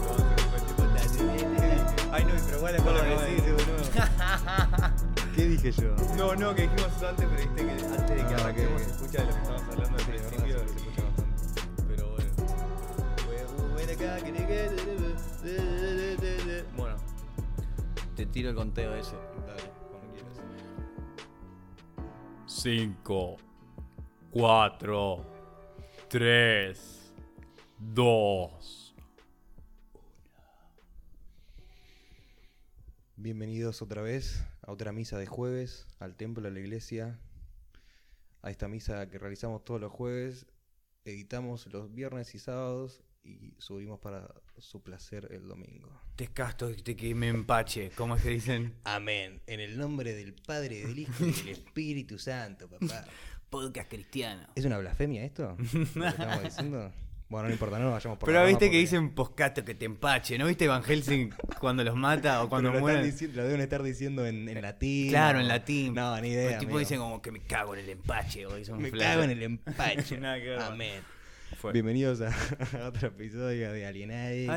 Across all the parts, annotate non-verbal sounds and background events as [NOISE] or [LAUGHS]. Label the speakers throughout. Speaker 1: [LAUGHS]
Speaker 2: dije yo.
Speaker 3: No, no, que dijimos eso antes, pero viste que antes de que
Speaker 2: Ah, ok.
Speaker 3: arranquemos se escucha de lo que estábamos hablando al
Speaker 2: Sí, es verdad,
Speaker 3: principio.
Speaker 2: se escucha
Speaker 3: bastante. Pero bueno. Bueno, bueno, acá, que le quede- Bueno,
Speaker 2: Te tiro el conteo ese.
Speaker 3: dale, cuando quieras.
Speaker 4: 5, 4, 3, 2.
Speaker 3: Bienvenidos otra vez a otra misa de jueves, al templo, a la iglesia, a esta misa que realizamos todos los jueves, editamos los viernes y sábados y subimos para su placer el domingo.
Speaker 1: Te casto y te que me empache, ¿cómo es que dicen?
Speaker 3: Amén. En el nombre del Padre, del Hijo y del Espíritu Santo, papá.
Speaker 1: Podcast cristiano.
Speaker 3: [LAUGHS] ¿Es una blasfemia esto? ¿Lo que estamos diciendo? Bueno, no importa, no nos vayamos por
Speaker 1: Pero
Speaker 3: la rama
Speaker 1: viste que
Speaker 3: porque-
Speaker 1: dicen poscato que te empache, ¿no viste Van Helsing cuando los mata o cuando
Speaker 3: Pero lo, están
Speaker 1: mueren?
Speaker 3: diciendo- lo deben estar diciendo en, en latín.
Speaker 1: Claro,
Speaker 3: o-
Speaker 1: en latín.
Speaker 3: No, ni
Speaker 1: Los
Speaker 3: idea.
Speaker 1: tipos
Speaker 3: amigo.
Speaker 1: Pues dicen "Oh, como que me cago en el empache o dicen un
Speaker 3: Me
Speaker 1: flash.
Speaker 3: cago en el empacho.
Speaker 1: [LAUGHS] Nada que ver.
Speaker 3: Amén.
Speaker 4: Fue.
Speaker 3: Bienvenidos a, [LAUGHS] a otro episodio de Alienade.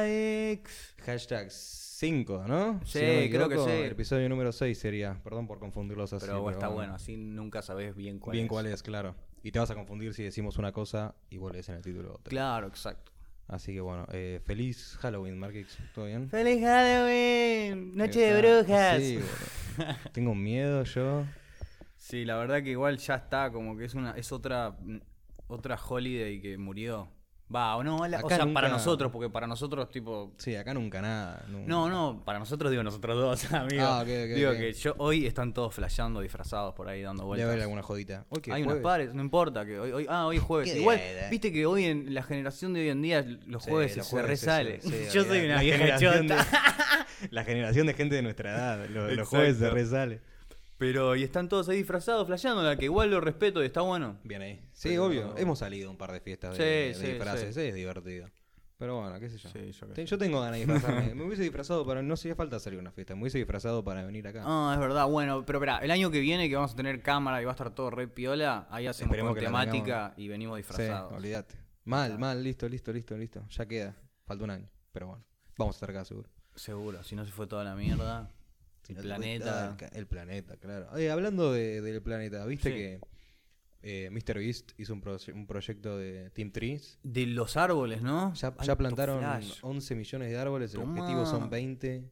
Speaker 1: Alienadex.
Speaker 3: Hashtag 5, ¿no?
Speaker 1: Sí,
Speaker 3: no me
Speaker 1: creo que
Speaker 3: equivoco,
Speaker 1: sí.
Speaker 3: El episodio número 6 sería. Perdón por confundirlos así.
Speaker 1: Pero está bueno,
Speaker 3: bueno.
Speaker 1: así nunca sabés bien cuál
Speaker 3: bien
Speaker 1: es.
Speaker 3: cuál es, claro. Y te vas a confundir si decimos una cosa y vos lees en el título otra.
Speaker 1: Claro, exacto.
Speaker 3: Así que bueno, eh, feliz Halloween, Marquix. ¿Todo bien?
Speaker 1: ¡Feliz Halloween!
Speaker 3: Está- Sí, boludo.
Speaker 1: [LAUGHS]
Speaker 3: Tengo miedo yo.
Speaker 1: Sí, la verdad que igual ya está, como que es una es otra otra holiday que murió. Va, o no, la- o
Speaker 3: Acá
Speaker 1: sea, para
Speaker 3: nunca-
Speaker 1: nosotros, porque para nosotros tipo
Speaker 3: Sí, acá nunca nada. nunca.
Speaker 1: No, no, para nosotros digo nosotros dos, [LAUGHS] amigo.
Speaker 3: Ah, ok, ok,
Speaker 1: digo
Speaker 3: ok.
Speaker 1: que yo hoy están todos flasheando disfrazados por ahí dando
Speaker 3: Debe
Speaker 1: vueltas.
Speaker 3: haber alguna jodita. Hoy que
Speaker 1: Hay unos
Speaker 3: jueves.
Speaker 1: pares, no importa que hoy, hoy- ah, hoy es jueves.
Speaker 3: ¿Qué
Speaker 1: Igual,
Speaker 3: día era?
Speaker 1: viste que hoy en la generación de hoy en día los
Speaker 3: Sí,
Speaker 1: jueves
Speaker 3: los
Speaker 1: se
Speaker 3: jueves,
Speaker 1: resale.
Speaker 3: [LAUGHS] sí, sí,
Speaker 1: [LAUGHS] yo
Speaker 3: olvidate.
Speaker 1: soy una
Speaker 3: La
Speaker 1: vieja
Speaker 3: generación
Speaker 1: chota.
Speaker 3: de- [LAUGHS] la generación de gente de nuestra edad. Lo- Los, jueves se
Speaker 1: Exacto.
Speaker 3: resale.
Speaker 1: Pero y están todos ahí disfrazados flasheando, la que igual lo respeto y está bueno.
Speaker 3: Bien ahí. Sí,
Speaker 1: Pero-
Speaker 3: obvio. Hemos salido a un par de fiestas de,
Speaker 1: Sí,
Speaker 3: de
Speaker 1: sí,
Speaker 3: disfraces.
Speaker 1: sí.
Speaker 3: Es divertido. Pero bueno, qué sé yo.
Speaker 1: Sí, yo qué
Speaker 3: Te- yo tengo ganas de disfrazarme. [LAUGHS] me hubiese disfrazado para. No hacía falta salir a una fiesta. Me hubiese disfrazado para venir acá.
Speaker 1: Ah, es verdad. Bueno, pero espera, el año que viene que vamos a tener cámara y va a estar todo re piola, ahí hacemos
Speaker 3: Esperemos
Speaker 1: con
Speaker 3: que la tengamos.
Speaker 1: temática y venimos
Speaker 3: Sí,
Speaker 1: disfrazados.
Speaker 3: olvídate. Mal, mal, listo, listo, listo, listo. Ya queda. Falta un año. Pero bueno, vamos a estar acá seguro.
Speaker 1: Seguro, si no se fue toda la mierda. El planeta.
Speaker 3: El, planeta, claro. Oye, hablando de- del planeta, ¿viste
Speaker 1: Sí.
Speaker 3: que eh, Mr. Beast hizo un, proye- un proyecto de Team Trees?
Speaker 1: De los árboles, ¿no?
Speaker 3: Ya, ya
Speaker 1: Alto
Speaker 3: plantaron
Speaker 1: flash.
Speaker 3: 11 millones de árboles, el
Speaker 1: Tomá.
Speaker 3: objetivo son 20.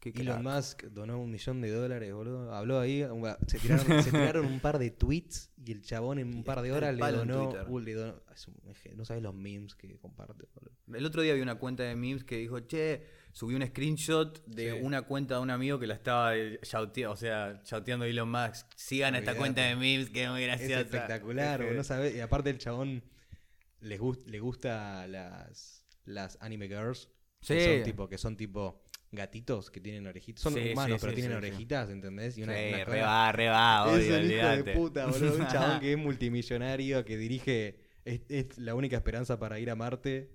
Speaker 1: Qué
Speaker 3: Elon
Speaker 1: crack.
Speaker 3: Musk donó un millón de dólares, boludo. Habló ahí, bueno, se tiraron, se tiraron un par de tweets y el chabón en un par de
Speaker 1: está el
Speaker 3: horas le
Speaker 1: palo en
Speaker 3: donó,
Speaker 1: Twitter.
Speaker 3: uh, le donó- es un eje- No sabes los memes que comparte, boludo.
Speaker 1: El otro día vi una cuenta de memes que dijo, che, subí un screenshot de
Speaker 3: Sí.
Speaker 1: una cuenta de un amigo que la estaba eh, shoutea- o sea, shouteando a Elon Musk. Sigan a esta
Speaker 3: Olvídate.
Speaker 1: cuenta de memes que es muy
Speaker 3: Es
Speaker 1: graciosa.
Speaker 3: espectacular,
Speaker 1: Es que-
Speaker 3: boludo, no sabés. Y aparte el chabón les gust- le gusta las, las anime girls. Que
Speaker 1: Sí.
Speaker 3: son tipo, que son tipo gatitos que tienen orejitas. Son
Speaker 1: Sí,
Speaker 3: humanos,
Speaker 1: sí,
Speaker 3: pero
Speaker 1: sí,
Speaker 3: tienen
Speaker 1: sí, sí.
Speaker 3: orejitas, ¿entendés? Y una,
Speaker 1: Sí,
Speaker 3: una
Speaker 1: re
Speaker 3: cosa-
Speaker 1: va, re va,
Speaker 3: es
Speaker 1: obvio,
Speaker 3: un hijo de
Speaker 1: olvidate.
Speaker 3: puta, boludo.
Speaker 1: [LAUGHS]
Speaker 3: Un chabón que es multimillonario, que dirige. Es, es la única esperanza para ir a Marte.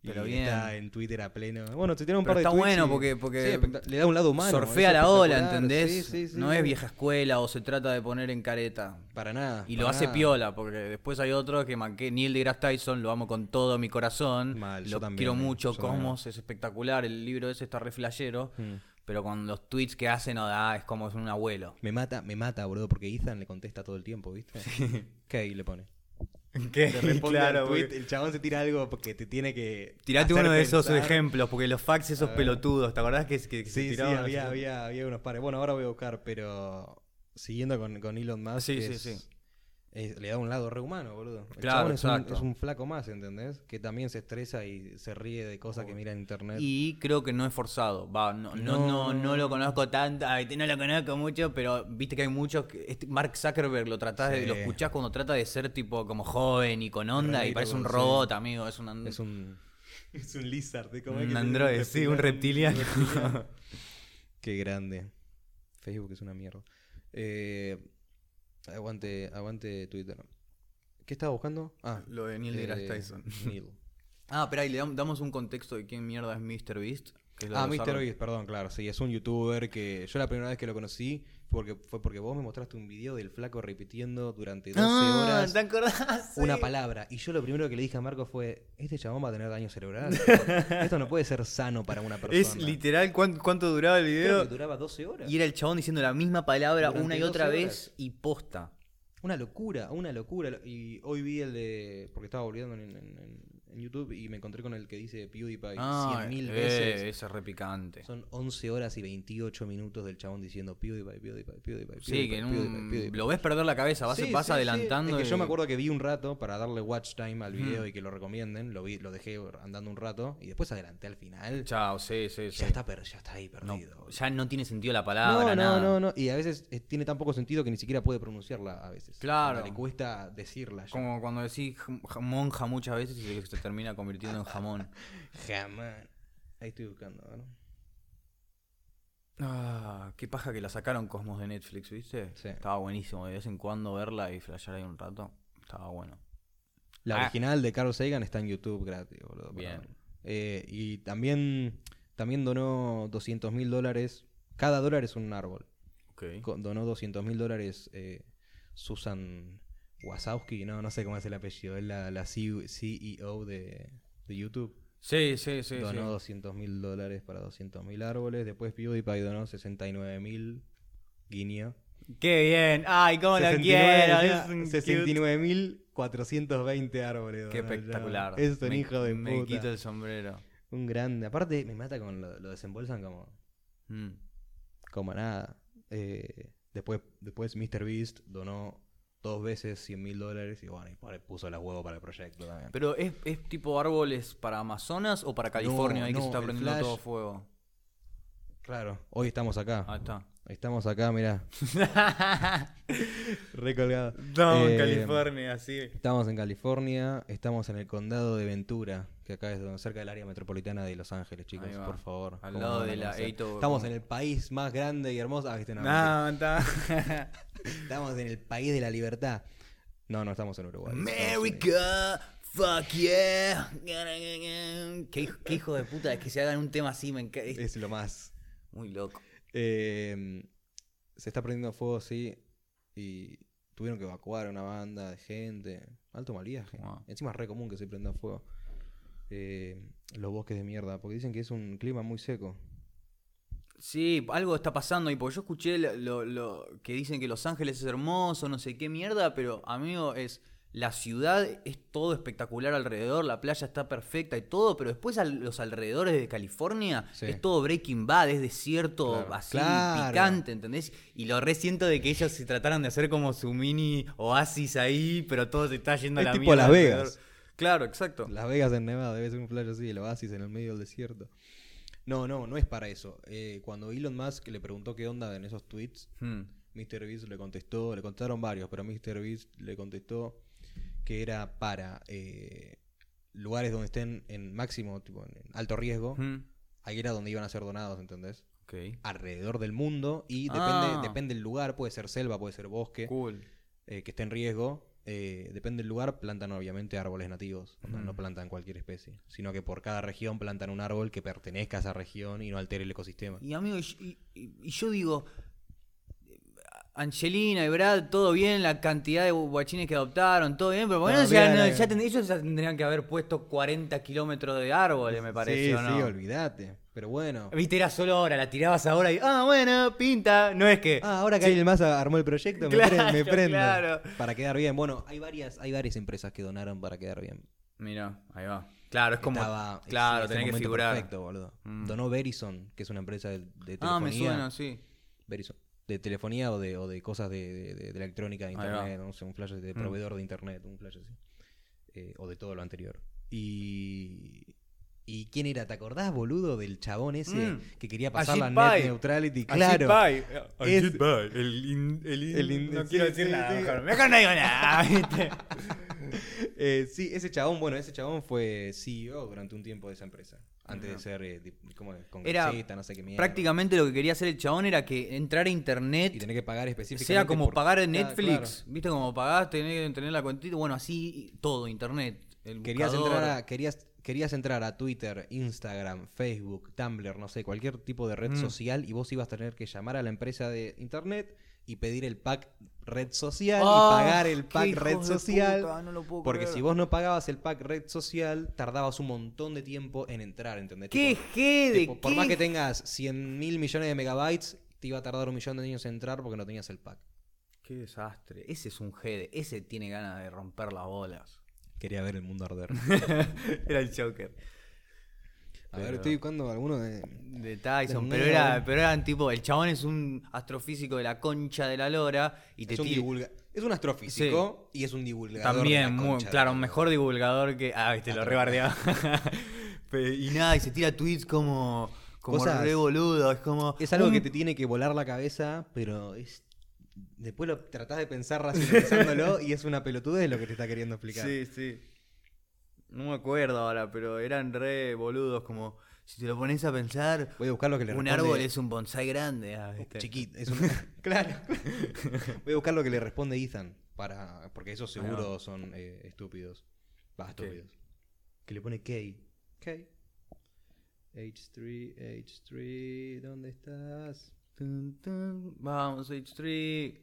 Speaker 1: Pero
Speaker 3: y
Speaker 1: bien.
Speaker 3: está en Twitter a pleno. Bueno, se tiene un
Speaker 1: Pero
Speaker 3: par de
Speaker 1: está
Speaker 3: tweets
Speaker 1: bueno
Speaker 3: y-
Speaker 1: porque- porque
Speaker 3: sí, espectac- le da un lado humano.
Speaker 1: Sorfea
Speaker 3: es
Speaker 1: la ola,
Speaker 3: espectacular,
Speaker 1: ¿entendés?
Speaker 3: sí, sí, sí,
Speaker 1: no
Speaker 3: sí.
Speaker 1: es vieja escuela o se trata de poner en careta.
Speaker 3: Para nada.
Speaker 1: Y lo
Speaker 3: para
Speaker 1: hace
Speaker 3: nada.
Speaker 1: piola, porque después hay otro que manqué, Neil deGrasse Tyson, lo amo con todo mi corazón.
Speaker 3: Mal, yo
Speaker 1: lo
Speaker 3: también,
Speaker 1: quiero
Speaker 3: eh,
Speaker 1: mucho,
Speaker 3: yo también.
Speaker 1: Cosmos es espectacular, el libro ese está re flashero,
Speaker 3: Mm.
Speaker 1: pero con los tweets que hace no da, es como es un
Speaker 3: [LAUGHS]
Speaker 1: abuelo.
Speaker 3: Me mata, me mata, boludo, porque Ethan le contesta todo el
Speaker 1: [LAUGHS]
Speaker 3: tiempo, ¿viste? ¿Qué ahí le pone?
Speaker 1: ¿Qué?
Speaker 3: Te responde al tweet, el chabón se tira algo porque te tiene que.
Speaker 1: Tirate
Speaker 3: hacer
Speaker 1: uno de esos
Speaker 3: pensar.
Speaker 1: ejemplos, porque los fax esos
Speaker 3: A ver.
Speaker 1: pelotudos, ¿te acordás que, que- que se
Speaker 3: Sí, sí,
Speaker 1: tiraban así?
Speaker 3: había, había, había unos pares. Bueno, ahora voy a buscar, pero siguiendo con, con Elon Musk.
Speaker 1: Sí,
Speaker 3: que
Speaker 1: sí,
Speaker 3: es-
Speaker 1: sí.
Speaker 3: es- le da un lado re humano, boludo. El
Speaker 1: Claro,
Speaker 3: chabón es un- es
Speaker 1: exacto.
Speaker 3: un, flaco más, ¿entendés? Que también se estresa y se ríe de cosas que mira en internet.
Speaker 1: Y creo que no es forzado. Va, no, no,
Speaker 3: No.
Speaker 1: no, no lo conozco tanto, ay, no lo conozco mucho, pero viste que hay muchos. Que, este Mark Zuckerberg lo tratás de-
Speaker 3: Sí.
Speaker 1: lo escuchás cuando trata de ser tipo como joven y con onda,
Speaker 3: Re
Speaker 1: y parece un
Speaker 3: loco, sí.
Speaker 1: robot, amigo. Es un,
Speaker 3: Es un. Mm. [LAUGHS] Es un lizard, ¿eh? ¿Cómo es
Speaker 1: un
Speaker 3: que se-
Speaker 1: androide, sí, un reptiliano.
Speaker 3: [LAUGHS] Qué grande. Facebook es una mierda. Eh, aguante, aguante Twitter. ¿Qué estaba buscando? Ah,
Speaker 1: lo de Neil deGrasse
Speaker 3: eh,
Speaker 1: Tyson.
Speaker 3: [LAUGHS] Neil.
Speaker 1: Ah, pero ahí le dam- damos un contexto de quién mierda es Mr. Beast. que es lo de
Speaker 3: Ah,
Speaker 1: los
Speaker 3: Mr.
Speaker 1: árboles.
Speaker 3: Beast, perdón, claro, sí, es un youtuber que yo la primera vez que lo conocí Porque fue porque vos me mostraste un video del flaco repitiendo durante 12
Speaker 5: Ah,
Speaker 3: horas
Speaker 5: ¿te acordás?
Speaker 3: una
Speaker 5: Sí.
Speaker 3: palabra. Y yo lo primero que le dije a Marco fue, este chabón va a tener
Speaker 1: [LAUGHS]
Speaker 3: daño cerebral. Esto no puede ser sano para una persona.
Speaker 5: Es literal cuán- cuánto, duraba el
Speaker 3: Creo
Speaker 5: video.
Speaker 3: que duraba 12 horas.
Speaker 5: Y era el chabón diciendo la misma palabra
Speaker 3: Durante
Speaker 5: una y
Speaker 3: 12
Speaker 5: otra
Speaker 3: horas.
Speaker 5: vez y posta.
Speaker 3: Una locura, una locura. Y hoy vi el de... Porque estaba volviendo en, en- en- en YouTube y me encontré con el que dice PewDiePie 100.000
Speaker 1: eh,
Speaker 3: veces.
Speaker 1: Ese es repicante.
Speaker 3: Son 11 horas y 28 minutos del chabón diciendo PewDiePie, PewDiePie, PewDiePie.
Speaker 1: Sí, que en un-
Speaker 3: PewDiePie, PewDiePie".
Speaker 1: lo ves perder la cabeza, vas,
Speaker 3: Sí,
Speaker 1: vas
Speaker 3: sí, sí.
Speaker 1: adelantando.
Speaker 3: Es que
Speaker 1: y-
Speaker 3: yo me acuerdo que vi un rato para darle watch time al video y que lo recomienden. Lo vi, lo dejé andando un rato y después adelanté al final.
Speaker 1: Chao, sí, sí, sí.
Speaker 3: Ya, está, per- ya está ahí
Speaker 5: No,
Speaker 3: perdido.
Speaker 5: ya no tiene sentido la
Speaker 3: No,
Speaker 5: palabra,
Speaker 3: no,
Speaker 5: nada.
Speaker 3: no, no. Y a veces eh, tiene tan poco sentido que ni siquiera puede pronunciarla a veces.
Speaker 1: Claro.
Speaker 3: Onda, Le cuesta decirla. ya.
Speaker 1: Como cuando decís jam- monja muchas veces y se termina convirtiendo en jamón.
Speaker 3: Ah, Jamás. Ahí estoy buscando, ¿no?
Speaker 1: Ah, qué paja que la sacaron Cosmos de Netflix, ¿viste?
Speaker 3: Sí.
Speaker 1: Estaba buenísimo. De vez en cuando verla y flashear ahí un rato. Estaba bueno.
Speaker 3: La
Speaker 1: Ah.
Speaker 3: original de Carl Sagan está en YouTube gratis, boludo. para
Speaker 1: Bien.
Speaker 3: ver. Eh, y también, también donó 200 mil dólares. Cada dólar es un árbol.
Speaker 1: Ok.
Speaker 3: Co- Donó 200 mil dólares eh, Susan Wazowski, no, no sé cómo es el apellido. Es la, la CEO de, de YouTube.
Speaker 1: Sí, sí, sí.
Speaker 3: donó
Speaker 1: sí.
Speaker 3: 200 mil dólares para 200 mil árboles. Después PewDiePie donó 69 mil guinea.
Speaker 5: Qué bien. Ay, cómo lo
Speaker 3: 69,
Speaker 5: quiero.
Speaker 3: decía,
Speaker 5: es un cute.
Speaker 3: 69.420 árboles.
Speaker 1: Qué
Speaker 3: donó ya.
Speaker 1: espectacular.
Speaker 3: Es un
Speaker 1: Me-
Speaker 3: hijo de
Speaker 1: Me
Speaker 3: puta.
Speaker 1: quito el sombrero.
Speaker 3: Un grande. Aparte, me mata con lo, lo desembolsan como,
Speaker 1: Mm.
Speaker 3: como nada. Eh, después, después Mr. Beast donó dos veces 100 mil dólares y bueno, y por- puso las huevos para el proyecto también.
Speaker 1: Pero es, es tipo árboles para Amazonas o para California,
Speaker 3: No,
Speaker 1: ahí que
Speaker 3: no,
Speaker 1: se está
Speaker 3: el
Speaker 1: prendiendo
Speaker 3: flash-
Speaker 1: todo fuego.
Speaker 3: claro, hoy estamos acá.
Speaker 1: Ahí
Speaker 5: [LAUGHS]
Speaker 1: está.
Speaker 3: Estamos acá, mirá. Recolgado.
Speaker 5: No, en
Speaker 3: Eh,
Speaker 5: California, sí.
Speaker 3: Estamos en California, estamos en el condado de Ventura, que acá es donde- cerca del área metropolitana de Los Ángeles, chicos,
Speaker 1: Ahí va.
Speaker 3: por favor.
Speaker 1: Al
Speaker 3: ¿Cómo
Speaker 1: lado
Speaker 3: no van a
Speaker 1: de la
Speaker 3: conocer?
Speaker 1: Eito-
Speaker 3: Estamos en el país más grande y hermoso. Ah, viste, no,
Speaker 5: No, está.
Speaker 3: mentira. Estamos en el país de la libertad. No, no estamos en Uruguay. estamos en-
Speaker 5: America, fuck yeah. Qué, hij- qué hijo de puta, es que se hagan un tema así, me enca- es
Speaker 3: Es lo más.
Speaker 5: muy loco.
Speaker 3: Eh, se está prendiendo fuego, sí, y tuvieron que evacuar a una banda de gente. Alto mariaje.
Speaker 1: Wow.
Speaker 3: Encima es re común que se prenda fuego. Eh, los bosques de mierda, porque dicen que es un clima muy seco.
Speaker 1: Sí, algo está pasando ahí, porque yo escuché lo, lo- lo que dicen que Los Ángeles es hermoso, no sé qué mierda, pero amigo, es la ciudad es todo espectacular alrededor, la playa está perfecta y todo, pero después a los alrededores de California
Speaker 3: Sí.
Speaker 1: es todo Breaking Bad, es desierto
Speaker 3: Claro.
Speaker 1: así
Speaker 3: Claro.
Speaker 1: picante, ¿entendés?
Speaker 5: Y lo resiento de que ellos se trataron de hacer como su mini oasis ahí, pero todo se está yendo a
Speaker 3: Es
Speaker 5: la
Speaker 3: tipo
Speaker 5: mierda
Speaker 3: Las
Speaker 5: alrededor.
Speaker 3: Vegas.
Speaker 1: Claro, exacto.
Speaker 3: [LAUGHS] Las Vegas en Nevada, debe ser un flash así, el oasis en el medio del desierto. No, no, no es para eso. Eh, cuando Elon Musk le preguntó qué onda en esos tweets,
Speaker 1: Hmm.
Speaker 3: Mr. Beast le contestó, le contestaron varios, pero Mr. Beast le contestó que era para eh, lugares donde estén en máximo, tipo, en alto riesgo.
Speaker 1: Hmm.
Speaker 3: Ahí era donde iban a ser donados, ¿entendés?
Speaker 1: Ok.
Speaker 3: Alrededor del mundo y depende,
Speaker 1: Ah.
Speaker 3: depende del lugar, puede ser selva, puede ser bosque
Speaker 1: Cool.
Speaker 3: eh, que esté en riesgo, eh, depende del lugar, plantan obviamente árboles nativos. O sea, No plantan cualquier especie, sino que por cada región plantan un árbol que pertenezca a esa región y no altere el ecosistema.
Speaker 1: Y amigo, y, y- y yo digo, Angelina y Brad, todo bien, la cantidad de guachines que adoptaron, todo bien, pero ¿por qué
Speaker 3: No,
Speaker 1: no llegaron-
Speaker 3: bien, eh.
Speaker 1: ya
Speaker 3: bien.
Speaker 1: tend- ellos ya tendrían que haber puesto 40 kilómetros de árboles, me parece,
Speaker 3: sí,
Speaker 1: ¿o no?
Speaker 3: sí, olvídate.
Speaker 1: [LAUGHS]
Speaker 3: Pero bueno.
Speaker 5: Viste, era solo ahora, la tirabas ahora y, ah, bueno, pinta. No es que.
Speaker 3: Ah, ahora que alguien más armó el proyecto, me,
Speaker 5: Claro,
Speaker 3: pre- me prendo.
Speaker 5: claro.
Speaker 3: Para quedar bien. Bueno, hay varias, hay varias empresas que donaron para quedar bien.
Speaker 1: Mira, ahí va. Claro, es como...
Speaker 3: Estaba-
Speaker 1: claro,
Speaker 3: sí, ese
Speaker 1: tenés que
Speaker 3: momento
Speaker 1: figurar. Mm.
Speaker 3: perfecto, boludo. Donó Verizon, que es una empresa de, de telefonía.
Speaker 1: Ah, me suena, sí.
Speaker 3: Verizon. De telefonía o de, o de cosas de, de- de- de electrónica, de
Speaker 1: va.
Speaker 3: internet, no sé, un flash de proveedor de internet, un flash así. Eh, o de todo lo anterior. Y. ¿Y quién era? ¿Te acordás, boludo, del chabón ese
Speaker 5: Mm.
Speaker 3: que quería pasar la
Speaker 5: Ajit
Speaker 3: net
Speaker 5: Pai.
Speaker 3: neutrality?
Speaker 5: Así,
Speaker 3: Claro.
Speaker 5: bye.
Speaker 3: Es-
Speaker 4: Ajit Pai, el in- el in-
Speaker 3: El in-
Speaker 4: no
Speaker 3: sí,
Speaker 4: quiero
Speaker 3: sí,
Speaker 4: decir nada.
Speaker 3: sí.
Speaker 4: mejor.
Speaker 5: Mejor no digo nada, [LAUGHS] viste.
Speaker 3: Eh, sí, ese chabón, bueno, ese chabón fue CEO durante un tiempo de esa empresa. Antes de ser, eh, dip- ¿cómo es?
Speaker 1: Era
Speaker 3: Congresista, no sé qué mierda.
Speaker 1: Prácticamente lo que quería hacer el chabón era que entrar a
Speaker 3: Y
Speaker 1: internet
Speaker 3: tener que pagar específicamente.
Speaker 1: sea como
Speaker 3: por
Speaker 1: pagar en
Speaker 3: cada-
Speaker 1: Netflix,
Speaker 3: claro.
Speaker 1: viste como pagás, tener, tener la cuentita, bueno, así todo, internet. el
Speaker 3: Querías
Speaker 1: buscador.
Speaker 3: entrar a. Querías, querías entrar a Twitter, Instagram, Facebook, Tumblr, no sé, cualquier tipo de red
Speaker 4: Mm.
Speaker 3: social y vos ibas a tener que llamar a la empresa de internet y pedir el pack red social
Speaker 1: Ah,
Speaker 3: y pagar el
Speaker 1: qué
Speaker 3: pack
Speaker 1: hijos
Speaker 3: red
Speaker 1: de
Speaker 3: social.
Speaker 1: puta, no lo puedo
Speaker 3: porque
Speaker 1: creer.
Speaker 3: si vos no pagabas el pack red social, tardabas un montón de tiempo en entrar, ¿entendés?
Speaker 1: ¿Qué
Speaker 3: Tipo,
Speaker 1: jede?
Speaker 3: tipo, por
Speaker 1: qué
Speaker 3: más que tengas 100 mil millones de megabytes, te iba a tardar un millón de años en entrar porque no tenías el pack.
Speaker 1: Qué desastre. Ese es un jede. Ese tiene ganas de romper las bolas.
Speaker 3: Quería ver el mundo arder.
Speaker 1: [LAUGHS] era el Joker.
Speaker 3: A
Speaker 1: Pero-
Speaker 3: ver, estoy buscando alguno de.
Speaker 1: De Tyson.
Speaker 3: Del
Speaker 1: Pero
Speaker 3: negro.
Speaker 1: era, pero eran tipo, el chabón es un astrofísico de la concha de la lora y te
Speaker 3: Es un,
Speaker 1: tira-
Speaker 3: divulga- es un astrofísico y es un divulgador. de la
Speaker 1: También, muy-
Speaker 3: concha de
Speaker 1: claro,
Speaker 3: la lora.
Speaker 1: mejor divulgador que. Ah, viste, lo rebardeaba. [LAUGHS] Pe- y nada, y se tira tweets como. Como
Speaker 3: Cosas-
Speaker 1: re boludo. Es como.
Speaker 3: Es algo
Speaker 1: un-
Speaker 3: que te tiene que volar la cabeza, pero es. Después lo tratás de
Speaker 1: [LAUGHS]
Speaker 3: pensar racionalizándolo y es una pelotudez lo que te está queriendo explicar.
Speaker 1: Sí, sí. No me acuerdo ahora, pero eran re boludos. Como, si te lo pones a pensar,
Speaker 3: Voy a buscar lo que le
Speaker 1: un
Speaker 3: responde-
Speaker 1: árbol es un bonsai grande. ah, viste. [LAUGHS]
Speaker 3: chiquito. es un- [LAUGHS] claro. Voy a buscar lo que le responde Ethan. Para... Porque esos
Speaker 1: Ahí va.
Speaker 3: seguro son eh, estúpidos. Va, estúpidos. Que le pone K. K. H3, H3, ¿dónde estás?
Speaker 1: Tun, tun, Vamos, H3.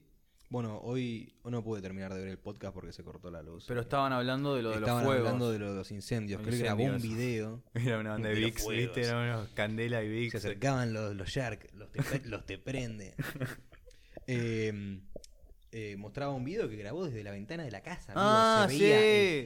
Speaker 3: Bueno, hoy hoy no pude terminar de ver el podcast porque se cortó la luz.
Speaker 1: Pero estaban hablando de lo de los
Speaker 3: Estaban
Speaker 1: fuegos.
Speaker 3: hablando de lo de los incendios.
Speaker 1: Los
Speaker 3: Creo que grabó un
Speaker 1: incendios.
Speaker 3: video.
Speaker 1: [LAUGHS] Era una banda de
Speaker 3: de los
Speaker 1: Vicks, ¿viste?
Speaker 3: fuegos.
Speaker 1: Era unos Candela y Vicks.
Speaker 3: Se acercaban los, los Shark, los te, pre- los
Speaker 1: [LAUGHS]
Speaker 3: te prende. Eh, eh, mostraba un video que grabó desde la ventana de la casa. amigo.
Speaker 1: Ah,
Speaker 3: se veía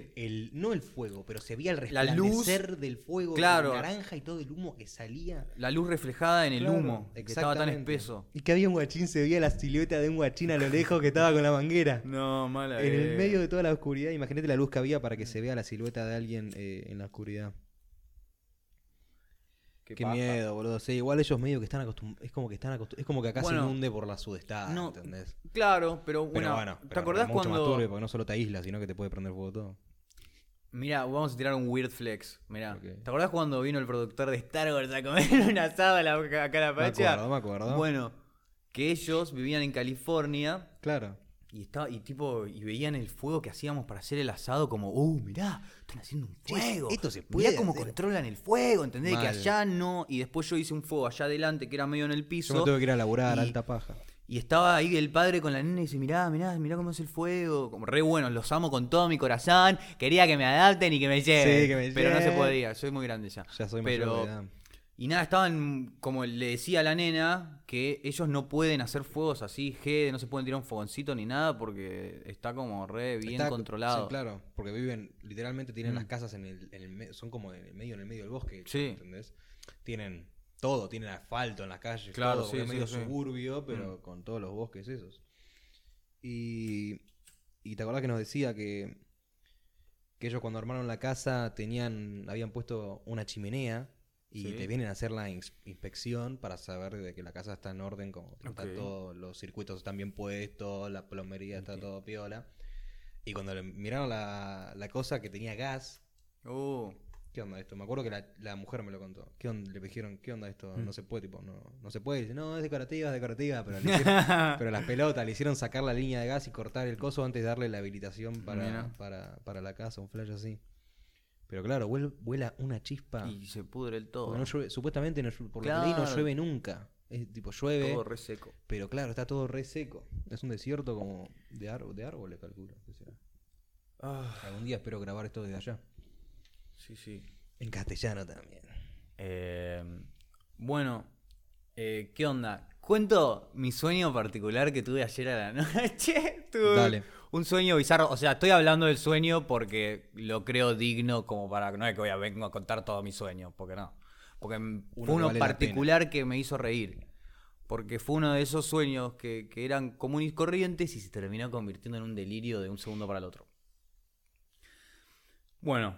Speaker 1: sí.
Speaker 3: el, el- no el fuego, pero se veía el
Speaker 1: La luz,
Speaker 3: resplandecer del fuego
Speaker 1: claro.
Speaker 3: naranja y todo el humo que salía.
Speaker 1: La luz reflejada en el
Speaker 3: Claro,
Speaker 1: humo, que estaba tan
Speaker 3: exactamente.
Speaker 1: espeso.
Speaker 3: Y que había un guachín, se veía la silueta de un guachín a lo lejos que estaba con la manguera.
Speaker 1: No, mala.
Speaker 3: En el medio de toda la oscuridad, imagínate la luz que había para que se vea la silueta de alguien eh, en la oscuridad. Qué, miedo, boludo. Sí, igual ellos medio que están acostumbrados. Es como que están acostum- Es como que acá
Speaker 1: Bueno,
Speaker 3: se inunde por la sudestada,
Speaker 1: no,
Speaker 3: ¿entendés?
Speaker 1: Claro, pero,
Speaker 3: Pero
Speaker 1: una-
Speaker 3: bueno,
Speaker 1: ¿Te acordás
Speaker 3: mucho más
Speaker 1: cuando.?
Speaker 3: turbio porque no solo te aísla, sino que te puede prender fuego todo.
Speaker 1: Mira, vamos a tirar un weird flex. Mira,
Speaker 3: Ok.
Speaker 1: ¿te acordás cuando vino el productor de Star Wars a comer [LAUGHS] un asado a la acá a la
Speaker 3: Me
Speaker 1: Pacha?
Speaker 3: acuerdo, me acuerdo.
Speaker 1: Bueno, que ellos vivían en California
Speaker 3: Claro.
Speaker 1: y estaba y tipo y veían el fuego que hacíamos para hacer el asado como, "Uh, mirá, están haciendo un
Speaker 3: Che,
Speaker 1: fuego."
Speaker 3: esto se
Speaker 1: mirá
Speaker 3: puede
Speaker 1: cómo
Speaker 3: hacer.
Speaker 1: controlan el fuego, ¿entendés? Que
Speaker 3: Mal.
Speaker 1: allá no y después yo hice un fuego allá adelante que era medio en el
Speaker 3: Yo
Speaker 1: piso.
Speaker 3: me tuve que ir a laburar,
Speaker 1: y-
Speaker 3: alta paja.
Speaker 1: Y estaba ahí el padre con la nena y dice, mirá, mirá, mirá cómo es el fuego. Como re bueno, los amo con todo mi corazón. Quería que me adapten y que me lleven.
Speaker 3: Sí, que me
Speaker 1: pero no se
Speaker 3: lleven.
Speaker 1: podía, soy muy grande ya.
Speaker 3: Ya soy mayor
Speaker 1: pero,
Speaker 3: de edad.
Speaker 1: Y nada, estaban, como le decía a la nena, que ellos no pueden hacer fuegos así, G, no se pueden tirar un fogoncito ni nada porque está como re bien
Speaker 3: Está-
Speaker 1: controlado.
Speaker 3: Sí, claro, porque viven, literalmente tienen
Speaker 1: Mm.
Speaker 3: las casas en el, en el me- son como en el medio, en el medio del bosque,
Speaker 1: Sí.
Speaker 3: ¿entendés? Tienen todo, tienen asfalto en las calles,
Speaker 1: Claro,
Speaker 3: claro, todo,
Speaker 1: sí,
Speaker 3: es
Speaker 1: sí,
Speaker 3: medio
Speaker 1: sí. Mm.
Speaker 3: suburbio, pero con todos los bosques esos. Y, y te acordás que nos decía que, que ellos cuando armaron la casa tenían, habían puesto una chimenea y
Speaker 1: Sí.
Speaker 3: te vienen a hacer la ins- inspección para saber de que la casa está en orden, como que
Speaker 1: Ok.
Speaker 3: está todo, los circuitos están bien puestos, la plomería está
Speaker 1: Entiendo.
Speaker 3: todo piola. Y cuando le miraron la, la cosa que tenía gas, [LAUGHS]
Speaker 1: Uh,
Speaker 3: ¿qué onda esto? Me acuerdo que la, la mujer me lo contó. ¿Qué onda? Le dijeron, ¿qué onda esto?
Speaker 1: Mm.
Speaker 3: No se puede, tipo, no, no se puede. Y dice, no, es decorativa, es decorativa. Pero, le
Speaker 1: [LAUGHS]
Speaker 3: hicieron- pero las pelotas le hicieron sacar la línea de gas y cortar el coso antes de darle la habilitación para,
Speaker 1: Mm, Mira.
Speaker 3: para, para la casa, un flash así. Pero claro, vuel- vuela una chispa.
Speaker 1: y se pudre el todo.
Speaker 3: Porque no llueve- supuestamente no llueve- por lo que leí,
Speaker 1: Claro.
Speaker 3: no llueve nunca. Es tipo llueve,
Speaker 1: todo re seco.
Speaker 3: pero claro, está todo re seco. Es un desierto como de, árbo- de árboles, calculo. que sea.
Speaker 1: Ah,
Speaker 3: Algún día espero grabar esto desde allá.
Speaker 1: sí, sí.
Speaker 3: En castellano también.
Speaker 1: Eh, bueno, eh, ¿qué onda? Cuento mi sueño particular que tuve ayer a la [LAUGHS] noche. Tuve
Speaker 3: Dale.
Speaker 1: Un sueño bizarro. O sea, estoy hablando del sueño porque lo creo digno como para... No es que voy a vengo a contar todo mi sueño, porque no. Porque m-
Speaker 3: Uno
Speaker 1: fue
Speaker 3: que
Speaker 1: uno
Speaker 3: vale la
Speaker 1: particular que me hizo reír. Porque fue uno de esos sueños que, que eran comunes y corrientes y se terminó convirtiendo en un delirio de un segundo para el otro. Bueno,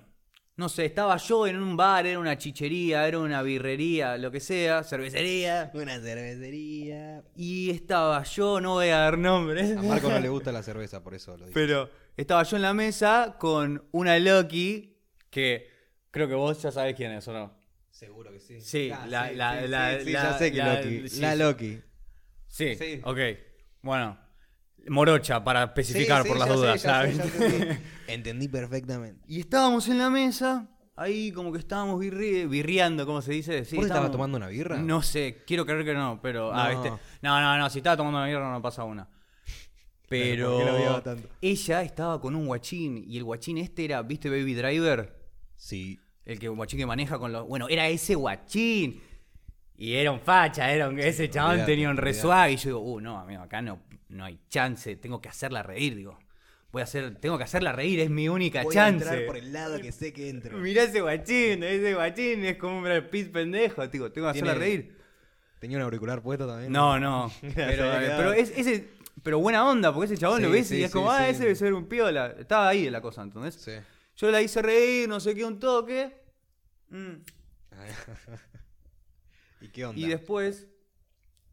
Speaker 1: no sé, estaba yo en un bar, era una chichería, era una birrería, lo que sea, cervecería.
Speaker 3: Una
Speaker 1: [LAUGHS]
Speaker 3: cervecería.
Speaker 1: Y estaba yo, no voy a dar nombres,
Speaker 3: A Marco no le gusta la cerveza, por eso lo digo.
Speaker 1: [LAUGHS] pero estaba yo en la mesa con una Loki que creo que vos ya sabés quién es, ¿o no?
Speaker 3: Seguro que sí.
Speaker 1: Sí,
Speaker 3: Ah,
Speaker 1: la-
Speaker 3: sí,
Speaker 1: la-
Speaker 3: sí,
Speaker 1: la-
Speaker 3: sí, sí,
Speaker 1: la-
Speaker 3: ya sé que
Speaker 1: la-
Speaker 3: Loki.
Speaker 1: sí,
Speaker 3: la
Speaker 1: sí.
Speaker 3: Loki.
Speaker 1: Sí,
Speaker 3: Sí.
Speaker 1: ok. Bueno, morocha para especificar
Speaker 3: Sí,
Speaker 1: por
Speaker 3: sí,
Speaker 1: las
Speaker 3: ya sé,
Speaker 1: dudas, [LAUGHS]
Speaker 3: ya sé,
Speaker 1: ¿sabes?
Speaker 3: ya entendí. Entendí perfectamente.
Speaker 1: Y estábamos en la mesa, ahí como que estábamos birri- birriando, como se dice. Sí,
Speaker 3: ¿Vos estabas
Speaker 1: estábamos-
Speaker 3: tomando una birra?
Speaker 1: No sé, quiero creer que no, pero. ah,
Speaker 3: No.
Speaker 1: viste. No, no, no, si estaba tomando una birra no pasa
Speaker 3: [LAUGHS]
Speaker 1: una.
Speaker 3: ¿por
Speaker 1: Pero.
Speaker 3: qué la odiaba tanto?
Speaker 1: Ella estaba con un guachín y el guachín este era, ¿viste, Baby Driver?
Speaker 3: Sí.
Speaker 1: El que guachín que maneja con los. Bueno, era ese guachín. Y era un facha, era un- ese chabón
Speaker 3: olvídate,
Speaker 1: tenía un
Speaker 3: olvídate.
Speaker 1: resuave. Y yo digo, uh, no, amigo, acá no, no hay chance, tengo que hacerla reír, digo. Voy a hacer, tengo que hacerla reír, es mi única chance. [LAUGHS]
Speaker 3: el lado que sé que entro.
Speaker 1: Mirá ese guachín, ese guachín es como un Brad Pitt pendejo, digo, tengo que hacerla
Speaker 3: Tiene-
Speaker 1: reír.
Speaker 3: Tenía un auricular puesto también.
Speaker 1: No,
Speaker 3: [LAUGHS]
Speaker 1: no. Pero, eh,
Speaker 3: había quedado.
Speaker 1: pero es, ese, pero buena onda, porque ese chabón lo
Speaker 3: Sí,
Speaker 1: ves
Speaker 3: sí,
Speaker 1: y es
Speaker 3: sí,
Speaker 1: como, ah,
Speaker 3: sí.
Speaker 1: ese debe ser un piola. Estaba ahí la cosa, ¿entendés?
Speaker 3: Sí.
Speaker 1: Yo la hice reír, no sé qué, un toque. Mm.
Speaker 3: ¿Y qué onda?
Speaker 1: Y después,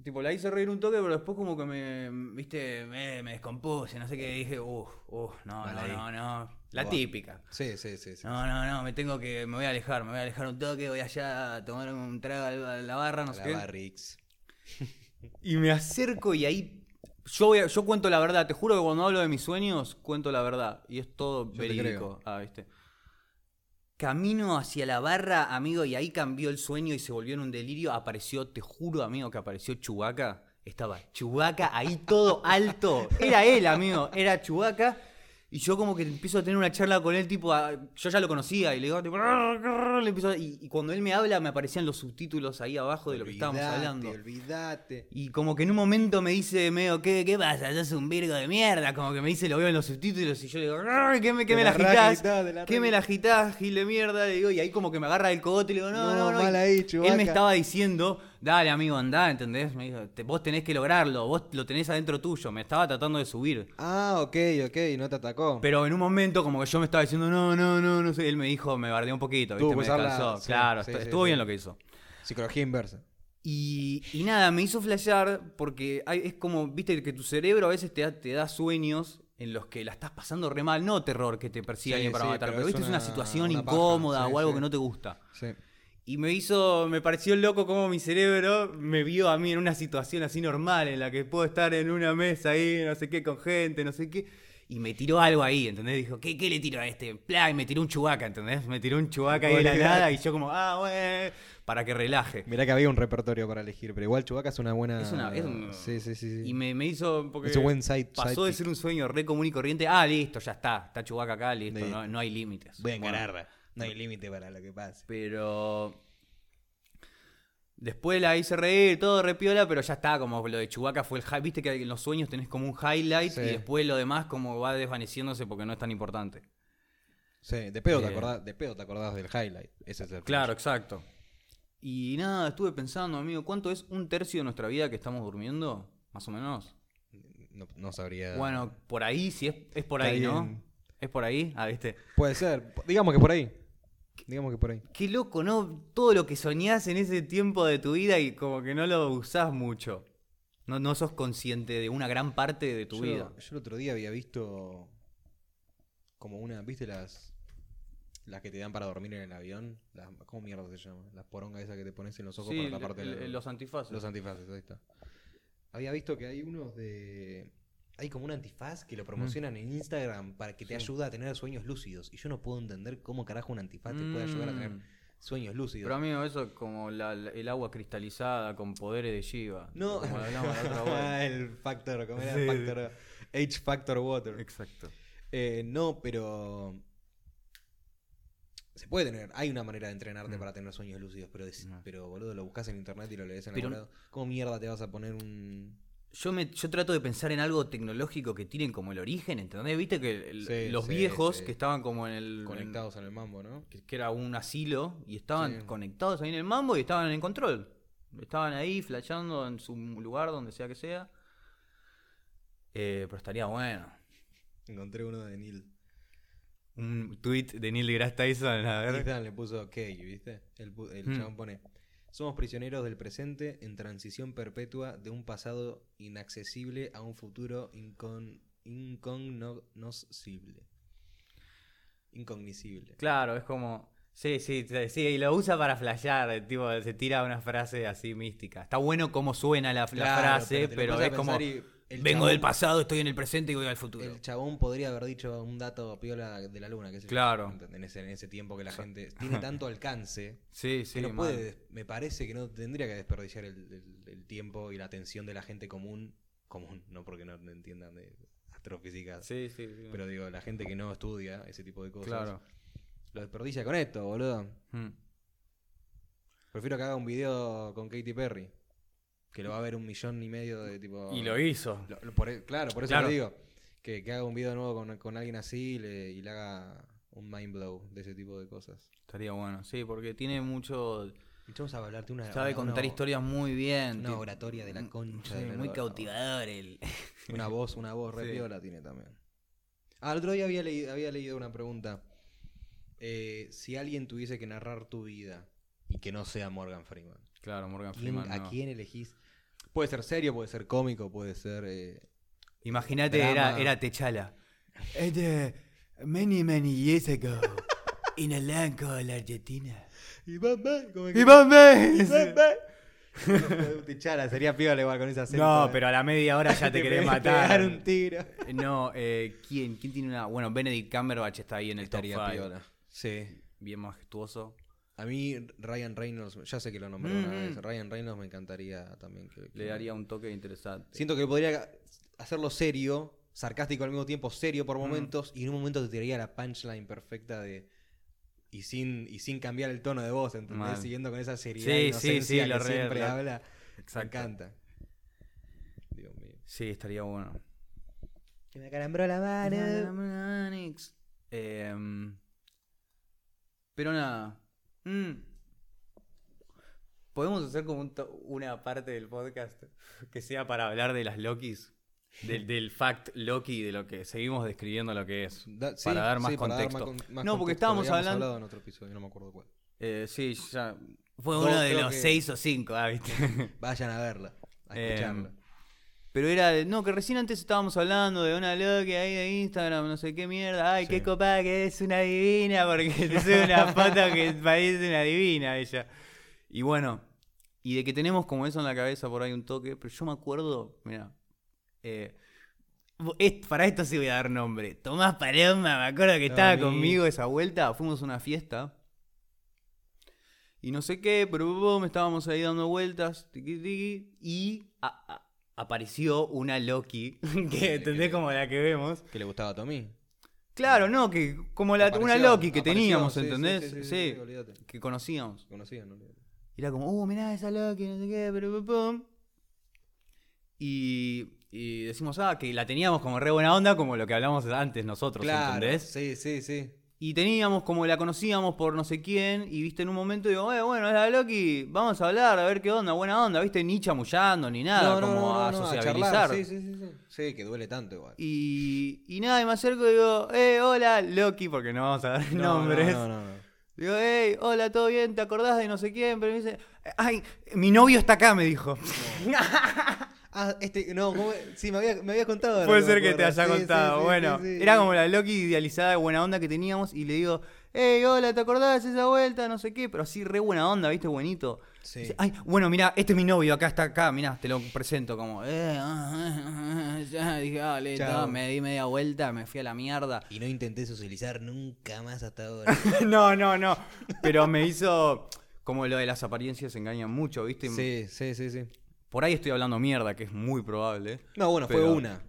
Speaker 1: tipo, la hice reír un toque, pero después como que me, viste, me, me descompuse, no sé qué, dije, uff, uff, no,
Speaker 3: Mal
Speaker 1: no,
Speaker 3: ahí.
Speaker 1: no, no. La
Speaker 3: Buah.
Speaker 1: típica.
Speaker 3: Sí, sí, sí. sí.
Speaker 1: No, no, no, me tengo que, me voy a alejar, me voy a alejar un toque, voy allá a tomar un trago a la- a la barra, no
Speaker 3: A
Speaker 1: sé
Speaker 3: la
Speaker 1: qué.
Speaker 3: Barrix.
Speaker 1: Y me acerco y ahí. Yo, voy a- yo cuento la verdad, te juro que cuando hablo de mis sueños, cuento la verdad. Y es todo
Speaker 3: te
Speaker 1: verídico. Ah, ¿viste? Camino hacia la barra, amigo, y ahí cambió el sueño y se volvió en un delirio. Apareció, te juro, amigo, que apareció Chubaca. Estaba Chubaca ahí todo alto. Era él, amigo, era Chubaca. Y yo como que empiezo a tener una charla con él, tipo, ah, yo ya lo conocía, y le digo, tipo, "Grr, grr", le empiezo a- y, y cuando él me habla me aparecían los subtítulos ahí abajo de lo que estábamos
Speaker 3: Olvidate,
Speaker 1: hablando.
Speaker 3: Olvidate.
Speaker 1: Y como que en un momento me dice medio, ¿qué, qué pasa? Sos un virgo de mierda. Como que me dice, lo veo en los subtítulos y yo le digo, "Arr, ¿qué me, qué
Speaker 3: Te
Speaker 1: me la
Speaker 3: la rajita,
Speaker 1: agitás?
Speaker 3: te la
Speaker 1: ¿Qué me la agitás, gil de mierda? Le digo, y ahí como que me agarra del cogote y le digo, no, no,
Speaker 3: No,
Speaker 1: no.
Speaker 3: mal
Speaker 1: Y
Speaker 3: ahí,
Speaker 1: él
Speaker 3: Chubaca.
Speaker 1: me estaba diciendo, dale amigo, andá, ¿entendés? Me dijo, "Te- vos tenés que lograrlo, vos lo tenés adentro tuyo. Me estaba tratando de subir.
Speaker 3: Ah, ok, ok, no te atacó.
Speaker 1: Pero en un momento como que yo me estaba diciendo, no, no, no, no sé. Él me dijo, me bardeó un poquito, ¿viste?
Speaker 3: Tuvo que
Speaker 1: me
Speaker 3: usarla,
Speaker 1: descansó.
Speaker 3: sí,
Speaker 1: claro,
Speaker 3: sí,
Speaker 1: est-
Speaker 3: sí,
Speaker 1: estuvo
Speaker 3: sí.
Speaker 1: bien lo que hizo.
Speaker 3: Psicología inversa.
Speaker 1: Y, y nada, me hizo flashear porque hay- es como, viste, que tu cerebro a veces te da, te da sueños en los que la estás pasando re mal. No terror que te persiga
Speaker 3: Sí,
Speaker 1: alguien para
Speaker 3: sí,
Speaker 1: matar,
Speaker 3: pero
Speaker 1: pero,
Speaker 3: es
Speaker 1: viste, es una
Speaker 3: una-
Speaker 1: situación
Speaker 3: una paja,
Speaker 1: incómoda
Speaker 3: sí,
Speaker 1: o algo
Speaker 3: sí.
Speaker 1: que no te gusta.
Speaker 3: Sí.
Speaker 1: Y me hizo, me pareció loco como mi cerebro me vio a mí en una situación así normal, en la que puedo estar en una mesa ahí, no sé qué, con gente, no sé qué. Y me tiró algo ahí, ¿entendés? Dijo, ¿qué, qué le tiro a este? Plá, y me tiró un chubaca, ¿entendés? Me tiró un chubaca ahí de la
Speaker 3: Olvidate.
Speaker 1: nada y yo como, ah, bueno, para que relaje.
Speaker 3: Mirá que había un repertorio para elegir, pero igual Chubaca es una buena.
Speaker 1: Es una- es un-
Speaker 3: Sí, sí, sí. sí.
Speaker 1: Y me, me hizo. Porque
Speaker 3: Es un buen side.
Speaker 1: pasó de ser un sueño re común y corriente. Ah, listo, ya está. Está Chubaca acá, listo.
Speaker 3: Listo.
Speaker 1: No, no hay límites. Bueno,
Speaker 3: No hay límite para lo que pase.
Speaker 1: pero. Después la hice reír, todo repiola, pero ya está, como lo de Chubaca fue el hi- Viste que en los sueños tenés como un highlight
Speaker 3: Sí.
Speaker 1: y después lo demás como va desvaneciéndose porque no es tan importante.
Speaker 3: Sí, de pedo, te
Speaker 1: Eh.
Speaker 3: acordás, de pedo te acordás del highlight. Ese es el
Speaker 1: Claro, exacto. Y nada, estuve pensando, amigo, ¿cuánto es un tercio de nuestra vida que estamos durmiendo? Más o menos.
Speaker 3: No, no sabría.
Speaker 1: Bueno, por ahí, si es, es por
Speaker 3: Está
Speaker 1: ahí, ¿no?
Speaker 3: bien.
Speaker 1: Es por ahí, ah, viste.
Speaker 3: Puede ser. Digamos que por ahí. Digamos que por ahí.
Speaker 1: Qué loco, ¿no? Todo lo que soñás en ese tiempo de tu vida y como que no lo usás mucho. No, no sos consciente de una gran parte de tu
Speaker 3: yo,
Speaker 1: vida.
Speaker 3: yo el otro día había visto como una, ¿viste las las que te dan para dormir en el avión? Las, ¿Cómo mierda se llama? Las porongas esas que te pones en los ojos para taparte la-
Speaker 1: los antifaces.
Speaker 3: los antifaces, ahí está. Había visto que hay unos de hay como un antifaz
Speaker 1: Mm.
Speaker 3: que lo promocionan en Instagram para que te ayuda a tener sueños lúcidos y yo no puedo entender cómo carajo un antifaz te puede ayudar a tener
Speaker 1: Mm.
Speaker 3: sueños lúcidos.
Speaker 1: Pero amigo, eso es como la- la- el agua cristalizada con poderes de Shiva.
Speaker 3: no,
Speaker 1: Como hablamos la otra [LAUGHS] vez.
Speaker 3: [LAUGHS] el factor, ¿cómo era? Factor- H factor water.
Speaker 1: Exacto.
Speaker 3: Eh, no, pero. Se puede tener. Hay una manera de entrenarte para tener sueños lúcidos, pero, es-
Speaker 1: No.
Speaker 3: pero boludo, lo buscas en internet y lo lees en
Speaker 1: Pero-
Speaker 3: algún lado. ¿Cómo mierda te vas a poner un.
Speaker 1: Yo, me, yo trato de pensar en algo tecnológico que tienen como el origen, ¿entendés? Viste que el-
Speaker 3: Sí,
Speaker 1: los
Speaker 3: sí,
Speaker 1: viejos
Speaker 3: sí.
Speaker 1: que estaban como en el...
Speaker 3: conectados en el mambo, ¿no?
Speaker 1: que, que era un asilo, y estaban
Speaker 3: Sí.
Speaker 1: conectados ahí en el mambo y estaban en control. Estaban ahí flasheando en su lugar, donde sea que sea. Eh, pero estaría bueno.
Speaker 3: Encontré uno de Neil.
Speaker 1: Un tweet de Neil deGrasse Tyson, a ver.
Speaker 3: Ethan le puso ok, ¿viste? El, pu- el
Speaker 1: Hmm.
Speaker 3: chabón pone. Somos prisioneros del presente en transición perpetua de un pasado inaccesible a un futuro incon incognoscible. Incognoscible.
Speaker 1: Claro, es como. Sí, sí, sí, sí, y lo usa para flashear, eh, tipo, se tira una frase así mística. Está bueno cómo suena la, la
Speaker 3: Claro,
Speaker 1: frase,
Speaker 3: te lo
Speaker 1: pero,
Speaker 3: pones a
Speaker 1: es como.
Speaker 3: pensar y- el
Speaker 1: Vengo
Speaker 3: chabón-
Speaker 1: del pasado, estoy en el presente y voy al futuro.
Speaker 3: El chabón podría haber dicho un dato piola de la luna, que
Speaker 1: Claro.
Speaker 3: En ese, en ese tiempo que la gente tiene
Speaker 1: [LAUGHS]
Speaker 3: tanto alcance
Speaker 1: Sí,
Speaker 3: que
Speaker 1: sí,
Speaker 3: no
Speaker 1: mal.
Speaker 3: puede, des- me parece que no tendría que desperdiciar el, el- el tiempo y la atención de la gente común, común, no porque no entiendan de astrofísica,
Speaker 1: Sí, sí, sí.
Speaker 3: pero digo, la gente que no estudia ese tipo de cosas,
Speaker 1: claro.
Speaker 3: lo desperdicia con esto, boludo.
Speaker 1: Mm.
Speaker 3: Prefiero que haga un video con Katy Perry, que lo va a ver un millón y medio de tipo...
Speaker 1: Y lo hizo.
Speaker 3: Lo- lo- por e- claro, por eso
Speaker 1: Claro.
Speaker 3: lo digo. Que, que haga un video nuevo con, con alguien así y le, y le haga un mind blow de ese tipo de cosas.
Speaker 1: Estaría bueno, sí, porque tiene mucho.
Speaker 3: Vamos a hablarte una.
Speaker 1: Sabe
Speaker 3: una-
Speaker 1: contar
Speaker 3: una-
Speaker 1: historias muy bien.
Speaker 3: Una
Speaker 1: tiene-
Speaker 3: oratoria de la concha.
Speaker 1: Sí,
Speaker 3: de la
Speaker 1: muy
Speaker 3: lora,
Speaker 1: cautivador
Speaker 3: [LAUGHS]
Speaker 1: el.
Speaker 3: boludo. Mm, Una voz, una voz re
Speaker 1: Sí.
Speaker 3: piola tiene también. Ah, el otro día había leído, había leído una pregunta. Eh, si alguien tuviese que narrar tu vida y que no sea Morgan Freeman,
Speaker 1: Claro, Morgan
Speaker 3: ¿quién-
Speaker 1: Freeman.
Speaker 3: ¿a
Speaker 1: no.
Speaker 3: quién elegís? Puede ser serio, puede ser cómico, puede ser. eh,
Speaker 1: Imagínate,
Speaker 3: Drama.
Speaker 1: era, era Techala. Este, many, many years ago, in a land called Argentina.
Speaker 3: Iván Bell, como que-
Speaker 1: ¡Iván
Speaker 3: Iván
Speaker 1: Bess!
Speaker 3: Bell. Hijo de Chala, sería piola igual con esa acento.
Speaker 1: No,
Speaker 3: eh.
Speaker 1: pero a la media hora ya te querés
Speaker 3: pe-
Speaker 1: matar.
Speaker 3: pegar un tiro.
Speaker 1: No, eh, ¿quién? ¿Quién tiene una...? Bueno, Benedict Cumberbatch está ahí en el top
Speaker 3: Estaría
Speaker 1: five.
Speaker 3: piola. Sí.
Speaker 1: Bien majestuoso.
Speaker 3: A mí Ryan Reynolds, ya sé que lo nombré una
Speaker 1: Mm.
Speaker 3: vez. Ryan Reynolds me encantaría también que, que-
Speaker 1: Le daría un toque interesante.
Speaker 3: Siento que podría hacerlo serio, sarcástico al mismo tiempo, serio por momentos y en un momento te tiraría la punchline perfecta de y sin y sin cambiar el tono de voz, ¿entendés?
Speaker 1: Mal.
Speaker 3: Siguiendo con esa seriedad
Speaker 1: Sí,
Speaker 3: e
Speaker 1: sí,
Speaker 3: inocencia
Speaker 1: sí, lo
Speaker 3: que
Speaker 1: re-
Speaker 3: siempre
Speaker 1: lo-
Speaker 3: habla. Me
Speaker 1: Exacto.
Speaker 3: encanta. Dios mío.
Speaker 1: Sí, estaría bueno.
Speaker 3: Que me acalambró la mano.
Speaker 1: Em, pero nada. Mm. ¿Podemos hacer como un to- una parte del podcast que sea para hablar de las Lokis? Del, del fact Loki, de lo que seguimos describiendo lo que es.
Speaker 3: Da- sí,
Speaker 1: para dar más
Speaker 3: sí, para dar
Speaker 1: contexto.
Speaker 3: con- más
Speaker 1: No, porque
Speaker 3: contexto,
Speaker 1: estábamos
Speaker 3: habíamos
Speaker 1: hablando-
Speaker 3: hablado en otro episodio, no me acuerdo cuál.
Speaker 1: Eh, sí, ya.
Speaker 5: Fue
Speaker 3: No,
Speaker 5: uno de
Speaker 3: creo
Speaker 5: los
Speaker 3: que-
Speaker 5: seis o cinco, ah, ¿viste?
Speaker 3: Vayan a verla, a
Speaker 1: Eh,
Speaker 3: escucharla.
Speaker 1: Pero era, de- no, que recién antes estábamos hablando de una Loki ahí de Instagram, no sé qué mierda. Ay, qué copada que es una divina, porque [LAUGHS] te sube una foto que parece una divina ella. Y bueno, y de que tenemos como eso en la cabeza por ahí un toque, pero yo me acuerdo, mira, Eh, para esto sí voy a dar nombre. Tomás Paloma, me acuerdo que estaba
Speaker 3: mí.
Speaker 1: conmigo esa vuelta, fuimos a una fiesta. Y no sé qué, pero bo, me estábamos ahí dando vueltas, tiqui, tiqui, y a- a- apareció una Loki, [LAUGHS] que entendés como la que vemos.
Speaker 3: Que le gustaba a Tommy.
Speaker 1: Claro, no, que como la,
Speaker 3: Apareció,
Speaker 1: una Loki que
Speaker 3: apareció,
Speaker 1: teníamos,
Speaker 3: sí, sí,
Speaker 1: ¿entendés?
Speaker 3: Sí, sí, sí,
Speaker 1: Sí,
Speaker 3: olvídate.
Speaker 1: que conocíamos.
Speaker 3: Conocían, olvídate.
Speaker 1: Y era como, uh, mirá esa Loki, no sé qué, pero pum, pum. Y, y decimos, ah, que la teníamos como re buena onda, como lo que hablamos antes nosotros,
Speaker 3: Claro,
Speaker 1: ¿entendés?
Speaker 3: sí, sí, sí.
Speaker 1: Y teníamos como la conocíamos por no sé quién, y viste en un momento, digo, eh, bueno, es la Loki, vamos a hablar, a ver qué onda, buena onda, viste, ni chamullando, ni nada,
Speaker 3: No, no,
Speaker 1: como
Speaker 3: no, no,
Speaker 1: a
Speaker 3: no,
Speaker 1: sociabilizar.
Speaker 3: charlar, Sí, sí, sí, sí. Sí, que duele tanto igual.
Speaker 1: Y, y nada, y me acerco y digo, eh, hola, Loki, porque no vamos a dar
Speaker 3: No, no,
Speaker 1: [LAUGHS] nombres.
Speaker 3: No, no, no.
Speaker 1: Digo, hey, hola, ¿todo bien? ¿Te acordás de no sé quién? Pero me dice, ay, mi novio está acá, me dijo.
Speaker 3: Ah, este, no, ¿cómo? sí, me había, me había [LAUGHS] contado.
Speaker 1: Puede
Speaker 3: no
Speaker 1: ser
Speaker 3: me
Speaker 1: que te
Speaker 3: acuerdo.
Speaker 1: haya
Speaker 3: Sí, sí,
Speaker 1: contado.
Speaker 3: sí,
Speaker 1: bueno,
Speaker 3: sí, sí,
Speaker 1: era
Speaker 3: sí.
Speaker 1: como la Loki idealizada de buena onda que teníamos y le digo, hey, hola, ¿te acordás esa vuelta? No sé qué, pero así re buena onda, ¿viste? Buenito.
Speaker 3: Sí.
Speaker 1: Dice, Ay, bueno, mira, este es mi novio, acá está acá, mirá, te lo presento como, eh, ah, ah, ah, ya, dije, dale,
Speaker 3: Chao.
Speaker 1: ta, me di media vuelta, me fui a la mierda.
Speaker 3: [LAUGHS] Y no intenté socializar nunca más hasta ahora.
Speaker 1: no, no, no, pero me hizo, como lo de las apariencias engañan mucho, ¿viste?
Speaker 3: sí, sí, sí, sí.
Speaker 1: Por ahí estoy hablando mierda, que es muy probable.
Speaker 3: No, bueno, fue
Speaker 1: Pero-
Speaker 3: una.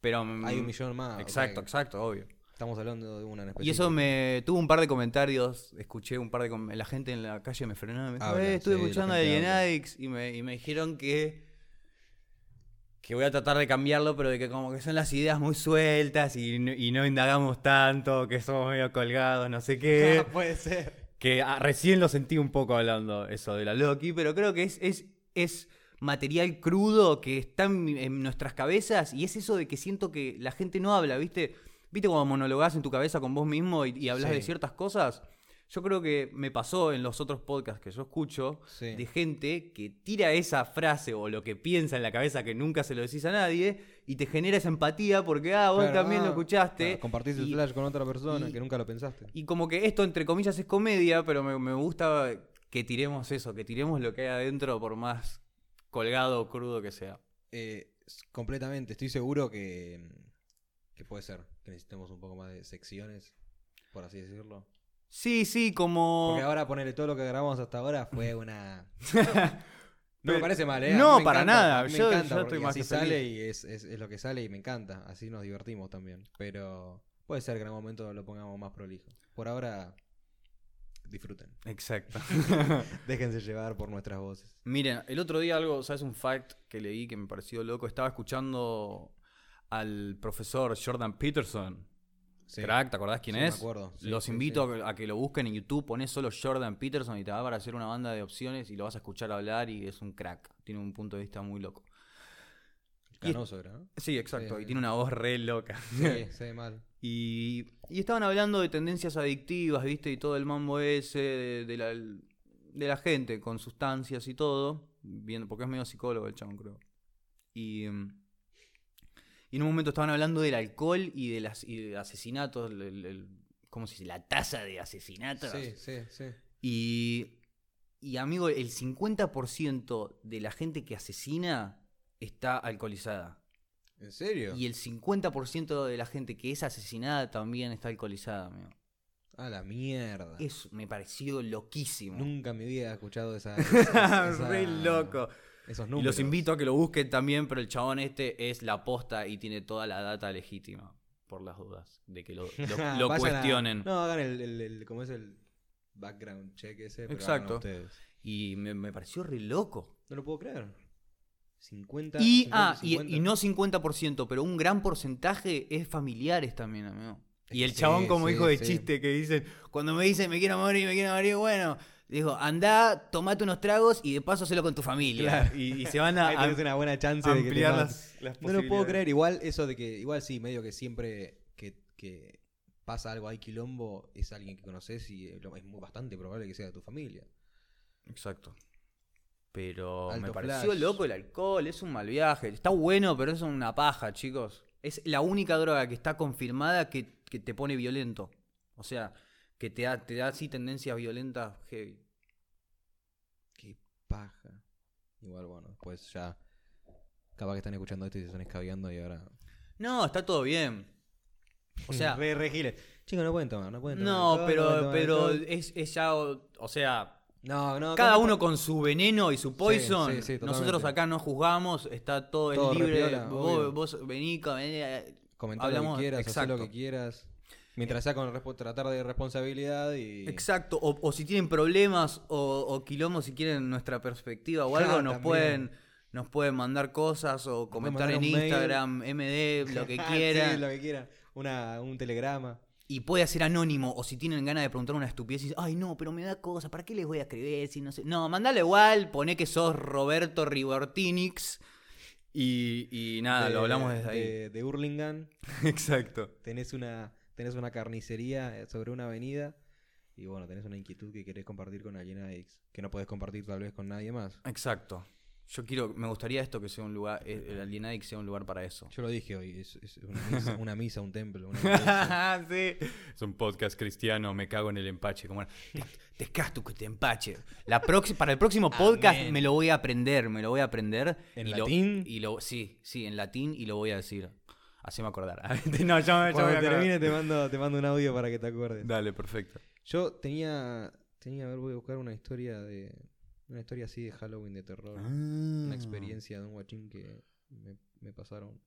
Speaker 1: Pero mm,
Speaker 3: Hay un millón más. o
Speaker 1: Exacto,
Speaker 3: sea,
Speaker 1: exacto, obvio.
Speaker 3: Estamos hablando de una en
Speaker 1: Y eso me tuvo un par de comentarios, escuché un par de com- la gente en la calle me frenaba, me dijo,
Speaker 3: Habla,
Speaker 1: "Eh, estuve
Speaker 3: sí, la
Speaker 1: escuchando a
Speaker 3: gente habla.
Speaker 1: Alienadix y me, y me dijeron que que voy a tratar de cambiarlo, pero de que como que son las ideas muy sueltas y, no- y no indagamos tanto, que somos medio colgados, no sé
Speaker 3: [LAUGHS]
Speaker 1: qué.
Speaker 3: Ah, Puede ser.
Speaker 1: Que ah, recién lo sentí un poco hablando eso de la Loki, pero creo que es, es, es material crudo que está en, mi- en nuestras cabezas y es eso de que siento que la gente no habla, ¿viste? ¿Viste cuando monologás en tu cabeza con vos mismo y, y hablas
Speaker 3: Sí.
Speaker 1: de ciertas cosas? Yo creo que me pasó en los otros podcasts que yo escucho
Speaker 3: Sí.
Speaker 1: de gente que tira esa frase o lo que piensa en la cabeza que nunca se lo decís a nadie y te genera esa empatía porque, ah, vos
Speaker 3: Claro,
Speaker 1: también
Speaker 3: ah,
Speaker 1: lo escuchaste.
Speaker 3: claro, compartiste el
Speaker 1: y-
Speaker 3: flash con otra persona
Speaker 1: y-
Speaker 3: que nunca lo pensaste.
Speaker 1: y como que esto, entre comillas, es comedia, pero me, me gusta que tiremos eso, que tiremos lo que hay adentro, por más colgado o crudo que sea.
Speaker 3: Eh, s- completamente. Estoy seguro que, que puede ser. Que necesitemos un poco más de secciones, por así decirlo.
Speaker 1: Sí, sí, como.
Speaker 3: Porque ahora ponerle todo lo que grabamos hasta ahora [LAUGHS] fue una. No me
Speaker 1: Pero-
Speaker 3: parece mal, ¿eh? A
Speaker 1: No,
Speaker 3: mí me
Speaker 1: para
Speaker 3: encanta,
Speaker 1: nada.
Speaker 3: a mí Me
Speaker 1: Yo-
Speaker 3: encanta
Speaker 1: yo
Speaker 3: porque
Speaker 1: estoy más
Speaker 3: así
Speaker 1: que
Speaker 3: sale y es, es- es lo que sale y me encanta. Así nos divertimos también. Pero puede ser que en algún momento lo pongamos más prolijo. Por ahora, disfruten.
Speaker 1: Exacto.
Speaker 3: [LAUGHS] Déjense llevar por nuestras voces.
Speaker 1: [LAUGHS] Miren, el otro día algo, ¿sabes? Un fact que leí que me pareció loco. Estaba escuchando al profesor Jordan Peterson.
Speaker 3: Sí.
Speaker 1: Crack, ¿te acordás quién
Speaker 3: Sí, me
Speaker 1: es?
Speaker 3: acuerdo. Sí,
Speaker 1: Los
Speaker 3: sí,
Speaker 1: invito
Speaker 3: sí.
Speaker 1: a que- a que lo busquen en YouTube. Pones solo Jordan Peterson y te va a aparecer una banda de opciones y lo vas a escuchar hablar y es un crack. Tiene un punto de vista muy loco.
Speaker 3: Canoso
Speaker 1: [LAUGHS]
Speaker 3: era, ¿no?
Speaker 1: Sí, exacto.
Speaker 3: Sí,
Speaker 1: y
Speaker 3: sí.
Speaker 1: tiene una voz re loca.
Speaker 3: Sí, se ve mal.
Speaker 1: Y, y estaban hablando de tendencias adictivas, ¿viste? Y todo el mambo ese, de, de la, de la gente con sustancias y todo. Bien, porque es medio psicólogo el chabón, creo. Y, mm, y en un momento estaban hablando del alcohol y de las y de asesinatos, el- el- el- ¿cómo se dice? La tasa de asesinatos.
Speaker 3: Sí, sí, sí.
Speaker 1: Y, y amigo, el 50% de la gente que asesina está alcoholizada.
Speaker 3: ¿En serio?
Speaker 1: Y el 50% de la gente que es asesinada también está alcoholizada, amigo.
Speaker 3: A la mierda.
Speaker 1: Eso me pareció loquísimo. [LAUGHS]
Speaker 3: Nunca en mi vida he escuchado esa. esa- [LAUGHS] esa-
Speaker 1: Re loco.
Speaker 3: Esos
Speaker 1: Y
Speaker 3: números.
Speaker 1: los invito a que lo busquen también, pero el chabón este es la posta y tiene toda la data legítima, por las dudas, de que lo,
Speaker 3: [LAUGHS]
Speaker 1: lo- lo
Speaker 3: Vayan a-
Speaker 1: cuestionen.
Speaker 3: no, hagan el, el, el- ¿Cómo es el background check ese? pero
Speaker 1: Exacto.
Speaker 3: háganlo ustedes.
Speaker 1: Y me, me pareció re loco.
Speaker 3: No lo puedo creer. 50.
Speaker 1: Y,
Speaker 3: 50,
Speaker 1: ah, y-
Speaker 3: 50.
Speaker 1: Y, no 50%, pero un gran porcentaje es familiares también, amigo. Y el
Speaker 3: Sí,
Speaker 1: chabón como
Speaker 3: sí,
Speaker 1: hijo de
Speaker 3: sí.
Speaker 1: chiste que dicen, cuando me dicen me quiero morir, me quiero morir, bueno, digo, andá, tomate unos tragos y de paso hacelo con tu familia. Y, y se van a...
Speaker 3: [LAUGHS] Ahí tenés una buena chance de que te
Speaker 4: Ampliar
Speaker 3: maten.
Speaker 4: las, las
Speaker 3: No lo puedo
Speaker 4: posibilidades.
Speaker 3: creer. Igual eso de que. Igual sí, medio que siempre que, que pasa algo, hay quilombo, es alguien que conoces y eh, lo- es muy, bastante probable que sea de tu familia.
Speaker 1: Exacto. Pero me
Speaker 3: Alto
Speaker 1: pareció
Speaker 3: flash.
Speaker 1: loco el alcohol, es un mal viaje. Está bueno, pero es una paja, chicos. Es la única droga que está confirmada que, que te pone violento. O sea, que te da, te da así tendencias violentas heavy.
Speaker 3: Qué paja. Igual, bueno, pues ya. Capaz que están escuchando esto y se están escabeando y ahora.
Speaker 1: No, está todo bien. O
Speaker 3: [LAUGHS]
Speaker 1: sea,
Speaker 3: re, re giles. Chicos, no pueden tomar, no pueden tomar.
Speaker 1: no,
Speaker 3: alcohol, no pueden
Speaker 1: pero,
Speaker 3: tomar
Speaker 1: pero
Speaker 3: alcohol.
Speaker 1: es, es ya, o, o
Speaker 3: [LAUGHS]
Speaker 1: sea,
Speaker 3: No, no.
Speaker 1: cada
Speaker 3: capaz-
Speaker 1: uno con su veneno y su poison.
Speaker 3: sí, sí, totalmente.
Speaker 1: Nosotros acá no juzgamos, está todo,
Speaker 3: Todo
Speaker 1: en libre.
Speaker 3: repiola, obvio.
Speaker 1: vos, vos vení, comé, eh,
Speaker 3: Comentá lo
Speaker 1: hablamos-
Speaker 3: que quieras, haz lo
Speaker 1: exacto.
Speaker 3: que quieras. Mientras sea con respo- tratar de responsabilidad y.
Speaker 1: Exacto, o, o si tienen problemas o, o quilombos, si quieren nuestra perspectiva o
Speaker 3: Ah,
Speaker 1: algo, nos
Speaker 3: también.
Speaker 1: pueden nos pueden mandar cosas o comentar
Speaker 3: mandar
Speaker 1: en
Speaker 3: un mail.
Speaker 1: Instagram,
Speaker 3: [LAUGHS]
Speaker 1: MD, lo que
Speaker 3: Ah, Sí,
Speaker 1: quieran.
Speaker 3: lo que quieran. Una, un telegrama.
Speaker 1: Y puede ser anónimo, o si tienen ganas de preguntar una estupidez y dicen, ay no, pero me da cosa, ¿para qué les voy a escribir si no sé? No, mandale igual, poné que sos Roberto Ribortinix y, y nada,
Speaker 3: de-
Speaker 1: Ah, lo hablamos desde ahí.
Speaker 3: De, de Hurlingham.
Speaker 1: Exacto.
Speaker 3: Tenés una, tenés una carnicería eh, sobre una avenida. Y bueno, tenés una inquietud que querés compartir con alguien X. Que no podés compartir tal vez con nadie más.
Speaker 1: Exacto. Yo quiero, me gustaría esto que sea un lugar, eh, el Alienadic sea un lugar para eso.
Speaker 3: Yo lo dije hoy. Es, es una, misa, una misa, un
Speaker 1: [LAUGHS]
Speaker 3: templo. una iglesia. [LAUGHS]
Speaker 1: sí.
Speaker 4: Es un podcast cristiano, me cago en el empache. Como era,
Speaker 1: Te escasto que te empache. La proxi- para el
Speaker 3: [LAUGHS]
Speaker 1: próximo podcast
Speaker 3: Amén.
Speaker 1: me lo voy a aprender, me lo voy a aprender.
Speaker 3: ¿En
Speaker 1: y
Speaker 3: latín?
Speaker 1: Lo, y lo, sí, sí, en latín y lo voy a decir. Haceme
Speaker 3: [LAUGHS]
Speaker 1: acordar. no, ya me, ya me voy a
Speaker 3: Cuando
Speaker 1: acordar.
Speaker 3: termine te mando, te mando un audio para que te acuerdes.
Speaker 4: Dale, perfecto.
Speaker 3: Yo tenía. Tenía, a ver, voy a buscar una historia de. Una historia así de Halloween de terror. Una experiencia de un guachín que me, me pasaron.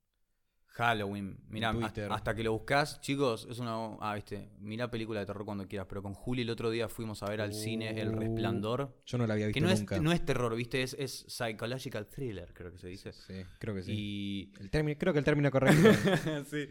Speaker 1: Halloween. Mirá,
Speaker 3: En
Speaker 1: ha-
Speaker 3: Twitter.
Speaker 1: hasta que lo buscas, chicos, es una. Ah, viste. Mirá película de terror cuando quieras. Pero con Juli el otro día fuimos a ver al cine El
Speaker 3: Uh,
Speaker 1: Resplandor.
Speaker 3: Yo no la había visto
Speaker 1: Que no es,
Speaker 3: nunca.
Speaker 1: no es terror, viste, es, es psychological thriller, creo que se dice.
Speaker 3: Sí, creo que sí.
Speaker 1: Y
Speaker 3: El término, creo que el término correcto.
Speaker 1: [LAUGHS]
Speaker 4: sí.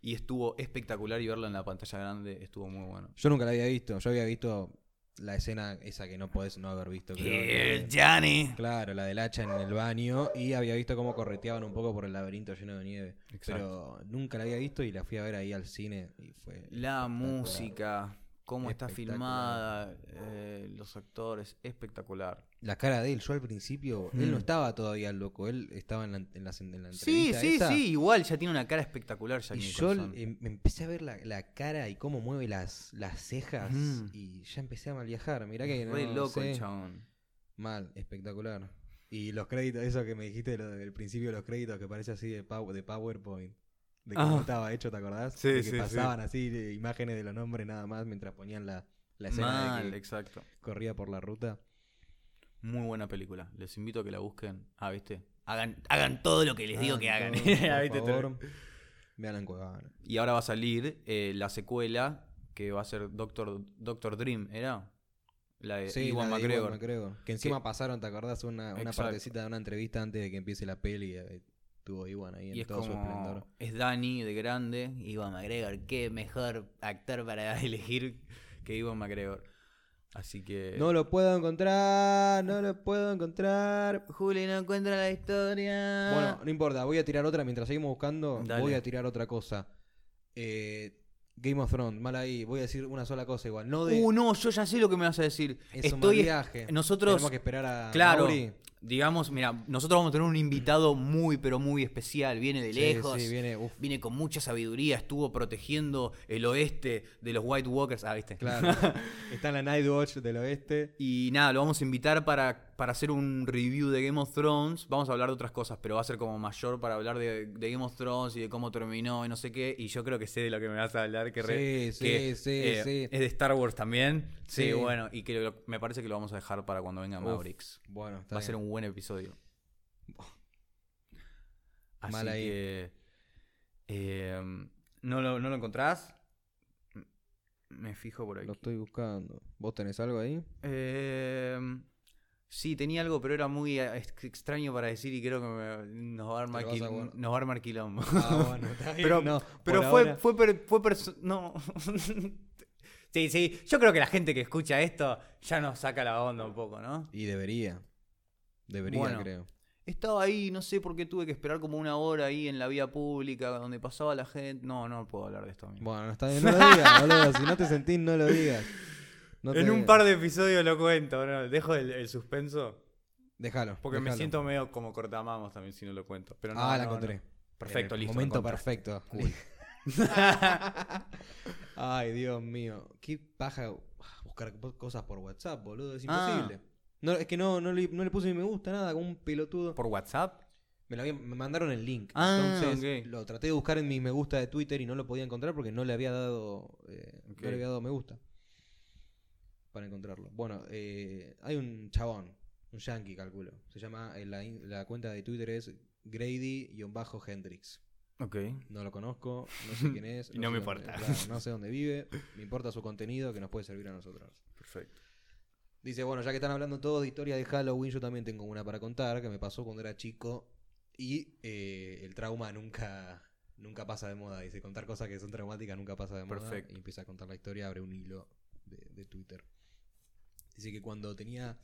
Speaker 1: Y estuvo espectacular y verla en la pantalla grande estuvo muy bueno.
Speaker 3: [LAUGHS] yo nunca la había visto. Yo había visto la escena esa que no podés no haber visto. creo, la de-
Speaker 1: Johnny.
Speaker 3: claro, la del hacha en el baño. Y había visto cómo correteaban un poco por el laberinto lleno de nieve.
Speaker 1: Exacto.
Speaker 3: Pero nunca la había visto y la fui a ver ahí al cine. Y fue
Speaker 1: La
Speaker 3: espectacular.
Speaker 1: música, cómo está
Speaker 3: Espectacular.
Speaker 1: filmada, eh, los actores, espectacular.
Speaker 3: La cara de él, yo al principio, él no
Speaker 1: Mm.
Speaker 3: estaba todavía loco, él estaba en la, en las- en la
Speaker 1: Sí,
Speaker 3: entrevista.
Speaker 1: sí,
Speaker 3: esa.
Speaker 1: sí, igual ya tiene una cara espectacular Jack
Speaker 3: Y yo
Speaker 1: Nicholson.
Speaker 3: eh, me empecé a ver la, la cara y cómo mueve las, las cejas
Speaker 1: Mm.
Speaker 3: y ya empecé a mal viajar. Mirá que
Speaker 1: Re
Speaker 3: no
Speaker 1: loco el
Speaker 3: sé.
Speaker 1: chabón.
Speaker 3: Mal, espectacular. Y los créditos, eso que me dijiste lo del principio de los créditos, que parece así de, pow- de PowerPoint. De cómo
Speaker 4: Ah.
Speaker 3: estaba hecho, ¿te acordás?
Speaker 4: Sí,
Speaker 3: de que
Speaker 4: sí, sí.
Speaker 3: pasaban así de imágenes de los nombres nada más mientras ponían la, la escena de
Speaker 1: Mal, eh.
Speaker 3: que
Speaker 1: exacto.
Speaker 3: corría por la ruta.
Speaker 1: Muy buena película. Les invito a que la busquen. Ah, ¿viste? Hagan, hagan todo lo que les digo que [LAUGHS]
Speaker 3: Ah,
Speaker 1: hagan.
Speaker 3: entonces,
Speaker 1: Ahí
Speaker 3: por
Speaker 1: te
Speaker 3: favor, vean en Cuevana.
Speaker 1: Y ahora va a salir eh, la secuela que va a ser Doctor, Doctor Dream, ¿era? La de
Speaker 3: Sí,
Speaker 1: Ewan
Speaker 3: la de Ewan
Speaker 1: Eh, McGregor.
Speaker 3: McGregor. Que encima pasaron, ¿te acordás? Una, una
Speaker 1: Exacto.
Speaker 3: partecita de una entrevista antes de que empiece la peli. eh, Tuvo Iwan ahí en
Speaker 1: Y es
Speaker 3: todo su esplendor.
Speaker 1: como. Es Dani de grande. Iwan McGregor. Qué mejor actor para [LAUGHS] elegir que Iwan McGregor. Así que.
Speaker 3: No lo puedo encontrar, no lo puedo encontrar.
Speaker 1: Juli no encuentra la historia.
Speaker 3: Bueno, no importa, voy a tirar otra. Mientras seguimos buscando,
Speaker 1: Ah. Dale.
Speaker 3: voy a tirar otra cosa. Eh, Game of Thrones, mal ahí. Voy a decir una sola cosa igual. No de
Speaker 1: Uh, no, yo ya sé lo que me vas a decir.
Speaker 3: es un mal
Speaker 1: Estoy.
Speaker 3: viaje.
Speaker 1: nosotros-
Speaker 3: Tenemos que esperar a
Speaker 1: Claro.
Speaker 3: Mauri.
Speaker 1: Digamos, mira, nosotros vamos a tener un invitado muy, pero muy especial. Viene de
Speaker 3: Sí,
Speaker 1: lejos.
Speaker 3: sí, viene,
Speaker 1: [LAUGHS]
Speaker 3: uf,
Speaker 1: Viene con mucha sabiduría, estuvo protegiendo el oeste de los White Walkers. Ah, viste.
Speaker 3: claro. Está en la Night Watch del oeste.
Speaker 1: Y nada, lo vamos a invitar para, para hacer un review de Game of Thrones. Vamos a hablar de otras cosas, pero va a ser como mayor para hablar de, de Game of Thrones y de cómo terminó y no sé qué. Y yo creo que sé de lo que me vas a hablar, que, re-
Speaker 3: Sí, sí,
Speaker 1: que,
Speaker 3: sí,
Speaker 1: eh,
Speaker 3: sí.
Speaker 1: es de Star Wars también. Sí,
Speaker 3: Sí.
Speaker 1: bueno, y que lo- me parece que lo vamos a dejar para cuando venga
Speaker 3: Uf,
Speaker 1: Maurix.
Speaker 3: Bueno, está
Speaker 1: Va a ser
Speaker 3: bien.
Speaker 1: un buen episodio. Así
Speaker 3: [LAUGHS] Mal ahí.
Speaker 1: que. eh, ¿no, lo, ¿No lo encontrás? Me fijo por aquí.
Speaker 3: Lo estoy buscando. ¿Vos tenés algo ahí?
Speaker 1: Em, sí, tenía algo, pero era muy eh, ex- extraño para decir y creo que me- nos, va a armar
Speaker 3: Te lo vas a
Speaker 1: quil-
Speaker 3: guardar.
Speaker 1: nos va a armar [LAUGHS] quilombo.
Speaker 3: Ah, bueno, está [LAUGHS] bien.
Speaker 1: pero
Speaker 3: No,
Speaker 1: pero
Speaker 3: por
Speaker 1: fue,
Speaker 3: ahora-
Speaker 1: fue, per- fue perso- No. [LAUGHS] sí, sí. Yo creo que la gente que escucha esto ya nos saca la onda un poco, ¿no?
Speaker 3: Y debería. Debería,
Speaker 1: Bueno.
Speaker 3: creo.
Speaker 1: Estaba ahí, no sé por qué tuve que esperar como una hora ahí en la vía pública donde pasaba la gente. No, no puedo hablar de esto. amigo.
Speaker 3: Bueno,
Speaker 1: [LAUGHS]
Speaker 3: está bien, no lo digas, boludo. Si no te sentís, no lo digas. No
Speaker 1: en
Speaker 3: te-
Speaker 1: un par de episodios lo cuento, ¿no? Dejo el, el suspenso.
Speaker 3: Déjalo.
Speaker 1: Porque me
Speaker 3: déjalo.
Speaker 1: siento medio como cortamamos también si no lo cuento. Pero no,
Speaker 3: ah,
Speaker 1: no,
Speaker 3: la
Speaker 1: no.
Speaker 3: encontré.
Speaker 1: Perfecto,
Speaker 3: En el
Speaker 1: listo.
Speaker 3: Momento
Speaker 1: la encontré.
Speaker 3: perfecto. [LAUGHS] Ay, Dios mío. Qué paja buscar po- cosas por WhatsApp, boludo. Es
Speaker 1: Ah.
Speaker 3: imposible. No, es que no, no, le, no le puse ni me gusta, nada, como un pelotudo.
Speaker 1: ¿Por WhatsApp?
Speaker 3: Me, lo habían- me mandaron el link.
Speaker 1: Ah,
Speaker 3: entonces
Speaker 1: ok.
Speaker 3: lo traté de buscar en mis me gusta de Twitter y no lo podía encontrar porque no le había dado, eh,
Speaker 1: Ok.
Speaker 3: no le había dado me gusta para encontrarlo. Bueno, eh, hay un chabón, un yankee, calculo. Se llama, eh, la, in- la cuenta de Twitter es Grady-Hendrix.
Speaker 1: Ok.
Speaker 3: No lo conozco, no sé quién
Speaker 4: [LAUGHS]
Speaker 3: es.
Speaker 4: Y no me
Speaker 3: sé dónde-
Speaker 4: importa.
Speaker 3: claro, no sé dónde vive, me importa su contenido que nos puede servir a nosotros.
Speaker 4: Perfecto.
Speaker 3: Dice, bueno, ya que están hablando todos de historia de Halloween, yo también tengo una para contar que me pasó cuando era chico y eh, el trauma nunca, nunca pasa de moda. Dice, contar cosas que son traumáticas nunca pasa de moda.
Speaker 1: Perfecto.
Speaker 3: Y empieza a contar la historia, abre un hilo de, de Twitter. Dice que cuando tenía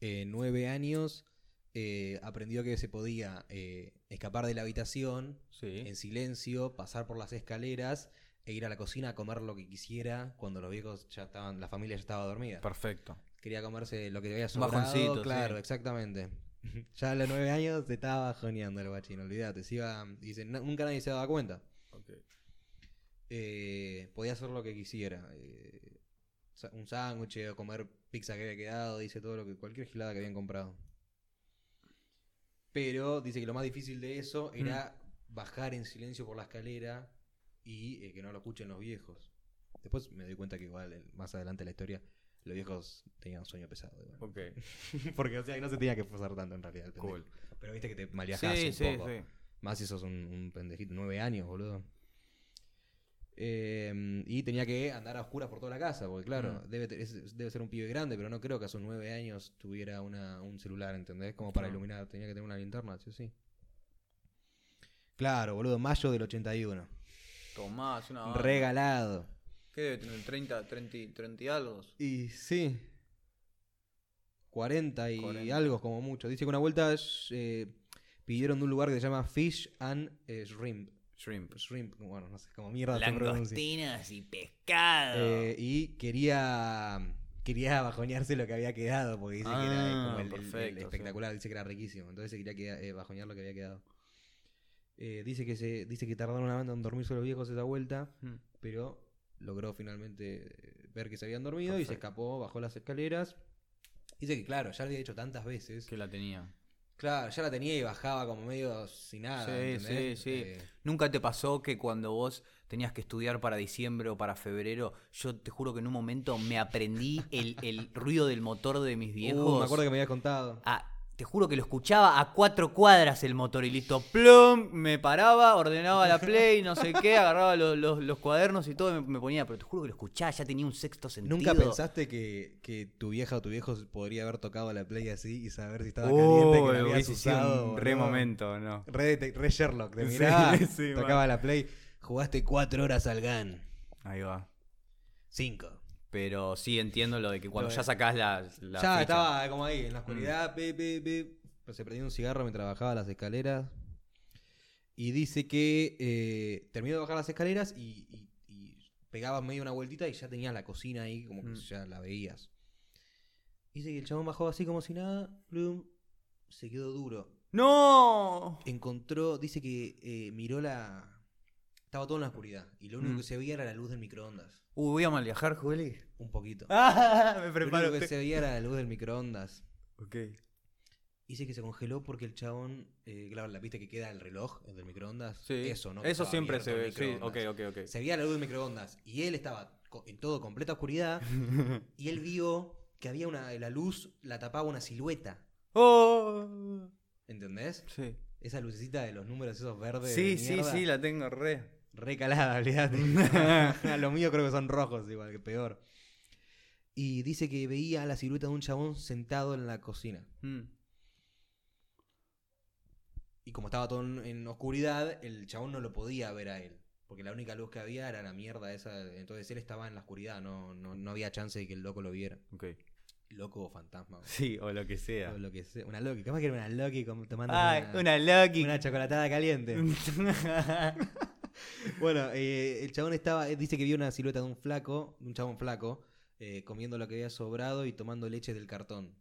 Speaker 3: eh, nueve años eh, aprendió que se podía eh, escapar de la habitación
Speaker 1: Sí.
Speaker 3: en silencio, pasar por las escaleras e ir a la cocina a comer lo que quisiera cuando los viejos ya estaban, la familia ya estaba dormida.
Speaker 1: Perfecto.
Speaker 3: Quería comerse lo que le había
Speaker 1: Un
Speaker 3: sobrado.
Speaker 1: bajoncito,
Speaker 3: claro,
Speaker 1: sí.
Speaker 3: exactamente. [LAUGHS] Ya a los nueve años se estaba bajoneando el guachín, olvídate. Se iba, dice, "Na- nunca nadie se daba cuenta. Eh, podía hacer lo que quisiera. eh, sa- un sándwich o comer pizza que había quedado, dice todo lo que cualquier gilada que habían comprado. Pero dice que lo más difícil de eso era bajar en silencio por la escalera y eh, que no lo escuchen los viejos. Después me doy cuenta que igual el- más adelante en la historia los viejos tenían un sueño pesado. igual.
Speaker 4: Ok,
Speaker 3: [LAUGHS] Porque, o sea, que no se tenía que esforzar tanto en realidad. el pendejo.
Speaker 4: cool.
Speaker 3: Pero viste que te malviajás
Speaker 1: Sí,
Speaker 3: un
Speaker 1: sí,
Speaker 3: poco.
Speaker 1: sí.
Speaker 3: Más si sos un, un pendejito, nueve años, boludo. Eh, y tenía que andar a oscuras por toda la casa, porque claro,
Speaker 1: Mm.
Speaker 3: debe, te- es- debe ser un pibe grande, pero no creo que a sus nueve años tuviera una, un celular, ¿entendés? Como para
Speaker 1: Claro.
Speaker 3: iluminar, tenía que tener una linterna, sí, o sí. Claro, boludo, mayo del 81.
Speaker 1: Tomás, una
Speaker 3: Ah.
Speaker 1: banda.
Speaker 3: Regalado.
Speaker 1: ¿Qué debe tener? 30, 30, y- 30 y algo.
Speaker 3: Y sí. 40 y
Speaker 1: 40.
Speaker 3: algo como mucho. Dice que una vuelta eh, pidieron de un lugar que se llama Fish and eh, Shrimp.
Speaker 1: Shrimp.
Speaker 3: Shrimp, pues, bueno, no sé, como mierda se pronuncia.
Speaker 5: Langostinos y pescado.
Speaker 3: Eh, y quería quería bajonearse lo que había quedado, porque dice que era eh,
Speaker 1: Ah,
Speaker 3: como el- el, el
Speaker 1: perfecto, sí.
Speaker 3: espectacular, dice que era riquísimo. Entonces se quería queda- eh, bajonear lo que había quedado. Eh, dice que se dice que tardaron una banda en dormirse los viejos esa vuelta
Speaker 1: Mm.
Speaker 3: pero logró finalmente eh, ver que se habían dormido y se
Speaker 1: Perfecto.
Speaker 3: escapó, bajó las escaleras. Dice que, claro, ya lo había hecho tantas veces
Speaker 1: Que la tenía.
Speaker 3: Claro, ya la tenía y bajaba como medio sin nada.
Speaker 1: Sí,
Speaker 3: ¿entendés?
Speaker 1: sí, sí.
Speaker 3: Eh,
Speaker 1: ¿Nunca te pasó que cuando vos tenías que estudiar para diciembre o para febrero, yo te juro que en un momento me aprendí el, el ruido del motor de mis viejos?
Speaker 3: uh, me acuerdo que me habías contado.
Speaker 1: Ah, te juro que lo escuchaba a cuatro cuadras el motor y listo, plum, me paraba, ordenaba la play, no sé qué, agarraba los, los- los cuadernos y todo y me, me ponía, pero te juro que lo escuchaba, ya tenía un sexto sentido.
Speaker 3: ¿Nunca pensaste que, que tu vieja o tu viejo podría haber tocado la play así y saber si estaba caliente,
Speaker 4: Oh,
Speaker 3: que la habías
Speaker 4: hubiese sido
Speaker 3: usado?
Speaker 4: un
Speaker 3: o
Speaker 4: re
Speaker 3: no?
Speaker 4: momento, ¿no?
Speaker 3: Re, detec- re Sherlock, de
Speaker 4: Sí,
Speaker 3: mirá,
Speaker 4: [LAUGHS] sí,
Speaker 3: tocaba la play, jugaste cuatro horas al GAN.
Speaker 1: Ahí va.
Speaker 3: Cinco.
Speaker 1: Pero sí entiendo lo de que cuando
Speaker 3: Lo
Speaker 1: ya
Speaker 3: de-
Speaker 1: sacás la, la Mm.
Speaker 3: ya
Speaker 1: ficha.
Speaker 3: estaba como ahí, en la oscuridad, pe, pe, pe. Pero Pues se prendió un cigarro mientras bajaba las escaleras. Y dice que eh, terminó de bajar las escaleras y, y- y pegabas medio una vueltita y ya tenías la cocina ahí, como que
Speaker 1: Mm.
Speaker 3: ya la veías. Dice que el chabón bajó así como si nada, plum, se quedó duro.
Speaker 1: ¡No!
Speaker 3: Encontró, dice que eh, miró la... Estaba todo en la oscuridad y lo único
Speaker 1: Mm.
Speaker 3: que se veía era la luz del microondas.
Speaker 1: Uy, voy a mal viajar,
Speaker 3: [LAUGHS]
Speaker 1: Juli.
Speaker 3: Un poquito.
Speaker 1: Ah, me
Speaker 3: lo
Speaker 1: preparo.
Speaker 3: único que se veía era la luz del microondas.
Speaker 4: Ok.
Speaker 3: Dice que se congeló porque el chabón, eh, claro, la vista que queda el reloj, el del microondas.
Speaker 1: Sí.
Speaker 3: Eso, ¿no? Que
Speaker 1: Eso
Speaker 3: estaba
Speaker 1: siempre se ve.
Speaker 3: abierto el
Speaker 1: Sí, ok,
Speaker 3: microondas.
Speaker 1: ok, ok.
Speaker 3: Se veía la luz del microondas y él estaba co- en todo
Speaker 1: [LAUGHS]
Speaker 3: completa oscuridad y él vio que había una, la luz la tapaba una silueta,
Speaker 1: ¡Oh!
Speaker 3: ¿entendés?
Speaker 1: Sí.
Speaker 3: Esa lucecita de los números esos verdes.
Speaker 1: Sí,
Speaker 3: de
Speaker 1: sí,
Speaker 3: mierda,
Speaker 1: sí, la tengo re.
Speaker 3: Recalada, [LAUGHS]
Speaker 1: [LAUGHS]
Speaker 3: olvídate. Los míos creo que son rojos, igual que peor. Y dice que veía la silueta de un chabón sentado en la cocina.
Speaker 1: Mm.
Speaker 3: Y como estaba todo en, en oscuridad, el chabón no lo podía ver a él. Porque la única luz que había era la mierda esa. Entonces él estaba en la oscuridad, no, no, no había chance de que el loco lo viera.
Speaker 4: Ok.
Speaker 3: Loco o fantasma. o
Speaker 4: Sí, o lo que sea.
Speaker 3: Lo que sea. Una Loki, capaz que era una Loki como tomando
Speaker 1: Ay,
Speaker 3: una,
Speaker 1: Ah, una Lucky. [LAUGHS]
Speaker 3: una chocolatada caliente. bueno, eh, el chabón estaba, eh, dice que vio una silueta de un flaco, de un chabón flaco, eh, comiendo lo que había sobrado y tomando leche del cartón.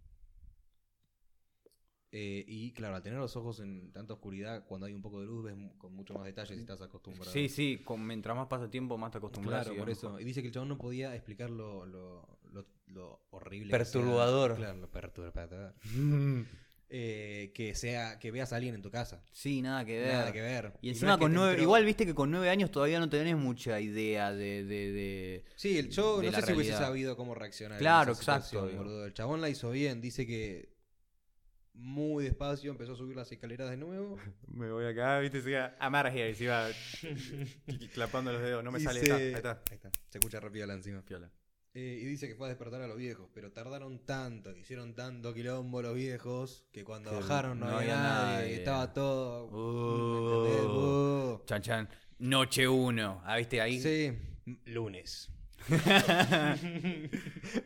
Speaker 3: Eh, y claro, al tener los ojos en tanta oscuridad, cuando hay un poco de luz, ves mu- con mucho más detalle si estás acostumbrado.
Speaker 1: sí, sí, con- mientras más pasa el tiempo, más te acostumbras.
Speaker 3: Claro,
Speaker 1: y
Speaker 3: por
Speaker 1: es
Speaker 3: eso.
Speaker 1: mejor.
Speaker 3: Y dice que el chabón no podía explicar lo, lo, lo- lo horrible. que
Speaker 1: Perturbador. Mm.
Speaker 3: sea. Claro, lo perturbador. [LAUGHS] Eh, que sea, que veas a alguien en tu casa.
Speaker 1: Sí, nada que ver.
Speaker 3: Nada que ver.
Speaker 1: Y
Speaker 3: no
Speaker 1: encima
Speaker 3: es que
Speaker 1: con
Speaker 3: te
Speaker 1: nueve,
Speaker 3: entró-
Speaker 1: igual viste que con nueve años todavía no tenés mucha idea de, de, de-
Speaker 3: Sí, el yo
Speaker 1: de
Speaker 3: no
Speaker 1: la
Speaker 3: sé si hubiese
Speaker 1: realidad.
Speaker 3: sabido cómo reaccionar. en
Speaker 1: Claro,
Speaker 3: esa
Speaker 1: exacto,
Speaker 3: situación,
Speaker 1: digo.
Speaker 3: boludo. El chabón la hizo bien, dice que muy despacio empezó a subir las escaleras de nuevo.
Speaker 4: Me voy acá, viste, se iba a amar here, se iba clapando los dedos, no me
Speaker 3: y
Speaker 4: sale.
Speaker 3: se-
Speaker 4: Ahí está, ahí está.
Speaker 3: Se escucha rápido la encima.
Speaker 4: Piola.
Speaker 3: Eh, y dice que fue a despertar a los viejos, pero tardaron tanto, que hicieron tanto quilombo los viejos, que cuando
Speaker 1: Que
Speaker 3: bajaron no,
Speaker 1: no
Speaker 3: había
Speaker 1: había
Speaker 3: nadie,
Speaker 1: nadie.
Speaker 3: estaba todo.
Speaker 1: Uh.
Speaker 3: ¿entendés? Uh.
Speaker 1: Chan Chan, noche uno. Ah, viste ahí.
Speaker 3: Sí, lunes. [LAUGHS]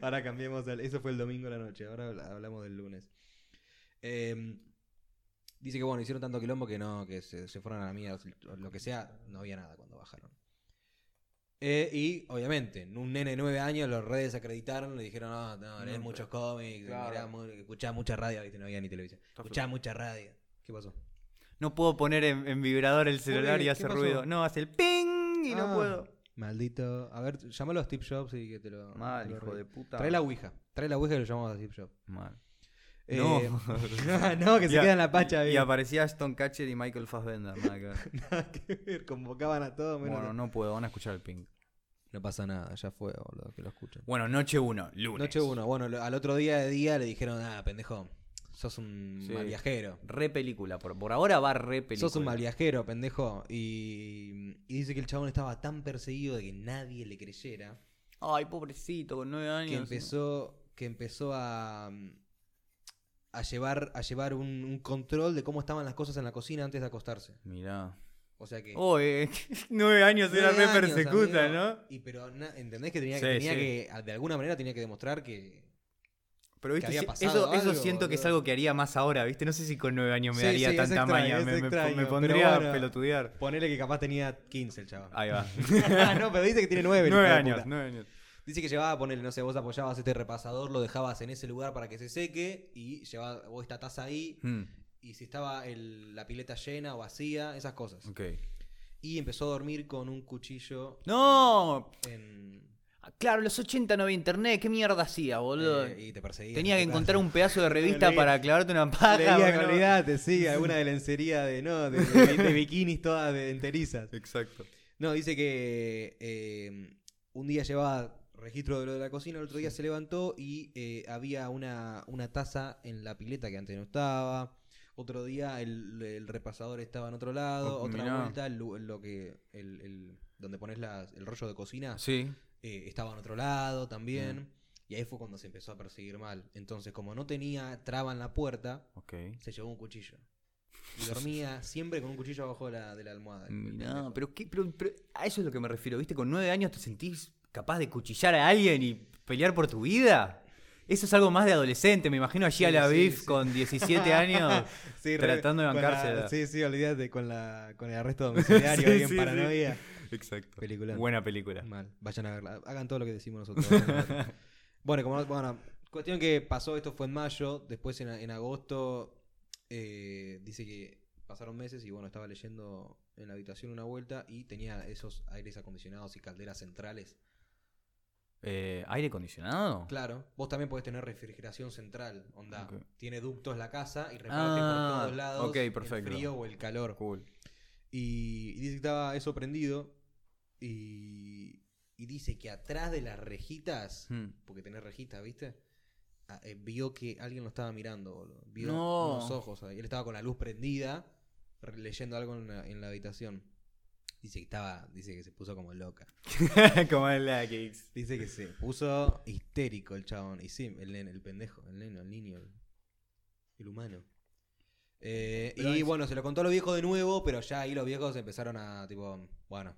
Speaker 3: ahora cambiemos al. Eso fue el domingo a la noche, ahora habla- hablamos del lunes. Eh, dice que bueno, hicieron tanto quilombo que no, que se, se fueron a la mierda, o lo que sea, no había nada cuando bajaron. Eh, y obviamente, un nene de 9 años los redes desacreditaron, le dijeron, no, no, lees
Speaker 1: No,
Speaker 3: muchos cómics,
Speaker 1: claro.
Speaker 3: mirá mu- escuchá mucha radio, viste, no había ni televisión. Escuchá mucha radio. ¿Qué pasó?
Speaker 1: No puedo poner en, en vibrador el celular
Speaker 3: qué?
Speaker 1: y hace
Speaker 3: ¿Qué pasó?
Speaker 1: ruido. No, hace el ping y
Speaker 3: Ah.
Speaker 1: no puedo.
Speaker 3: Maldito. A ver, llámalo a Steve Jobs y que te lo.
Speaker 1: Mal,
Speaker 3: te lo
Speaker 1: hijo
Speaker 3: arregle.
Speaker 1: de puta.
Speaker 3: Trae la Ouija. Trae la Ouija y lo llamamos a Steve Jobs.
Speaker 1: Mal.
Speaker 3: Eh,
Speaker 1: No.
Speaker 3: [LAUGHS] no, que se
Speaker 1: Y a-
Speaker 3: queda en la pacha.
Speaker 1: [LAUGHS] Y
Speaker 3: bien.
Speaker 1: aparecía Aston Catcher y Michael Fassbender. nada que ver.
Speaker 3: [LAUGHS] Nada que ver, Convocaban a todos menos.
Speaker 1: bueno, no puedo, van a escuchar el ping.
Speaker 3: No pasa nada, ya fue, boludo, que lo escuchen.
Speaker 1: Bueno, noche uno, lunes.
Speaker 3: Noche uno. Bueno, lo- al otro día de día le dijeron, ah, pendejo, sos un
Speaker 1: Sí.
Speaker 3: mal viajero.
Speaker 1: Re película. Por, por ahora va re película.
Speaker 3: Sos un mal viajero, pendejo. Y, y dice que el chabón estaba tan perseguido de que nadie le creyera
Speaker 1: Ay, pobrecito, con nueve años.
Speaker 3: que empezó, que empezó a, a llevar, a llevar un, un control de cómo estaban las cosas en la cocina antes de acostarse.
Speaker 1: Mirá.
Speaker 3: O sea que.
Speaker 1: Oh, [LAUGHS] eh,
Speaker 4: Nueve años era
Speaker 3: Nueve
Speaker 4: re
Speaker 3: años,
Speaker 4: persecuta,
Speaker 3: amigo.
Speaker 4: ¿no?
Speaker 3: Y pero na- entendés que tenía,
Speaker 4: Sí,
Speaker 3: tenía
Speaker 4: sí.
Speaker 3: que, a- de alguna manera tenía que demostrar que.
Speaker 4: Pero
Speaker 3: que
Speaker 4: viste,
Speaker 3: había
Speaker 4: sí,
Speaker 1: eso,
Speaker 3: pasado
Speaker 1: eso
Speaker 3: algo,
Speaker 1: siento que es
Speaker 3: boludo.
Speaker 1: algo que haría más ahora, ¿viste? No sé si con nueve años me
Speaker 3: Sí,
Speaker 1: daría
Speaker 3: sí, es
Speaker 1: tanta
Speaker 3: extraño,
Speaker 1: maña.
Speaker 3: es
Speaker 1: Me, me-
Speaker 3: extraño,
Speaker 1: me
Speaker 3: pero
Speaker 4: pondría
Speaker 3: bueno.
Speaker 4: a pelotudear.
Speaker 3: Ponele que capaz tenía 15 el [LAUGHS] chaval.
Speaker 4: Ahí va.
Speaker 3: no, pero dice que tiene 9.
Speaker 4: nueve años, nueve años.
Speaker 3: Dice que llevaba, ponele, no sé, vos apoyabas este repasador, lo dejabas en ese lugar para que se seque y llevaba vos esta taza ahí.
Speaker 1: Hmm,
Speaker 3: Y si estaba el- la pileta llena o vacía, esas cosas.
Speaker 1: ok.
Speaker 3: Y empezó a dormir con un cuchillo
Speaker 1: ¡No!
Speaker 3: en.
Speaker 1: Claro, los 80 no había internet, ¿qué mierda hacía, boludo?
Speaker 3: Eh, y te perseguía.
Speaker 1: Tenía que encontrar un pedazo
Speaker 3: [LAUGHS]
Speaker 1: de revista
Speaker 4: Leía-
Speaker 1: para clavarte una paja.
Speaker 4: Leía que
Speaker 1: boludo.
Speaker 4: olvidate, sí, alguna de lencería de, ¿no? De, de- [LAUGHS] de bikinis todas de enterizas.
Speaker 2: Exacto.
Speaker 3: No, dice que eh, un día llevaba registro de lo de la cocina, el otro día se levantó y eh, había una, una taza en la pileta que antes no estaba. Otro día el, el repasador estaba en otro lado.
Speaker 1: Oh,
Speaker 3: Otra
Speaker 1: mirá.
Speaker 3: vuelta, el lu- lo que. El, el- donde pones las- el rollo de cocina
Speaker 1: Sí. Mm.
Speaker 3: eh, estaba en otro lado también. Y ahí fue cuando se empezó a perseguir mal. Entonces, como no tenía traba en la puerta,
Speaker 1: Ok.
Speaker 3: se llevó un cuchillo. Y dormía siempre con un cuchillo abajo de la, de la almohada. el pendejo.
Speaker 1: No, pero, qué, pero, pero a eso es lo que me refiero, ¿viste? Con nueve años te sentís capaz de cuchillar a alguien y pelear por tu vida. Eso es algo más de adolescente, me imagino allí a
Speaker 3: Sí,
Speaker 1: la
Speaker 3: sí,
Speaker 1: Biff
Speaker 3: sí.
Speaker 1: con 17 años.
Speaker 4: Sí,
Speaker 1: Tratando de
Speaker 4: con la-
Speaker 1: bancársela.
Speaker 4: Sí, sí, olvídate con, la, con
Speaker 1: [LAUGHS]
Speaker 4: el arresto domiciliario
Speaker 2: Sí,
Speaker 4: ahí en
Speaker 2: sí, sí.
Speaker 4: paranoia.
Speaker 2: Exacto.
Speaker 3: Película.
Speaker 1: Buena película.
Speaker 3: Mal. Vayan a verla. Hagan todo lo que decimos nosotros.
Speaker 1: [LAUGHS]
Speaker 3: bueno, como bueno, cuestión que pasó, esto fue en mayo, después en, en agosto eh, dice que pasaron meses y bueno, estaba leyendo en la habitación una vuelta y tenía esos aires acondicionados y calderas centrales.
Speaker 1: Eh, ¿Aire acondicionado?
Speaker 3: Claro, vos también podés tener refrigeración central, onda.
Speaker 1: Ok.
Speaker 3: Tiene ductos la casa y reparte
Speaker 1: Ah,
Speaker 3: por todos lados
Speaker 1: ok, perfecto.
Speaker 3: el frío o el calor.
Speaker 1: Cool.
Speaker 3: Y, y dice que estaba eso prendido. Y, y dice que atrás de las rejitas,
Speaker 1: Hmm.
Speaker 3: porque tenés rejitas, ¿viste? Ah, eh, vio que alguien lo estaba mirando, boludo. Vio
Speaker 1: No.
Speaker 3: unos ojos ahí. Él estaba con la luz prendida, re- leyendo algo en la, en la habitación. Dice que estaba, dice que se puso como loca.
Speaker 4: Como en la que
Speaker 3: Dice que se puso histérico el chabón. Y sí, el nene, el pendejo, el nene, el niño, el, el humano. Eh,
Speaker 4: Pero
Speaker 3: y
Speaker 4: es-
Speaker 3: bueno, se lo contó a los viejos de nuevo, pero ya ahí los viejos empezaron a, tipo, bueno.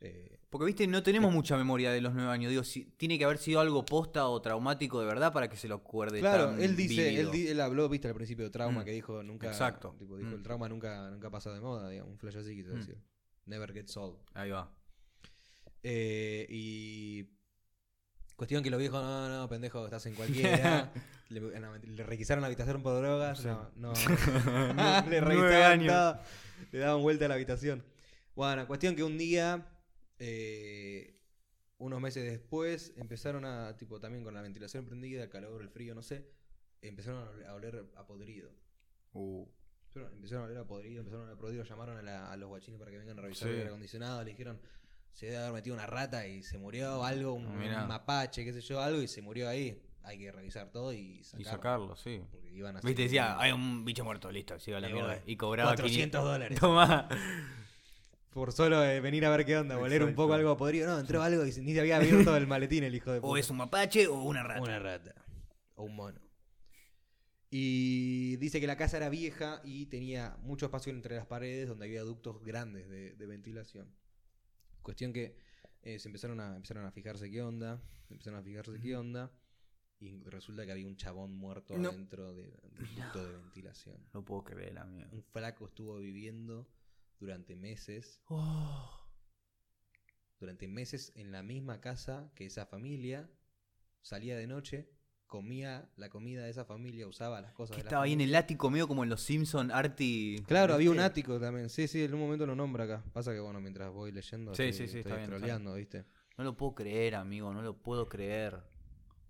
Speaker 3: Eh,
Speaker 1: Porque, viste, no tenemos mucha memoria de los nueve años. Digo, si, tiene que haber sido algo posta o traumático de verdad para que se lo acuerde.
Speaker 3: claro,
Speaker 1: tan
Speaker 3: él dice,
Speaker 1: vívido.
Speaker 3: él, di- él habló, viste, al principio de trauma
Speaker 1: Mm.
Speaker 3: que dijo nunca.
Speaker 1: Exacto.
Speaker 3: Tipo, dijo,
Speaker 1: Mm.
Speaker 3: el trauma nunca, nunca pasa de moda, digamos, un flash así quiso
Speaker 1: Mm.
Speaker 3: decir. Never gets old.
Speaker 1: Ahí va.
Speaker 3: Eh, y. Cuestión que los viejos, no, no, pendejo, estás en
Speaker 4: [LAUGHS]
Speaker 3: cualquiera. le, eh, no, mentira, le requisaron la habitación por drogas. No, no. [LAUGHS] le
Speaker 4: Nueve
Speaker 3: requisaron
Speaker 4: años.
Speaker 3: todo, Le daban vuelta a la habitación. Bueno, cuestión que un día, eh, unos meses después, empezaron a, tipo, también con la ventilación prendida, el calor, el frío, no sé, empezaron a ol- a oler a podrido. Empezaron- Empezaron a oler a podrido, empezaron a oler a podrido, llamaron a, la- a los guachines para que vengan a revisar
Speaker 1: Sí.
Speaker 3: el aire acondicionado, le dijeron, se debe haber metido una rata y se murió algo, un,
Speaker 1: Ah, mirá.
Speaker 3: un mapache, qué sé yo, algo, y se murió ahí. Hay que revisar todo y sacarlo.
Speaker 1: Y sacarlo, sí.
Speaker 3: Porque iban a
Speaker 1: Viste,
Speaker 3: hacer-
Speaker 1: decía, hay un bicho muerto, listo, siga la
Speaker 3: Eh,
Speaker 1: mierda.
Speaker 3: bueno,
Speaker 1: Y cobraba [LAUGHS]
Speaker 3: 400 dólares.
Speaker 1: Toma.
Speaker 3: Por solo eh, venir a ver qué onda, oler un
Speaker 4: Exacto.
Speaker 3: poco algo podrido. No, entró algo y ni se había abierto el maletín el hijo de puta.
Speaker 1: O es un mapache o una rata.
Speaker 3: Una rata. O un mono. Y dice que la casa era vieja y tenía mucho espacio entre las paredes donde había ductos grandes de, de ventilación. Cuestión que eh, se empezaron a, empezaron a fijarse qué onda, empezaron a fijarse qué onda y resulta que había un chabón muerto
Speaker 1: No.
Speaker 3: dentro del ducto de ventilación.
Speaker 1: No puedo creer, amigo.
Speaker 3: Un flaco estuvo viviendo durante meses,
Speaker 1: Oh,
Speaker 3: durante meses en la misma casa que esa familia, salía de noche, comía la comida de esa familia, usaba las cosas
Speaker 1: que
Speaker 3: de la
Speaker 1: estaba ahí en
Speaker 3: familia.
Speaker 1: el ático medio como en los Simpson Arti.
Speaker 3: Claro, había un ático también. Sí, sí, en un momento lo nombra acá. Pasa que, bueno, mientras voy leyendo,
Speaker 1: Sí,
Speaker 3: estoy,
Speaker 1: sí, sí,
Speaker 3: estoy
Speaker 1: está bien, está
Speaker 3: troleando, ¿viste?
Speaker 1: No lo puedo creer, amigo, no lo puedo creer.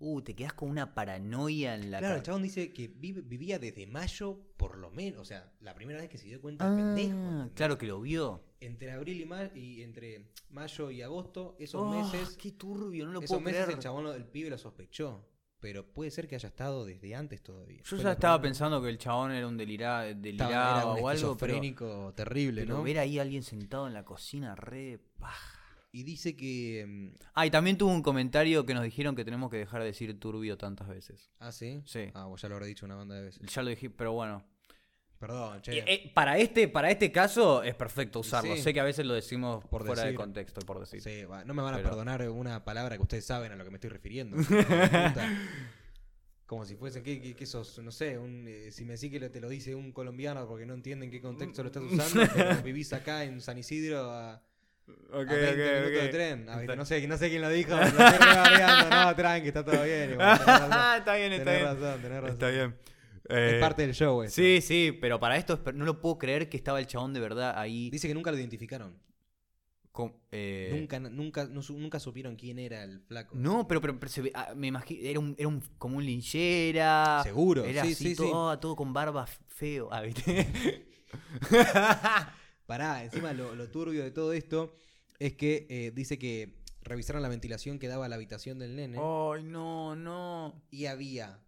Speaker 1: Uh, te quedás con una paranoia en la
Speaker 3: Claro, el
Speaker 1: cara.
Speaker 3: chabón dice que vive- vivía desde mayo, por lo menos. O sea, la primera vez que se dio cuenta el pendejo.
Speaker 1: Ah,
Speaker 3: ¿entendés?
Speaker 1: claro que lo vio.
Speaker 3: Entre abril y, ma- y entre mayo y agosto, esos
Speaker 1: Oh,
Speaker 3: meses
Speaker 1: Qué turbio, no lo
Speaker 3: Esos
Speaker 1: puedo
Speaker 3: meses
Speaker 1: creer.
Speaker 3: el chabón, lo- el pibe lo sospechó. Pero puede ser que haya estado desde antes todavía.
Speaker 1: Yo
Speaker 3: Fue
Speaker 1: ya
Speaker 3: lo
Speaker 1: estaba
Speaker 3: primero.
Speaker 1: pensando que el chabón era un delira-
Speaker 3: Estaba-
Speaker 1: delirado
Speaker 3: era un
Speaker 1: o algo, pero,
Speaker 3: esquizofrénico terrible,
Speaker 1: pero
Speaker 3: ¿no?
Speaker 1: ver ahí a alguien sentado en la cocina re paja.
Speaker 3: Y dice que. mm,
Speaker 1: Ah, y también tuvo un comentario que nos dijeron que tenemos que dejar de decir turbio tantas veces.
Speaker 3: Ah, sí.
Speaker 1: Sí.
Speaker 3: Ah, vos ya lo habré dicho una banda de veces.
Speaker 1: Ya lo dije, pero bueno.
Speaker 3: Perdón, che.
Speaker 1: Eh, eh, para, este, para este caso es perfecto
Speaker 3: Y
Speaker 1: usarlo.
Speaker 3: sí.
Speaker 1: Sé que a veces lo decimos
Speaker 3: Por
Speaker 1: fuera de
Speaker 3: decir.
Speaker 1: contexto, por decir.
Speaker 3: Sí, va, no me van a
Speaker 1: Pero-
Speaker 3: perdonar una palabra que ustedes saben a lo que me
Speaker 1: [LAUGHS]
Speaker 3: estoy refiriendo. hijos de puta. Como si fuese, ¿qué, qué- qué sos? No sé, un, eh, si me decís que lo- te lo dice un colombiano porque no entiende en qué contexto lo estás
Speaker 1: Mm,
Speaker 3: usando, pero vivís acá en San Isidro
Speaker 1: [LAUGHS]
Speaker 3: a,
Speaker 4: Ok,
Speaker 3: a 20
Speaker 4: ok,
Speaker 3: minutos
Speaker 4: ok.
Speaker 3: de tren. A ver,
Speaker 4: Está-
Speaker 3: no, sé, no sé quién
Speaker 1: [LAUGHS]
Speaker 3: lo dijo, pero lo estoy rebardeando. No, tranqui, está todo bien. igual, tenés razón,
Speaker 1: Ah, está bien,
Speaker 3: tenés
Speaker 1: está bien.
Speaker 3: razón, tenés razón.
Speaker 4: Está bien. Eh,
Speaker 3: Es parte del show, eso.
Speaker 1: Sí, sí, pero para esto es per- no lo puedo creer que estaba el chabón de verdad ahí.
Speaker 3: Dice que nunca lo identificaron.
Speaker 1: con- eh,
Speaker 3: Nunca, nunca, no su- nunca supieron quién era el flaco.
Speaker 1: No, pero, pero, pero se ve- ah, me imagino, era, un, era un- como un linchera.
Speaker 3: Seguro,
Speaker 1: Era
Speaker 3: sí,
Speaker 1: así,
Speaker 3: sí, sí.
Speaker 1: todo, todo con barba feo. Ah, ¿viste?
Speaker 3: Pará, encima lo, lo turbio de todo esto es que eh, dice que revisaron la ventilación que daba a la habitación del nene
Speaker 1: Ay, no, no.
Speaker 3: y había,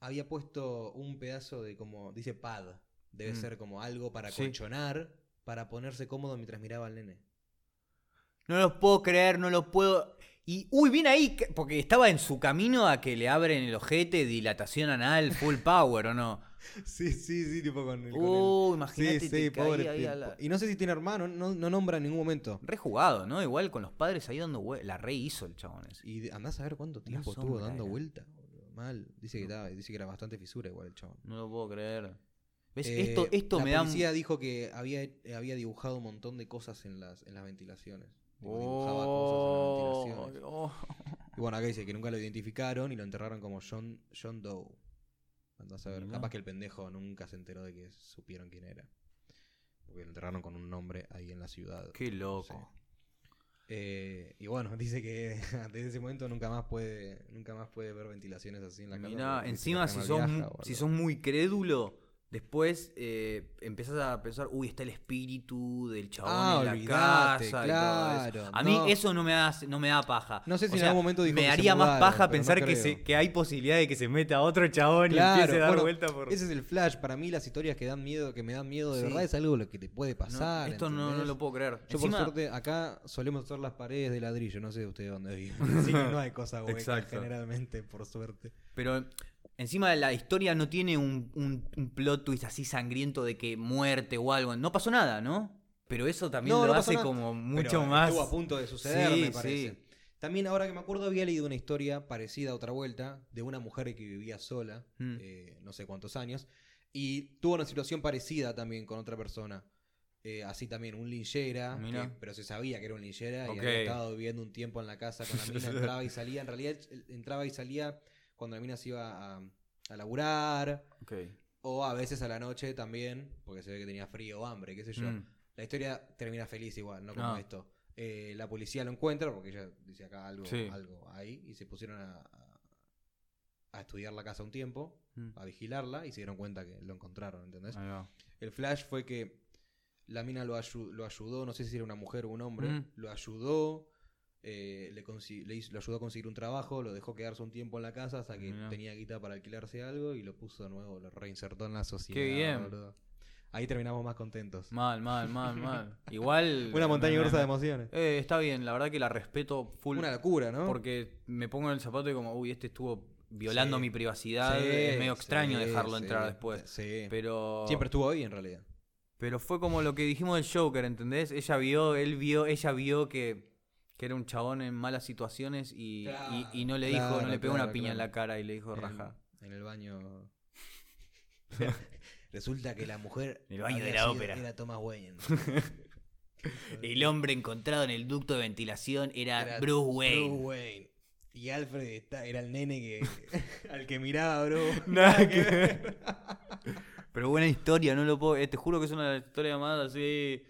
Speaker 3: había puesto un pedazo de como, dice pad, debe
Speaker 1: Mm.
Speaker 3: ser como algo para
Speaker 1: Sí.
Speaker 3: colchonar, para ponerse cómodo mientras miraba al nene.
Speaker 1: No los puedo creer, no los puedo. Y, uy, bien ahí, que- porque estaba en su camino a que le abren el ojete, dilatación anal, full power, ¿o no?
Speaker 3: [LAUGHS] Sí, sí, sí, tipo con [LAUGHS] el... con el-
Speaker 1: Uh, imagínate.
Speaker 3: sí,
Speaker 1: te
Speaker 3: sí,
Speaker 1: caí
Speaker 3: pobre.
Speaker 1: ahí
Speaker 3: pi-
Speaker 1: a la-
Speaker 3: Y no sé si tiene hermano, no, no nombra en ningún momento.
Speaker 1: Rejugado, ¿no? Igual con los padres ahí dando hue- La re hizo el chabón ese.
Speaker 3: Y de- andás a ver cuánto tiempo estuvo
Speaker 1: sombra
Speaker 3: dando
Speaker 1: era.
Speaker 3: vuelta. boludo. Mal. Dice que, estaba- dice que era bastante fisura igual el chabón.
Speaker 1: No lo puedo creer. ¿Ves?
Speaker 3: Eh,
Speaker 1: esto esto me da.
Speaker 3: La policía dijo que había, eh, había dibujado un montón de cosas en las, en las ventilaciones. Tipo, dibujaba cosas en las
Speaker 1: Oh,
Speaker 3: ventilaciones.
Speaker 1: oh.
Speaker 3: Y bueno, acá dice que nunca lo identificaron y lo enterraron como John, John Doe. Andás a ver.
Speaker 1: Mirá.
Speaker 3: Capaz que el pendejo nunca se enteró de que supieron quién era. Porque lo enterraron con un nombre ahí en la ciudad.
Speaker 1: Qué loco.
Speaker 3: Eh, y bueno, [LAUGHS] dice que desde ese momento nunca más puede, nunca más puede ver ventilaciones así en la casa.
Speaker 1: Mirá,
Speaker 3: porque dice que
Speaker 1: encima
Speaker 3: la
Speaker 1: si
Speaker 3: cama
Speaker 1: sos,
Speaker 3: viaja,
Speaker 1: mu-
Speaker 3: boludo.
Speaker 1: si sos muy crédulo, después eh, empezás a pensar, uy, está el espíritu del chabón
Speaker 3: Ah,
Speaker 1: en la
Speaker 3: olvidate,
Speaker 1: casa. y todo eso.
Speaker 3: claro,
Speaker 1: A mí
Speaker 3: no.
Speaker 1: eso no me, hace- no me da paja.
Speaker 3: No sé si
Speaker 1: O
Speaker 3: en
Speaker 1: sea,
Speaker 3: algún momento dijo que
Speaker 1: Me
Speaker 3: se
Speaker 1: haría más
Speaker 3: mudaron,
Speaker 1: paja
Speaker 3: pero no
Speaker 1: pensar que,
Speaker 3: creo.
Speaker 1: se- que hay posibilidad de que se meta otro chabón y
Speaker 3: Claro,
Speaker 1: empiece a dar
Speaker 3: bueno,
Speaker 1: vuelta por.
Speaker 3: Ese es el flash. Para mí, las historias que dan miedo, que me dan miedo de
Speaker 1: Sí.
Speaker 3: verdad, es algo lo que te puede
Speaker 1: No,
Speaker 3: pasar.
Speaker 1: esto no, no
Speaker 3: ¿entendés?
Speaker 1: lo puedo creer.
Speaker 3: Yo,
Speaker 1: Encima-
Speaker 3: por suerte, acá solemos hacer las paredes de ladrillo. No sé ustedes
Speaker 1: [LAUGHS]
Speaker 3: dónde viven. Así que no hay cosas huecas
Speaker 1: Exacto.
Speaker 3: generalmente, por suerte.
Speaker 1: Pero encima la historia no tiene un, un- un plot twist así sangriento de que muerte o algo. No pasó nada, ¿no? Pero eso también
Speaker 3: No,
Speaker 1: lo
Speaker 3: no pasó
Speaker 1: hace
Speaker 3: nada.
Speaker 1: como mucho
Speaker 3: Pero
Speaker 1: más.
Speaker 3: Estuvo a punto de suceder,
Speaker 1: Sí,
Speaker 3: me parece.
Speaker 1: sí.
Speaker 3: También, ahora que me acuerdo, había leído una historia parecida a otra vuelta de una mujer que vivía sola,
Speaker 1: Mm.
Speaker 3: eh, no sé cuántos años, y tuvo una situación parecida también con otra persona. Eh, así también, un linchera,
Speaker 1: Mirá.
Speaker 3: que- pero se sabía que era un linchera
Speaker 4: Ok.
Speaker 3: y había estado viviendo un tiempo en la casa
Speaker 1: [LAUGHS]
Speaker 3: con la mina, entraba y salía. En realidad, él entraba y salía cuando la mina se iba a, a laburar, o a veces a la noche también, porque se ve que tenía frío o hambre, qué sé yo.
Speaker 1: Mm.
Speaker 3: La historia termina feliz igual, no como
Speaker 1: No.
Speaker 3: esto. Eh, la policía lo encuentra, porque ella dice acá algo,
Speaker 1: Sí.
Speaker 3: algo ahí, y se pusieron a, a- a estudiar la casa un tiempo,
Speaker 1: Mm. Ah.
Speaker 3: a vigilarla, y se dieron cuenta que lo encontraron, ¿entendés?
Speaker 1: Ahí va.
Speaker 3: El flash fue que la mina lo, ayu- lo ayudó, no sé si era una mujer o un hombre,
Speaker 1: Mm.
Speaker 3: lo ayudó, eh, le, consi- le hizo- lo ayudó a conseguir un trabajo, lo dejó quedarse un tiempo en la casa hasta que
Speaker 1: Mirá.
Speaker 3: tenía guita para alquilarse algo y lo puso de nuevo, lo reinsertó en la sociedad.
Speaker 1: bien.
Speaker 3: boludo. Ahí terminamos más contentos.
Speaker 1: Mal, mal, mal, mal. Igual.
Speaker 3: [LAUGHS] Una montaña
Speaker 1: me-
Speaker 3: rusa de
Speaker 1: me-
Speaker 3: emociones.
Speaker 1: Eh, está bien, la verdad que la respeto full.
Speaker 3: Una locura, ¿no?
Speaker 1: Porque me pongo en el zapato y como, uy, este estuvo violando
Speaker 3: Sí.
Speaker 1: mi privacidad.
Speaker 3: Sí,
Speaker 1: es medio extraño
Speaker 3: sí,
Speaker 1: dejarlo
Speaker 3: sí,
Speaker 1: entrar después.
Speaker 3: Sí.
Speaker 1: Pero.
Speaker 3: Siempre estuvo ahí en realidad.
Speaker 1: Pero fue como lo que dijimos del Joker, ¿entendés? Ella vio, él vio, ella vio que, que era un chabón en malas situaciones y,
Speaker 3: Claro,
Speaker 1: y- y no le dijo,
Speaker 3: claro,
Speaker 1: no le pegó
Speaker 3: claro,
Speaker 1: una piña en
Speaker 3: claro.
Speaker 1: la cara y le dijo
Speaker 3: En-
Speaker 1: raja.
Speaker 3: En, el baño. [LAUGHS] Resulta que la mujer.
Speaker 1: En el baño de
Speaker 3: había
Speaker 1: la
Speaker 3: sido-
Speaker 1: ópera.
Speaker 3: Era Thomas
Speaker 1: [LAUGHS]
Speaker 3: Wayne.
Speaker 1: El hombre encontrado en el ducto de ventilación era,
Speaker 3: Era
Speaker 1: Bruce Wayne.
Speaker 3: Bruce Wayne. Y Alfred está- era el nene que, [LAUGHS] al que miraba, bro. [LAUGHS]
Speaker 1: Nada que ver. [LAUGHS] Pero buena historia, no lo puedo. eh, te juro que es una historia más así.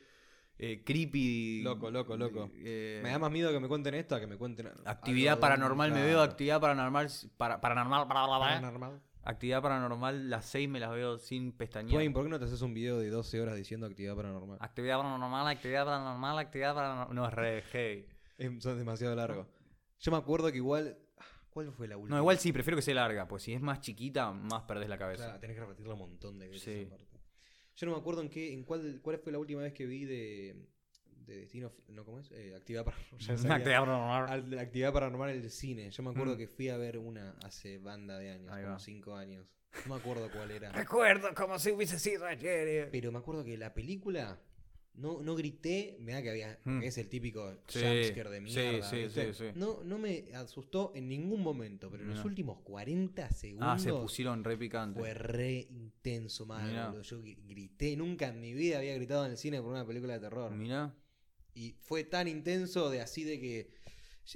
Speaker 1: eh, creepy.
Speaker 3: Loco, loco, loco.
Speaker 1: eh,
Speaker 3: Me da más miedo que me cuenten esto a que me cuenten.
Speaker 1: Actividad
Speaker 3: algo-
Speaker 1: paranormal, me veo Ah,
Speaker 3: Claro.
Speaker 1: actividad paranormal. Para, paranormal, paranormal.
Speaker 3: paranormal.
Speaker 1: Actividad paranormal, las seis me las veo sin pestañear.
Speaker 3: Twain, ¿por qué no te haces un video de 12 horas diciendo actividad paranormal?
Speaker 1: Actividad paranormal, actividad paranormal, actividad paranormal. No, es re heavy.
Speaker 3: Em, Son demasiado largos. Yo me acuerdo que igual. ¿Cuál fue la última?
Speaker 1: No, igual sí, prefiero que sea larga, pues si es más chiquita, más perdés la cabeza.
Speaker 3: Claro, tenés que repetirlo un montón de veces.
Speaker 1: Sí.
Speaker 3: esa parte. Yo no me acuerdo en qué, en cuál, cuál fue la última vez que vi de, de Destino, no cómo es, Eh, actividad paranormal. [LAUGHS] ya sabía.
Speaker 1: actividad paranormal.
Speaker 3: Al- la actividad paranormal en el cine. Yo me acuerdo
Speaker 1: Mm.
Speaker 3: que fui a ver una hace banda de años,
Speaker 1: Ahí
Speaker 3: como
Speaker 1: va.
Speaker 3: cinco años. No me acuerdo
Speaker 1: [LAUGHS]
Speaker 3: cuál era.
Speaker 5: Recuerdo como si hubiese sido ayer. eh.
Speaker 3: Pero me acuerdo que la película no, no grité, me da que había,
Speaker 1: Mm.
Speaker 3: que es el típico
Speaker 1: Sí,
Speaker 3: jumpscare de
Speaker 1: sí,
Speaker 3: mierda.
Speaker 1: sí,
Speaker 3: ¿viste?
Speaker 1: sí, sí.
Speaker 3: No, no me asustó en ningún momento, pero en los
Speaker 1: Mirá.
Speaker 3: últimos 40 segundos.
Speaker 1: Ah, se pusieron re picantes.
Speaker 3: Fue re intenso, mal,
Speaker 1: Mirá.
Speaker 3: boludo. Yo gri- grité, nunca en mi vida había gritado en el cine por una película de terror.
Speaker 1: Mirá.
Speaker 3: Y fue tan intenso de así de que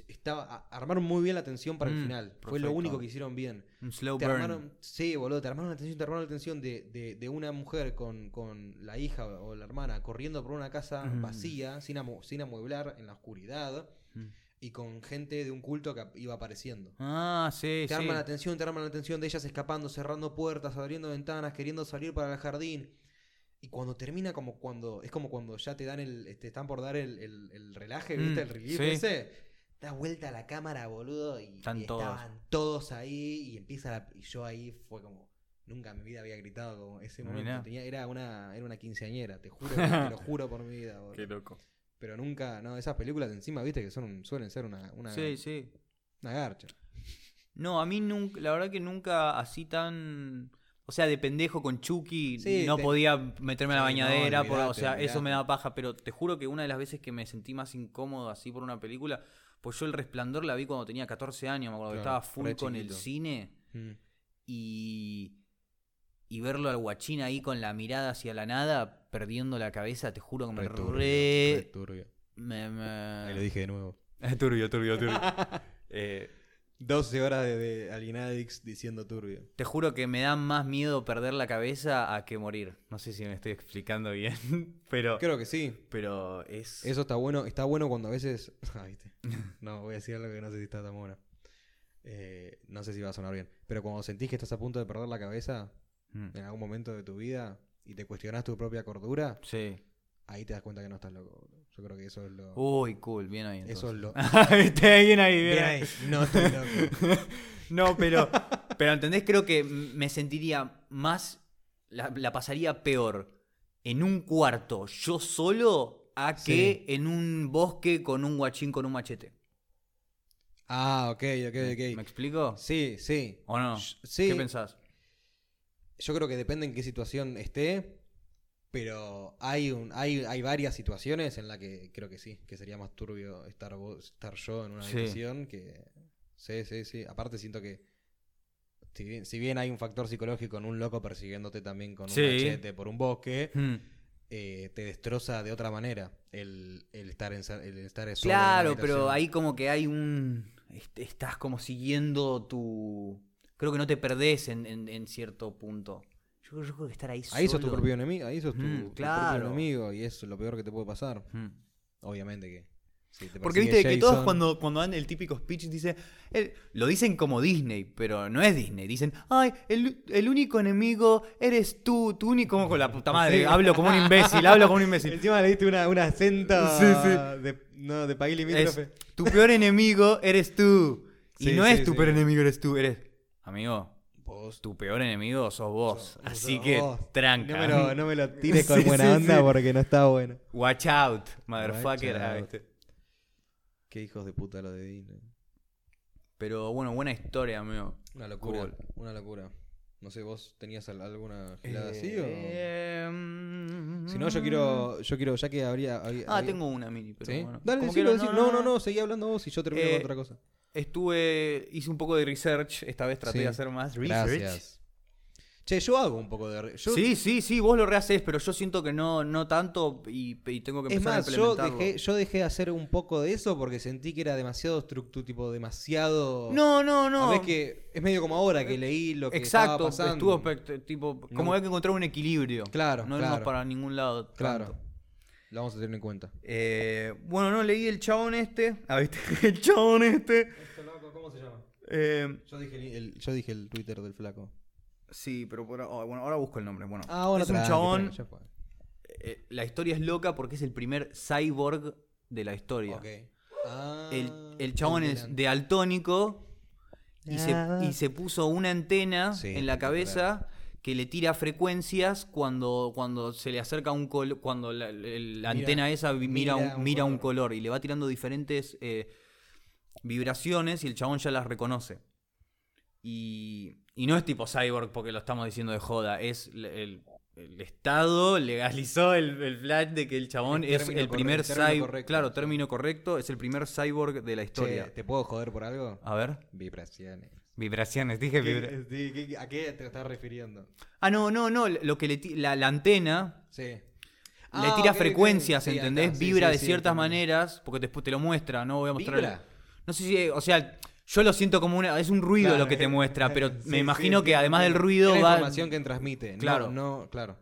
Speaker 3: Estaba, a- armaron muy bien la tensión para el
Speaker 1: Mm,
Speaker 3: final. Fue lo
Speaker 1: perfecto.
Speaker 3: único que hicieron bien.
Speaker 1: Un slow
Speaker 3: Te
Speaker 1: burn.
Speaker 3: armaron, sí, boludo, te armaron la tensión, te armaron la tensión de, de- de una mujer con, con la hija o la hermana corriendo por una casa
Speaker 1: Mm.
Speaker 3: vacía, sin, amue- sin amueblar, en la oscuridad,
Speaker 1: Mm.
Speaker 3: y con gente de un culto que ap- iba apareciendo.
Speaker 1: Ah, sí,
Speaker 3: Te
Speaker 1: sí.
Speaker 3: arman la atención, te arman la atención de ellas escapando, cerrando puertas, abriendo ventanas, queriendo salir para el jardín. Y cuando termina, como cuando. Es como cuando ya te dan el. Te están por dar el, el- el relaje,
Speaker 1: Mm,
Speaker 3: ¿viste? El relief
Speaker 1: sí.
Speaker 3: ese. Da vuelta a la cámara, boludo. Y,
Speaker 1: Están
Speaker 3: y
Speaker 1: todos.
Speaker 3: estaban todos ahí. Y empieza la- Y yo ahí fue como. Nunca en mi vida había gritado como ese momento.
Speaker 1: Mirá.
Speaker 3: Tenía, era una. Era una quinceañera,
Speaker 1: [LAUGHS]
Speaker 3: te juro, te lo juro por mi vida, boludo.
Speaker 4: Qué loco.
Speaker 3: Pero nunca, no, esas películas de encima, viste, que son un- suelen ser una, una,
Speaker 1: Sí, sí.
Speaker 3: una garcha.
Speaker 1: No, a mí nunca, la verdad que nunca así tan. O sea, de pendejo con Chucky
Speaker 3: Sí,
Speaker 1: no
Speaker 3: te-
Speaker 1: podía meterme a la
Speaker 3: Sí, no,
Speaker 1: bañadera, por- o
Speaker 3: olvidate,
Speaker 1: sea, eso me
Speaker 3: olvidate.
Speaker 1: da paja, pero te juro que una de las veces que me sentí más incómodo así por una película, pues yo El Resplandor la vi cuando tenía 14 años, me acuerdo que
Speaker 3: Claro,
Speaker 1: estaba full
Speaker 3: re
Speaker 1: con el
Speaker 3: chiquito.
Speaker 1: cine
Speaker 3: Mm.
Speaker 1: y, y verlo al guachín ahí con la mirada hacia la nada, perdiendo la cabeza, te juro que me
Speaker 3: Re turbio,
Speaker 1: re-
Speaker 3: re turbio.
Speaker 1: me- me-
Speaker 3: Ahí lo dije
Speaker 4: [LAUGHS]
Speaker 3: de nuevo.
Speaker 4: Turbio, turbio,
Speaker 3: [LAUGHS]
Speaker 4: turbio. eh,
Speaker 3: 12 horas de, de Alienadix diciendo turbio.
Speaker 1: Te juro que me da más miedo perder la cabeza a que morir. No sé si me estoy explicando bien, [LAUGHS] pero,
Speaker 3: Creo que sí.
Speaker 1: pero es...
Speaker 3: Eso está bueno, está bueno cuando a veces. [LAUGHS] Ah,
Speaker 4: [LAUGHS]
Speaker 3: viste. No, voy a decir algo que no sé si está tan bueno. Eh, no sé si va a sonar bien. Pero cuando sentís que estás a punto de perder la cabeza
Speaker 1: Mm.
Speaker 3: en algún momento de tu vida y te cuestionás tu propia cordura,
Speaker 1: Sí.
Speaker 3: ahí te das cuenta que no estás loco. boludo. Yo creo que eso es
Speaker 4: Uh,
Speaker 3: lo.
Speaker 1: Uy, cool, bien ahí.
Speaker 3: eso es
Speaker 4: [LAUGHS]
Speaker 3: lo.
Speaker 1: entonces. [LAUGHS] Viste, bien ahí, bien
Speaker 3: Bien
Speaker 1: ahí.
Speaker 3: ahí, No estoy loco.
Speaker 1: [LAUGHS] No, pero, pero ¿entendés? Creo que m- me sentiría más, la, la pasaría peor en un cuarto yo solo a que en un bosque con un guachín con un machete.
Speaker 3: Ah, ok, ok,
Speaker 1: ¿Me
Speaker 4: [LAUGHS]
Speaker 3: ok.
Speaker 1: explico?
Speaker 3: Sí, sí.
Speaker 1: ¿O no?
Speaker 3: Sh- sí.
Speaker 1: ¿Qué pensás?
Speaker 3: Yo creo que depende en qué situación esté, pero hay un hay, hay varias situaciones en las que creo que sí, que sería más turbio estar vos- estar yo en una
Speaker 1: Sí.
Speaker 3: habitación que sí, sí, sí. Aparte siento que si bien, si bien hay un factor psicológico en un loco persiguiéndote también con un
Speaker 1: Sí.
Speaker 3: machete por un bosque,
Speaker 1: Mm.
Speaker 3: eh, te destroza de otra manera el, el estar en, el estar solo en una
Speaker 1: Claro, pero
Speaker 3: habitación.
Speaker 1: ahí como que hay un... est- Estás como siguiendo tu... Creo que no te perdés en, en- en cierto punto. Yo, yo creo que estar ahí solo...
Speaker 3: ahí sos tu propio enemigo, ahí sos tu,
Speaker 1: Mm,
Speaker 3: tu propio
Speaker 1: claro.
Speaker 3: enemigo y eso es lo peor que te puede pasar.
Speaker 1: Mm.
Speaker 3: Obviamente que si te
Speaker 1: Porque
Speaker 3: persigue
Speaker 1: viste que todos
Speaker 3: Jason-
Speaker 1: cuando, cuando dan el típico speech dice, el- lo dicen como Disney, pero no es Disney. Dicen, ay, el, el único enemigo eres tú, tú único como con la puta madre. Hablo como un imbécil, hablo como un
Speaker 3: [LAUGHS]
Speaker 1: imbécil.
Speaker 3: Encima le diste una, un [LAUGHS] acento
Speaker 1: Sí,
Speaker 3: de, no, de país
Speaker 1: Es,
Speaker 3: limítrofe.
Speaker 1: tu peor enemigo eres tú. Y
Speaker 3: Sí,
Speaker 1: no
Speaker 3: sí,
Speaker 1: es tu
Speaker 3: sí.
Speaker 1: peor enemigo, eres tú, eres... Amigo,
Speaker 3: Vos,
Speaker 1: tu peor enemigo sos vos.
Speaker 3: Sos-
Speaker 1: así
Speaker 3: sos
Speaker 1: que
Speaker 3: vos.
Speaker 1: tranca.
Speaker 3: No
Speaker 1: [LAUGHS]
Speaker 3: me, lo, no me [LAUGHS] lo tires con
Speaker 1: Sí,
Speaker 3: buena
Speaker 1: sí,
Speaker 3: onda
Speaker 1: sí.
Speaker 3: porque no está bueno.
Speaker 1: Watch out, motherfucker.
Speaker 3: Watch
Speaker 1: Ah,
Speaker 3: out.
Speaker 1: viste.
Speaker 3: Qué hijos de puta lo de Disney.
Speaker 1: Pero bueno, buena historia, amigo.
Speaker 3: Una locura.
Speaker 1: Cool.
Speaker 3: Una locura. No sé, ¿vos tenías al- alguna gilada así o.?
Speaker 1: Eh,
Speaker 3: Si no, yo quiero. Yo quiero, ya que habría. había-
Speaker 1: Ah,
Speaker 3: había-
Speaker 1: tengo una mini, pero
Speaker 3: ¿Sí?
Speaker 1: bueno.
Speaker 3: Dale,
Speaker 1: Como
Speaker 3: decilo,
Speaker 1: quiero-
Speaker 3: decilo. No, no, no, seguí hablando vos y yo termino
Speaker 1: Eh,
Speaker 3: con otra cosa.
Speaker 1: Estuve, hice un poco de research, esta vez traté
Speaker 3: Sí.
Speaker 1: de hacer más research.
Speaker 3: Gracias. Che, yo hago un poco de. re- Yo,
Speaker 1: Sí, sí, sí, vos lo rehaces, pero yo siento que no, no tanto y, y tengo que
Speaker 3: Es
Speaker 1: empezar
Speaker 3: más,
Speaker 1: a
Speaker 3: yo
Speaker 1: implementarlo.
Speaker 3: dejé, yo dejé de hacer un poco de eso porque sentí que era demasiado estructura, tipo demasiado.
Speaker 1: No, no, no.
Speaker 3: A ver que es medio como ahora que leí lo que
Speaker 1: Exacto,
Speaker 3: estaba pasando.
Speaker 1: estuvo espect- tipo, como
Speaker 3: No.
Speaker 1: hay que encontrar un equilibrio.
Speaker 3: Claro,
Speaker 1: No
Speaker 3: claro.
Speaker 1: irnos para ningún lado.
Speaker 3: Claro.
Speaker 1: tanto.
Speaker 3: Lo vamos a tener en cuenta.
Speaker 1: Eh, bueno, no, leí el chabón este. Ah, viste, [LAUGHS] el chabón este.
Speaker 3: ¿Cómo se llama?
Speaker 1: Eh,
Speaker 3: Yo dije el, el- yo dije el Twitter del flaco.
Speaker 1: sí, pero por, ah, bueno, ahora busco el nombre. Bueno,
Speaker 3: Ah, bueno,
Speaker 1: es un
Speaker 3: tranqui,
Speaker 1: chabón
Speaker 3: tranqui, ya fue.
Speaker 1: Eh, la historia es loca porque es el primer cyborg de la historia.
Speaker 3: Ok. Ah,
Speaker 1: El, el chabón
Speaker 3: el
Speaker 1: es
Speaker 3: Dylan.
Speaker 1: de altónico y se,
Speaker 3: Ah.
Speaker 1: y se puso una antena
Speaker 3: Sí,
Speaker 1: en la cabeza que le tira frecuencias cuando, cuando se le acerca un color, cuando la, la- la antena esa vi- mira,
Speaker 3: mira
Speaker 1: un,
Speaker 3: un
Speaker 1: mira un
Speaker 3: color.
Speaker 1: color y le va tirando diferentes eh, vibraciones y el chabón ya las reconoce. Y, y no es tipo cyborg porque lo estamos diciendo de joda, es l- el, el Estado legalizó el, el flash de que el chabón
Speaker 3: El
Speaker 1: es
Speaker 3: término
Speaker 1: el
Speaker 3: corre-
Speaker 1: primer
Speaker 3: el término
Speaker 1: cyborg.
Speaker 3: correcto,
Speaker 1: claro,
Speaker 3: sí.
Speaker 1: término correcto, es el primer cyborg de la
Speaker 3: Che,
Speaker 1: historia. Ah.
Speaker 3: ¿Te puedo joder por algo?
Speaker 1: A ver.
Speaker 3: Vibraciones.
Speaker 1: Vibraciones, dije
Speaker 3: ¿Qué- qué- qué- ¿A qué te estás refiriendo?
Speaker 1: Ah, no, no, no. Lo que le ti- la, la antena
Speaker 3: Sí.
Speaker 1: le
Speaker 3: Ah,
Speaker 1: tira
Speaker 3: ok, ok.
Speaker 1: frecuencias,
Speaker 3: Sí, acá,
Speaker 1: ¿entendés?
Speaker 3: sí,
Speaker 1: Vibra
Speaker 3: sí,
Speaker 1: de
Speaker 3: sí,
Speaker 1: ciertas
Speaker 3: entendí.
Speaker 1: maneras. Porque después te lo muestra, no voy a mostrar.
Speaker 3: ¿Vibra?
Speaker 1: No sé si. O sea, yo lo siento como una. Es un ruido
Speaker 3: Claro,
Speaker 1: lo que te
Speaker 3: eh,
Speaker 1: muestra,
Speaker 3: [LAUGHS]
Speaker 1: pero
Speaker 3: Sí,
Speaker 1: me
Speaker 3: sí,
Speaker 1: imagino
Speaker 3: sí,
Speaker 1: que
Speaker 3: sí,
Speaker 1: además
Speaker 3: sí.
Speaker 1: del ruido
Speaker 3: Es la
Speaker 1: va.
Speaker 3: información que transmite.
Speaker 1: Claro.
Speaker 3: Claro. No, claro.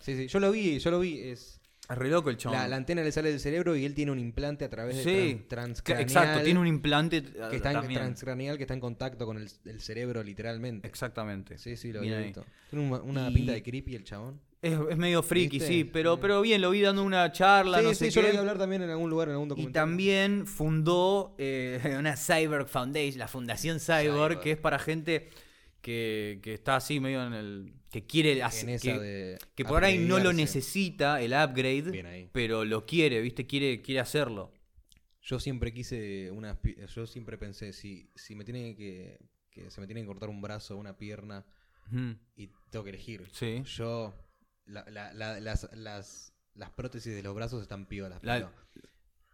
Speaker 3: Sí, sí. Yo lo vi, yo lo vi. Es,
Speaker 1: Es re loco el chabón.
Speaker 3: la, la antena le sale del cerebro y él tiene un implante a través de
Speaker 1: sí.
Speaker 3: tran- transcraneal.
Speaker 1: Exacto, tiene un implante. eh,
Speaker 3: que está en,
Speaker 1: también.
Speaker 3: transcraneal que está en contacto con el, el cerebro literalmente.
Speaker 1: Exactamente.
Speaker 3: Sí, sí, lo
Speaker 1: Bien
Speaker 3: había
Speaker 1: ahí.
Speaker 3: visto. Tiene una, una
Speaker 1: Y-
Speaker 3: pinta de creepy el chabón.
Speaker 1: Es, es medio friki,
Speaker 3: ¿Viste?
Speaker 1: sí, pero,
Speaker 3: Sí.
Speaker 1: pero bien, lo vi dando una charla,
Speaker 3: sí,
Speaker 1: no
Speaker 3: sí,
Speaker 1: sé
Speaker 3: yo lo
Speaker 1: qué.
Speaker 3: voy a hablar también en algún lugar, en algún
Speaker 1: y
Speaker 3: documental.
Speaker 1: también fundó eh, [LAUGHS] una Cyborg Foundation, la Fundación Cyborg,
Speaker 3: Cyborg.
Speaker 1: que es para gente que, que está así medio en el. que quiere hacer.
Speaker 3: En
Speaker 1: Que,
Speaker 3: esa de
Speaker 1: que por ahí no lo
Speaker 3: abreviarse.
Speaker 1: necesita el upgrade,
Speaker 3: Bien ahí.
Speaker 1: pero lo quiere, ¿viste? Quiere, quiere hacerlo.
Speaker 3: Yo siempre quise una aspi- yo siempre pensé si si me tienen que que se me tienen que cortar un brazo, una pierna
Speaker 1: Ujú.
Speaker 3: y tengo que elegir.
Speaker 1: Sí.
Speaker 3: Yo la- la- la- las, las las prótesis de los brazos están piolas,
Speaker 1: La-
Speaker 3: pero,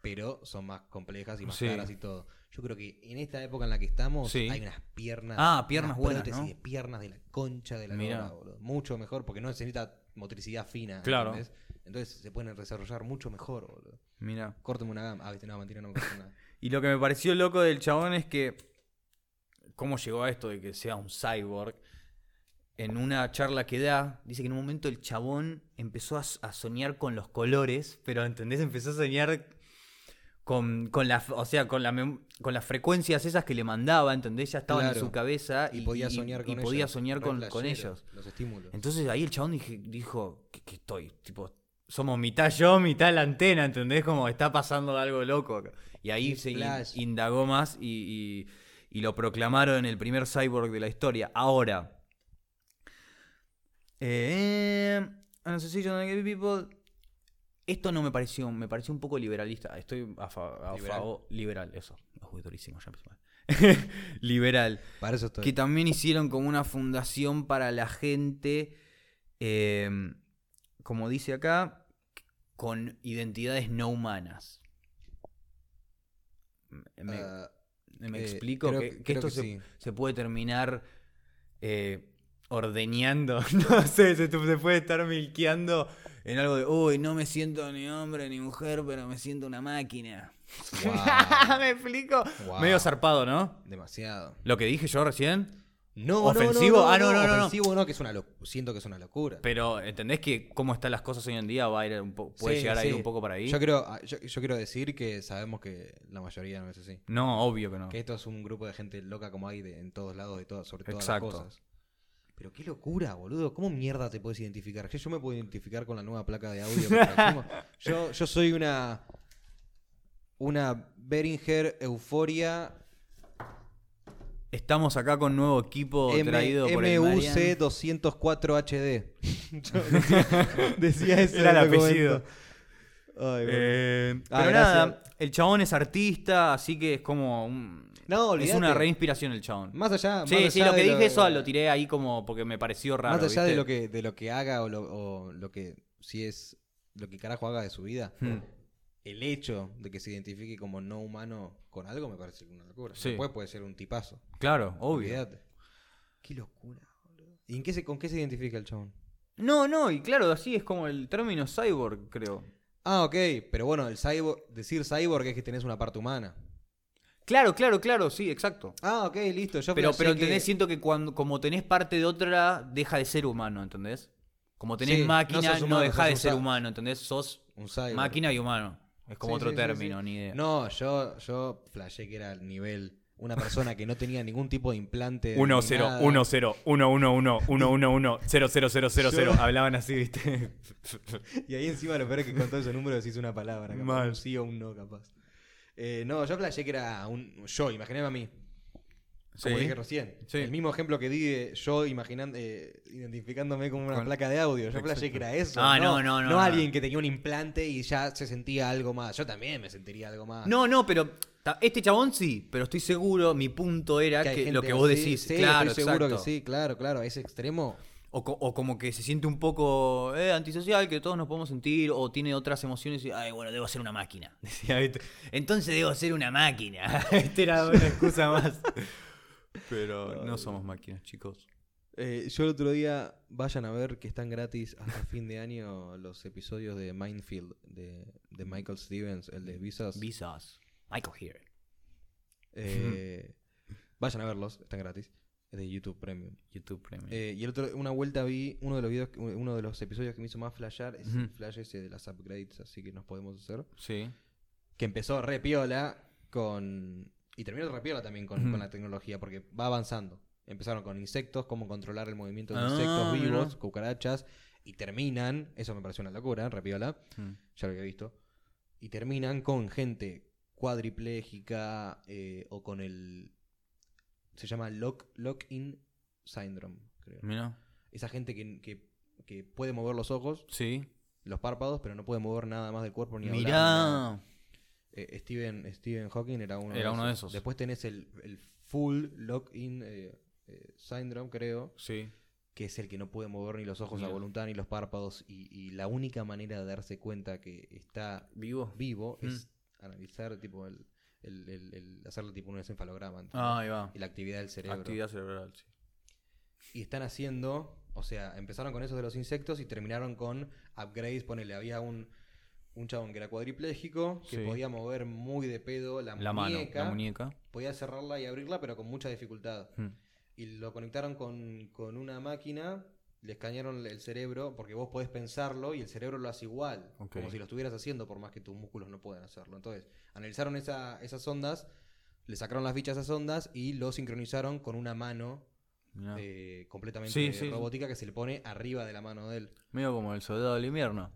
Speaker 3: pero son más complejas y más
Speaker 1: Sí.
Speaker 3: caras y todo. Yo creo que en esta época en la que estamos
Speaker 1: Sí.
Speaker 3: hay unas piernas,
Speaker 1: Ah, piernas
Speaker 3: unas
Speaker 1: buenas,
Speaker 3: prótesis
Speaker 1: ¿no?
Speaker 3: de piernas de la concha de la
Speaker 1: Mirá.
Speaker 3: lora, boludo. mucho mejor porque no se necesita motricidad fina,
Speaker 1: Claro.
Speaker 3: ¿entendés? Entonces se pueden desarrollar mucho mejor, boludo.
Speaker 1: Mira.
Speaker 3: Córteme una gama. Ah, viste, no, mentira, no me corté una.
Speaker 1: Y lo que me pareció loco del chabón es que. ¿Cómo llegó a esto de que sea un cyborg? En una charla que da, dice que en un momento el chabón empezó a, s- a soñar con los colores, pero ¿entendés? Empezó a soñar con, con la, f- o sea, con, la mem- con las frecuencias esas que le mandaba, ¿entendés? Ya estaban en
Speaker 3: Claro.
Speaker 1: su cabeza
Speaker 3: Y podía soñar con
Speaker 1: y podía
Speaker 3: ellos.
Speaker 1: soñar
Speaker 3: Re
Speaker 1: con- con
Speaker 3: flashero,
Speaker 1: ellos.
Speaker 3: Los estímulos.
Speaker 1: Entonces ahí el chabón dije- dijo, que, que estoy, tipo, somos mitad yo, mitad la antena, ¿entendés? Como está pasando algo loco. acá. Y ahí
Speaker 3: Qué
Speaker 1: se in-
Speaker 3: flash.
Speaker 1: indagó más y, y- y lo proclamaron el primer cyborg de la historia. Ahora. Eh, an association of gay people. Esto no me pareció, me pareció un poco liberalista. Estoy a, fa- a
Speaker 3: Liberal.
Speaker 1: favor. Liberal, eso. Uy, durísimo, ya empezó mal. [LAUGHS] liberal.
Speaker 3: Para eso estoy.
Speaker 1: Que también hicieron como una fundación para la gente, eh, como dice acá, con identidades no humanas. Me,
Speaker 3: Ah,
Speaker 1: me
Speaker 3: eh,
Speaker 1: explico
Speaker 3: creo
Speaker 1: que,
Speaker 3: que-
Speaker 1: que
Speaker 3: creo
Speaker 1: esto
Speaker 3: que
Speaker 1: se,
Speaker 3: sí.
Speaker 1: se puede terminar eh, ordeñando, [LAUGHS] no sé, se, tu- se puede estar milqueando en algo de, uy, no me siento ni hombre ni mujer, pero me siento una
Speaker 3: [LAUGHS]
Speaker 1: máquina. [LAUGHS]
Speaker 3: Guau.
Speaker 1: me explico.
Speaker 3: Guau.
Speaker 1: Medio zarpado, ¿no?
Speaker 3: Demasiado.
Speaker 1: Lo que dije yo recién.
Speaker 3: No,
Speaker 1: ¿Ofensivo? Ah, no, no, no, no.
Speaker 3: Ofensivo no, que es una loc- siento que es una locura.
Speaker 1: Pero entendés que cómo están las cosas hoy en día va a ir un po- puede
Speaker 3: Sí,
Speaker 1: llegar a ir
Speaker 3: sí.
Speaker 1: un poco para ahí.
Speaker 3: Yo quiero, ah, yo, yo quiero decir que sabemos que la mayoría no es así.
Speaker 1: No, obvio que no.
Speaker 3: Que esto es un grupo de gente loca como hay de- en todos lados, de todas, sobre todas
Speaker 1: Exacto.
Speaker 3: las cosas. Pero qué locura, boludo. ¿Cómo mierda te puedes identificar? Yo, yo me puedo identificar con la nueva placa de
Speaker 1: [LAUGHS]
Speaker 3: audio. que trajimos. yo, yo soy una. Una Beringer Euforia
Speaker 1: Estamos acá con nuevo equipo Oh, traído por el Marian.
Speaker 3: MUC204HD.
Speaker 1: [LAUGHS]
Speaker 3: decía eso.
Speaker 1: Era el
Speaker 3: en documento.
Speaker 1: apellido.
Speaker 3: Ay, boludo.
Speaker 1: Eh,
Speaker 3: Ah,
Speaker 1: pero
Speaker 3: gracias.
Speaker 1: nada, el chabón es artista, así que es como un-
Speaker 3: No,
Speaker 1: es
Speaker 3: olvídate.
Speaker 1: una reinspiración el chabón.
Speaker 3: Más allá. más
Speaker 1: sí, sí,
Speaker 3: allá
Speaker 1: lo que
Speaker 3: de
Speaker 1: dije eso lo tiré ahí como porque me pareció raro.
Speaker 3: más allá de
Speaker 1: ¿viste?
Speaker 3: lo que de lo que haga o lo, o lo que si es lo que carajo haga de su vida,
Speaker 1: Hmm.
Speaker 3: el hecho de que se identifique como no humano con algo me parece una locura.
Speaker 1: Sí.
Speaker 3: Después puede ser un tipazo.
Speaker 1: Claro, obvio.
Speaker 3: Olvídate. Qué locura, boludo. ¿Y en qué se, con qué se identifica el chabón?
Speaker 1: No, no, y claro, así es como el término cyborg, creo.
Speaker 3: Ah, ok, pero bueno, el cyborg, decir cyborg es que tenés una parte humana.
Speaker 1: Claro, claro, claro, sí, exacto.
Speaker 3: Ah, ok, listo. Yo
Speaker 1: Pero,
Speaker 3: pensé
Speaker 1: pero
Speaker 3: que-
Speaker 1: entendés, siento que cuando, como tenés parte de otra, deja de ser humano, ¿entendés? Como tenés
Speaker 3: Sí, no
Speaker 1: máquina, no,
Speaker 3: sos humano,
Speaker 1: deja
Speaker 3: sos
Speaker 1: de
Speaker 3: un
Speaker 1: ser
Speaker 3: cyborg.
Speaker 1: humano, ¿entendés? Sos
Speaker 3: Un cyborg.
Speaker 1: máquina y humano. Es como
Speaker 3: Sí,
Speaker 1: otro
Speaker 3: sí, sí,
Speaker 1: término,
Speaker 3: sí.
Speaker 1: ni idea.
Speaker 3: No, yo, yo flashé que era el nivel. Una persona que no tenía ningún tipo de implante. ni
Speaker 4: 1 0
Speaker 3: nada.
Speaker 4: 1 0 1 1 1 1 1 1 0 0 0 0 0 hablaban así, ¿viste?
Speaker 3: Y ahí encima lo peor es que con todo ese número decís una palabra. Capaz,
Speaker 4: Mal.
Speaker 3: Un sí o un no, capaz. Eh, no, yo flashé que era un yo, imaginaba a mí. Como
Speaker 1: Sí.
Speaker 3: dije recién.
Speaker 1: Sí.
Speaker 3: El mismo ejemplo que di de yo imaginando, eh, identificándome como una
Speaker 1: Con-
Speaker 3: placa de audio. Yo flashé que era eso.
Speaker 1: Ah, no,
Speaker 3: no,
Speaker 1: no, no,
Speaker 3: No
Speaker 1: no.
Speaker 3: alguien que tenía un implante y ya se sentía algo más. Yo también me sentiría algo más.
Speaker 1: No, no, pero ta- este chabón sí, pero estoy seguro, mi punto era
Speaker 3: hay
Speaker 1: que, lo
Speaker 3: gente
Speaker 1: que vos
Speaker 3: así.
Speaker 1: decís.
Speaker 3: Sí,
Speaker 1: claro,
Speaker 3: estoy seguro
Speaker 1: exacto.
Speaker 3: que sí, claro, claro. Ese extremo.
Speaker 1: O, co- o como que se siente un poco eh, antisocial, que todos nos podemos sentir, o tiene otras emociones y, ay, bueno, debo ser una máquina. [LAUGHS] Decía, ¿viste? Entonces debo ser una máquina. [LAUGHS] Esta era una excusa más. [LAUGHS] Pero no somos máquinas, chicos.
Speaker 3: Eh, yo el otro día, vayan a ver que están gratis hasta [LAUGHS] fin de año los episodios de Mindfield de, de Michael Stevens, el de Visas.
Speaker 1: Visas. Michael here.
Speaker 3: Eh, vayan a verlos, están gratis. Es de YouTube Premium.
Speaker 1: YouTube Premium.
Speaker 3: Eh, y el otro, una vuelta vi uno de los videos, que- uno de los episodios que me hizo más flashear es el
Speaker 1: Ujú.
Speaker 3: flash ese de las upgrades, así que nos podemos hacer.
Speaker 1: sí.
Speaker 3: Que empezó re piola con. Y terminó re piola también con,
Speaker 1: Ujú.
Speaker 3: con la tecnología, porque va avanzando. Empezaron con insectos, cómo controlar el movimiento de
Speaker 1: Ah,
Speaker 3: insectos
Speaker 1: mirá.
Speaker 3: vivos, cucarachas, y terminan, eso me pareció una locura, re piola,
Speaker 1: Mm.
Speaker 3: ya lo había visto, y terminan con gente cuadripléjica eh, o con el. Se llama lock- lock-in syndrome, creo
Speaker 1: Mira.
Speaker 3: esa gente que, que- que puede mover los ojos,
Speaker 1: Sí.
Speaker 3: los párpados, pero no puede mover nada más del cuerpo ni hablar, ni nada.
Speaker 1: Mirá.
Speaker 3: Eh, Stephen, Stephen Hawking era uno,
Speaker 1: Era
Speaker 3: de,
Speaker 1: uno
Speaker 3: esos.
Speaker 1: de esos.
Speaker 3: Después tenés el, el full lock-in eh, eh, syndrome, creo,
Speaker 1: Sí.
Speaker 3: que es el que no puede mover ni los ojos a
Speaker 1: Mira.
Speaker 3: voluntad ni los párpados. Y, y la única manera de darse cuenta que está
Speaker 1: Vivo.
Speaker 3: vivo
Speaker 1: Mm.
Speaker 3: es analizar, tipo, el, el- el- el- hacerle tipo un encefalograma. ¿entendés?
Speaker 1: Ah, ahí va.
Speaker 3: Y la actividad del cerebro.
Speaker 1: Actividad cerebral, sí.
Speaker 3: y están haciendo, o sea, empezaron con esos de los insectos y terminaron con upgrades, ponele, había un, un chabón que era cuadripléjico, que
Speaker 1: Sí.
Speaker 3: podía mover muy de pedo la,
Speaker 1: La mano,
Speaker 3: muñeca,
Speaker 1: la muñeca.
Speaker 3: podía cerrarla y abrirla, pero con mucha dificultad.
Speaker 1: Mm.
Speaker 3: Y lo conectaron con, con una máquina, le escanearon el cerebro, porque vos podés pensarlo y el cerebro lo hace igual,
Speaker 1: Ok.
Speaker 3: como si lo estuvieras haciendo, por más que tus músculos no puedan hacerlo. Entonces, analizaron esa- esas ondas, le sacaron las fichas a esas ondas y lo sincronizaron con una mano
Speaker 1: Mirá.
Speaker 3: eh, completamente
Speaker 1: Sí, sí.
Speaker 3: robótica que se le pone arriba de la mano de él.
Speaker 1: Medio como el soldado del invierno.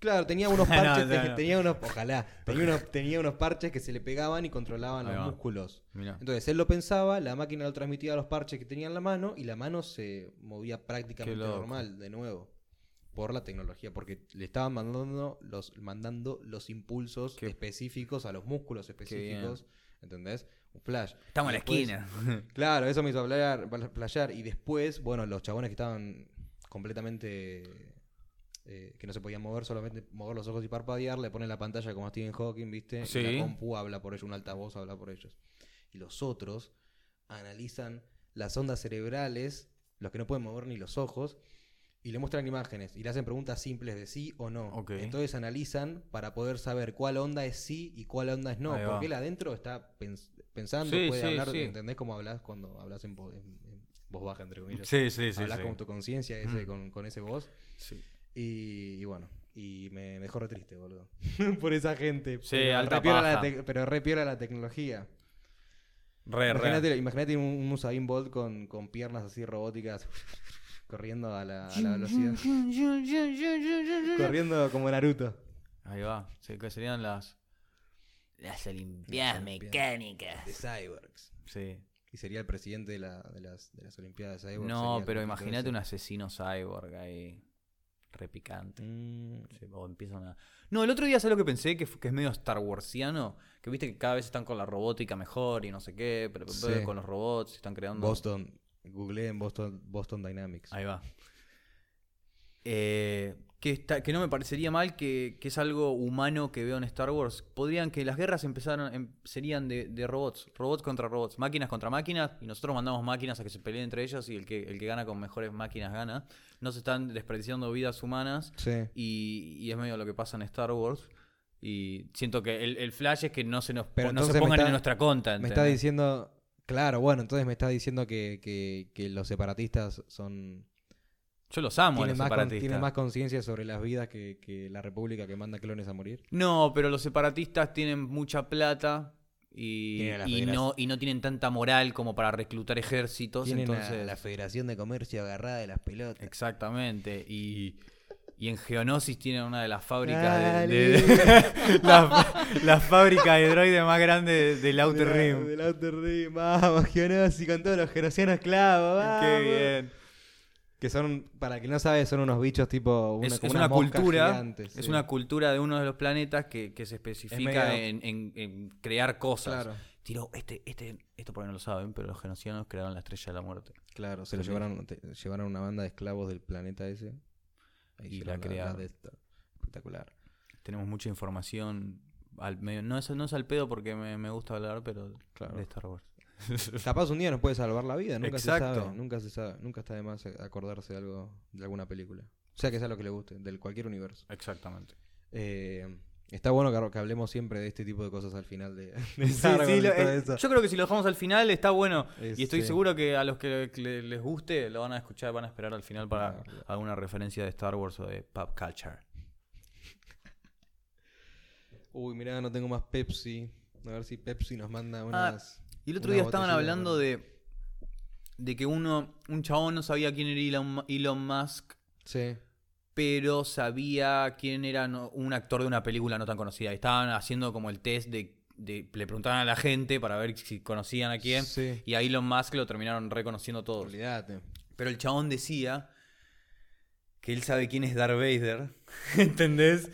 Speaker 3: Claro, tenía [LAUGHS] unos parches,
Speaker 1: No, no,
Speaker 3: que-
Speaker 1: no.
Speaker 3: tenía unos, ojalá, tenía [LAUGHS] unos, tenía unos parches que se le pegaban y controlaban
Speaker 1: Ahí
Speaker 3: los
Speaker 1: va.
Speaker 3: músculos.
Speaker 1: Mirá.
Speaker 3: Entonces él lo pensaba, la máquina lo transmitía a los parches que tenía en la mano y la mano se movía prácticamente
Speaker 1: Qué loco.
Speaker 3: normal de nuevo por la tecnología, porque le estaban mandando los, mandando los impulsos
Speaker 1: Qué-
Speaker 3: específicos a los músculos específicos, ¿entendés? Un flash.
Speaker 1: Estamos en la
Speaker 3: Después-
Speaker 1: esquina.
Speaker 3: Claro, eso me hizo hablar, playar. Y después, bueno, los chabones que estaban completamente. eh, que no se podían mover, solamente mover los ojos y parpadear, le ponen la pantalla como a Stephen Hawking, ¿viste? Y
Speaker 1: Sí.
Speaker 3: la compu habla por ellos, un altavoz habla por ellos. Y los otros analizan las ondas cerebrales, los que no pueden mover ni los ojos, y le muestran imágenes y le hacen preguntas simples de sí o no.
Speaker 1: Ok.
Speaker 3: Entonces analizan para poder saber cuál onda es sí y cuál onda es no.
Speaker 1: Ahí va.
Speaker 3: Porque él adentro está pens- pensando,
Speaker 1: Sí,
Speaker 3: puede
Speaker 1: sí,
Speaker 3: hablar,
Speaker 1: sí.
Speaker 3: ¿entendés cómo hablas cuando hablas en, vo- en- en voz baja, entre comillas?
Speaker 1: Sí, sí, sí.
Speaker 3: hablas
Speaker 1: sí.
Speaker 3: con tu conciencia ese,
Speaker 1: Mm.
Speaker 3: con, con ese voz.
Speaker 1: Sí.
Speaker 3: Y, y bueno, y me, me dejó re triste, boludo. [LAUGHS] Por esa gente.
Speaker 1: Sí,
Speaker 3: pero,
Speaker 1: alta
Speaker 3: re piola
Speaker 1: paja.
Speaker 3: la te- pero re piola la tecnología.
Speaker 1: Re, re.
Speaker 3: Imagínate, imagínate un, un Usain Bolt con, con piernas así robóticas [LAUGHS] corriendo a la, a la velocidad.
Speaker 1: [LAUGHS]
Speaker 3: corriendo como Naruto.
Speaker 1: Ahí va. Se- que serían las.
Speaker 5: Las Olimpiadas Mecánicas.
Speaker 3: De Cyborgs.
Speaker 1: Sí.
Speaker 3: Y sería el presidente de, la- de las, de las Olimpiadas de Cyborgs.
Speaker 1: No, pero imagínate un asesino cyborg ahí. Repicante.
Speaker 3: Mm.
Speaker 1: Sí, o empiezan a- No, el otro día, ¿sabes lo que pensé? Que, fu- que es medio Star Warsiano. Que viste que cada vez están con la robótica mejor y no sé qué, pero pero-
Speaker 3: Sí.
Speaker 1: con los robots están creando.
Speaker 3: Boston. Googleé en Boston, Boston Dynamics.
Speaker 1: Ahí va. Eh, que, está, que no me parecería mal que, que es algo humano que veo en Star Wars. Podrían que las guerras empezaron, em- serían de, de robots, robots contra robots, máquinas contra máquinas, y nosotros mandamos máquinas a que se peleen entre ellas y el que, el que gana con mejores máquinas gana. No se están desperdiciando vidas humanas
Speaker 3: Sí.
Speaker 1: y, y es medio lo que pasa en Star Wars. Y siento que el, el flash es que no se nos
Speaker 3: Pero
Speaker 1: no se
Speaker 3: entonces me
Speaker 1: pongan
Speaker 3: está-
Speaker 1: en nuestra conta.
Speaker 3: Me está
Speaker 1: ¿entendés?
Speaker 3: diciendo. Claro, bueno, entonces me está diciendo que, que- que los separatistas son.
Speaker 1: Yo los amo, a
Speaker 3: Tienen
Speaker 1: los
Speaker 3: más, con-
Speaker 1: separatistas.
Speaker 3: tienen más conciencia sobre las vidas que, que la república que manda clones a morir.
Speaker 1: No, pero los separatistas tienen mucha plata y,
Speaker 3: Tienen a la
Speaker 1: y
Speaker 3: federación.
Speaker 1: no, y no tienen tanta moral como para reclutar ejércitos.
Speaker 3: Tienen a
Speaker 1: entonces,
Speaker 3: la Federación de Comercio agarrada de las pelotas.
Speaker 1: Exactamente. Y, y en Geonosis tienen una de las fábricas de,
Speaker 3: Dale.
Speaker 1: de- [LAUGHS] la, fa- la fábrica de droides más grande de- del Outer
Speaker 3: De la-
Speaker 1: Rim.
Speaker 3: Del Outer Rim, vamos, Geonosis, con todos los geonosianos esclavos, vamos.
Speaker 1: Qué bien.
Speaker 3: Que son, para quien no sabe, son unos bichos tipo. Una,
Speaker 1: Es es
Speaker 3: como
Speaker 1: una,
Speaker 3: mosca
Speaker 1: cultura.
Speaker 3: gigante,
Speaker 1: Es
Speaker 3: sí.
Speaker 1: una cultura de uno de los planetas que, que se especifica
Speaker 3: medio-
Speaker 1: en, en- en crear cosas.
Speaker 3: Claro,
Speaker 1: Tiró, este, este, esto por ahí no lo saben, pero los genocianos crearon la estrella de la muerte.
Speaker 3: claro. Se lo
Speaker 1: Sí.
Speaker 3: llevaron, te- llevaron una banda de esclavos del planeta ese.
Speaker 1: Y
Speaker 3: Ahí hicieron
Speaker 1: la crearon.
Speaker 3: Death Star. Espectacular.
Speaker 1: tenemos mucha información al medio. No es, no es al pedo porque me, me gusta hablar, pero
Speaker 3: Claro.
Speaker 1: de Star Wars.
Speaker 3: Capaz un día nos puede salvar la vida, nunca se
Speaker 1: Exacto.
Speaker 3: sabe, nunca se sabe, nunca está de más acordarse de algo, de alguna película. O sea que sea lo que le guste, del cualquier universo.
Speaker 1: Exactamente.
Speaker 3: Eh, Está bueno que, que hablemos siempre de este tipo de cosas al final de, [LAUGHS] de
Speaker 4: Sí,
Speaker 3: Star Wars
Speaker 4: sí,
Speaker 3: y
Speaker 4: lo-
Speaker 3: todo
Speaker 4: eh,
Speaker 3: eso. Este,
Speaker 1: Yo creo que si lo dejamos al final está bueno.
Speaker 3: Es,
Speaker 1: y estoy
Speaker 3: sí.
Speaker 1: seguro que a los que le- les guste lo van a escuchar, van a esperar al final para
Speaker 3: Claro, claro.
Speaker 1: alguna referencia de Star Wars o de pop culture.
Speaker 3: Uy, mirá, no tengo más Pepsi. A ver si Pepsi nos manda unas.
Speaker 1: Y el otro
Speaker 3: Una
Speaker 1: día estaban
Speaker 3: botellita,
Speaker 1: hablando
Speaker 3: ¿no?
Speaker 1: de, de que uno, un chabón no sabía quién era Elon, Elon Musk,
Speaker 3: Sí.
Speaker 1: pero sabía quién era no- un actor de una película no tan conocida. Y Estaban haciendo como el test de, de- le preguntaban a la gente para ver si conocían a quién.
Speaker 3: Sí.
Speaker 1: Y a Elon Musk lo terminaron reconociendo todos.
Speaker 3: Olvídate.
Speaker 1: Pero el chabón decía que él sabe quién es Darth Vader, [LAUGHS] ¿entendés?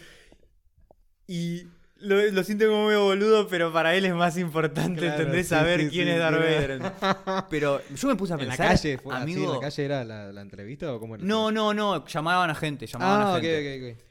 Speaker 1: Y lo, lo siento como medio boludo, pero para él es más importante,
Speaker 3: Claro,
Speaker 1: ¿entendés?
Speaker 3: sí,
Speaker 1: Saber
Speaker 3: sí,
Speaker 1: quién
Speaker 3: sí,
Speaker 1: es Darth
Speaker 3: sí. [LAUGHS]
Speaker 1: Vader. Pero yo me puse a
Speaker 3: ¿En la
Speaker 1: pensar,
Speaker 3: calle? Fue, así,
Speaker 1: amigo,
Speaker 3: ¿En la calle era la, la entrevista o cómo era?
Speaker 1: no, no, no, llamaban a gente, llamaban
Speaker 3: Ah,
Speaker 1: a
Speaker 3: ok,
Speaker 1: gente.
Speaker 3: ok, ok.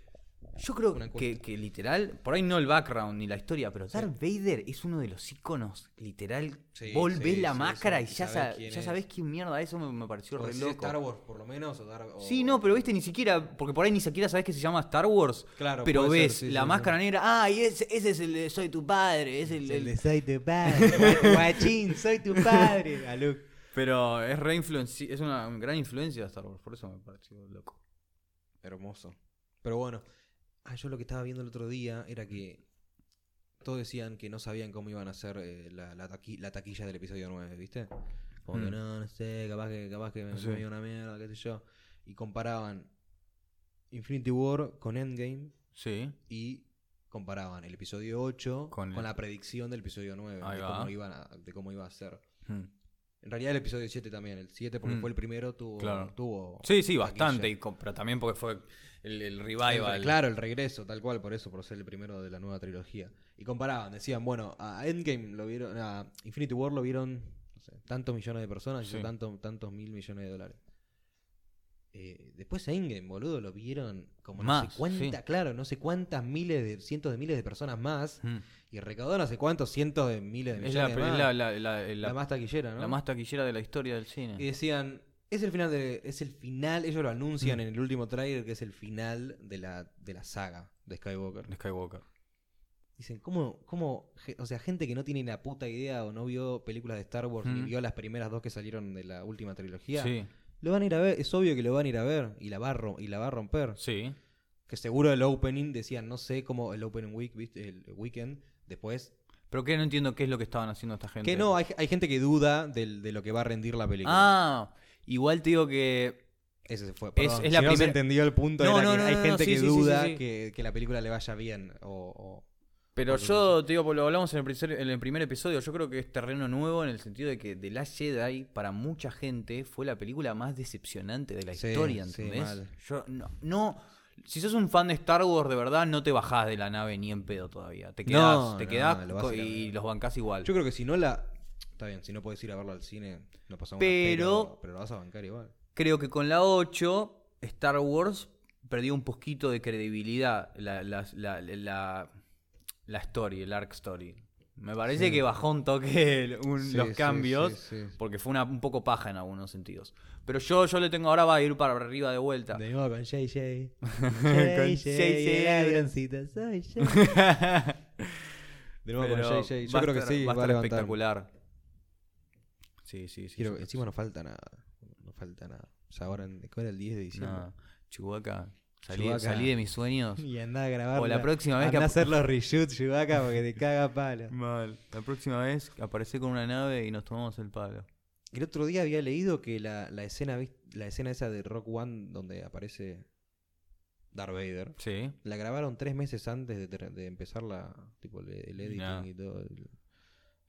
Speaker 1: Yo creo
Speaker 3: Una
Speaker 1: que,
Speaker 3: encuesta.
Speaker 1: que literal, por ahí no el background ni la historia, pero Darth Vader es uno de los iconos, literal.
Speaker 3: Sí,
Speaker 1: Vos
Speaker 3: sí,
Speaker 1: ves la
Speaker 3: sí,
Speaker 1: máscara
Speaker 3: sí,
Speaker 1: y ya,
Speaker 3: sabés
Speaker 1: sa-
Speaker 3: quién
Speaker 1: ya
Speaker 3: es.
Speaker 1: sabés quién mierda es, eso me, me pareció
Speaker 3: ¿O
Speaker 1: re
Speaker 3: decir
Speaker 1: loco.
Speaker 3: Star Wars, por lo menos. O Dar- o-
Speaker 1: Sí, no, pero viste, ni siquiera, porque por ahí ni siquiera sabes que se llama Star Wars.
Speaker 3: Claro,
Speaker 1: pero
Speaker 3: puede ser,
Speaker 1: ves
Speaker 3: sí,
Speaker 1: la
Speaker 3: sí,
Speaker 1: máscara
Speaker 3: sí.
Speaker 1: negra. Ah, y ese, ese es el de Soy tu padre. Es el, el-
Speaker 5: soy tu
Speaker 1: [LAUGHS]
Speaker 5: padre. Guachín, soy tu padre.
Speaker 3: ah,
Speaker 5: A Luke.
Speaker 1: Pero es re influenci- es una gran influencia de Star Wars, por eso me pareció loco.
Speaker 3: Hermoso. Pero bueno. Ah, yo lo que estaba viendo el otro día era que todos decían que no sabían cómo iban a hacer eh, la, la taqui- la taquilla del episodio 9, ¿viste? Como que
Speaker 1: Mm.
Speaker 3: no, no sé, capaz que, capaz que me,
Speaker 1: Sí.
Speaker 3: me dio una mierda, qué sé yo. Y comparaban Infinity War con Endgame
Speaker 1: Sí.
Speaker 3: y comparaban el episodio 8
Speaker 1: Con
Speaker 3: con,
Speaker 1: el-
Speaker 3: la predicción del episodio 9,
Speaker 1: Ahí
Speaker 3: de
Speaker 1: va.
Speaker 3: cómo, iban a- de cómo iba a ser.
Speaker 1: Hmm.
Speaker 3: En realidad el episodio 7 también, el 7 porque
Speaker 1: Mm.
Speaker 3: fue el primero, tuvo...
Speaker 1: Claro.
Speaker 3: tuvo
Speaker 1: Sí, sí,
Speaker 3: taquilla.
Speaker 1: bastante. y con- pero también porque fue el, el revival.
Speaker 3: El- Claro, el regreso, tal cual, por eso, por ser el primero de la nueva trilogía. Y comparaban, decían, bueno, a Endgame lo vieron, a Infinity War lo vieron no sé, tantos millones de personas, hizo
Speaker 1: Sí.
Speaker 3: tanto- tantos mil millones de dólares. Eh, después a Endgame, boludo, lo vieron como no
Speaker 1: Más,
Speaker 3: sé cuántas,
Speaker 1: sí.
Speaker 3: claro, no sé cuántas miles de, cientos de miles de personas más.
Speaker 1: Mm.
Speaker 3: Y recaudó no sé cuántos cientos de miles de
Speaker 1: Es
Speaker 3: millones
Speaker 1: la,
Speaker 3: de
Speaker 1: pe-
Speaker 3: más.
Speaker 1: la- la- la- la-
Speaker 3: La más taquillera, ¿no?
Speaker 1: la más taquillera de la historia del cine.
Speaker 3: Y decían, es el final de, es el final, ellos lo anuncian
Speaker 1: Mm.
Speaker 3: en el último tráiler que es el final de la, de la saga de Skywalker.
Speaker 1: De Skywalker.
Speaker 3: Dicen, ¿cómo, cómo, ge- o sea, gente que no tiene la puta idea o no vio películas de Star Wars ni
Speaker 1: Mm.
Speaker 3: vio las primeras dos que salieron de la última trilogía?
Speaker 1: Sí,
Speaker 3: Lo van a ir a ver, es obvio que lo van a ir a ver y la va a, ro- y la va a romper.
Speaker 1: sí.
Speaker 3: Que seguro el opening decían, no sé cómo el opening week, ¿viste? el weekend, después.
Speaker 1: Pero que no entiendo qué es lo que estaban haciendo esta gente.
Speaker 3: Que no, hay, hay gente que duda del- de lo que va a rendir la película.
Speaker 1: Ah, igual te digo que
Speaker 3: Ese fue.
Speaker 1: Es-
Speaker 3: perdón,
Speaker 1: es la
Speaker 3: si no se
Speaker 1: primera-
Speaker 3: entendió el punto.
Speaker 1: No,
Speaker 3: era
Speaker 1: no,
Speaker 3: que
Speaker 1: no,
Speaker 3: hay
Speaker 1: no, no,
Speaker 3: gente
Speaker 1: sí,
Speaker 3: que
Speaker 1: sí, sí,
Speaker 3: duda
Speaker 1: sí.
Speaker 3: Que, que la película le vaya bien. O,
Speaker 1: Pero
Speaker 3: Porque
Speaker 1: yo, te digo, pues, lo hablamos en el, primer, en el primer episodio, yo creo que es terreno nuevo en el sentido de que The Last Jedi, para mucha gente, fue la película más decepcionante de la
Speaker 3: Sí,
Speaker 1: historia,
Speaker 3: sí,
Speaker 1: ¿entendés?
Speaker 3: mal.
Speaker 1: yo, no, no- si sos un fan de Star Wars de verdad, no te bajás de la nave ni en pedo todavía. Te quedás,
Speaker 3: No,
Speaker 1: te
Speaker 3: no,
Speaker 1: quedás
Speaker 3: lo vas a
Speaker 1: co-
Speaker 3: ir a
Speaker 1: y
Speaker 3: ver.
Speaker 1: los bancás igual.
Speaker 3: o- Yo creo que si no la. Está bien, si no puedes ir a verlo al cine, no pasa nada.
Speaker 1: Pero-
Speaker 3: Pero lo vas a bancar igual.
Speaker 1: Creo que con la 8, Star Wars perdió un poquito de credibilidad la, la, la, la- la story, el arc story. Me parece
Speaker 3: Sí.
Speaker 1: que bajó un toque el- un-
Speaker 3: Sí,
Speaker 1: los
Speaker 3: sí,
Speaker 1: cambios,
Speaker 3: sí, sí.
Speaker 1: porque fue una, un poco paja en algunos sentidos. Pero yo, yo le tengo ahora va a ir para arriba de vuelta. [LAUGHS]
Speaker 3: De nuevo con JJ.
Speaker 1: Con JJ.
Speaker 3: Abroncito, soy yo. De nuevo
Speaker 1: Pero
Speaker 3: con JJ. Yo
Speaker 1: va a
Speaker 3: creo que
Speaker 1: estar-
Speaker 3: sí,
Speaker 1: va a
Speaker 3: va a
Speaker 1: estar
Speaker 3: levantar.
Speaker 1: espectacular. Sí, sí, sí.
Speaker 3: Quiero-
Speaker 1: yo
Speaker 3: encima
Speaker 1: creo
Speaker 3: no falta nada. No falta nada. O sea, ahora, en, ¿cuál era el 10 de
Speaker 1: que sí.
Speaker 3: diciembre?
Speaker 1: Nada. Chewbacca, salí,
Speaker 3: Chewbacca.
Speaker 1: salí de mis
Speaker 3: [LAUGHS]
Speaker 1: sueños.
Speaker 3: Y anda a grabar.
Speaker 1: O la próxima vez que
Speaker 3: a
Speaker 1: ap-
Speaker 3: hacer los reshoots, Chewbacca, porque te caga palo.
Speaker 1: Mal. La próxima vez aparece con una nave y nos tomamos el palo.
Speaker 3: El otro día había leído que la, la escena ¿vis- la escena esa de Rock One donde aparece Darth Vader
Speaker 1: Sí.
Speaker 3: la grabaron tres meses antes de, ter- de empezar la tipo el, el editing
Speaker 1: Nah.
Speaker 3: y todo el-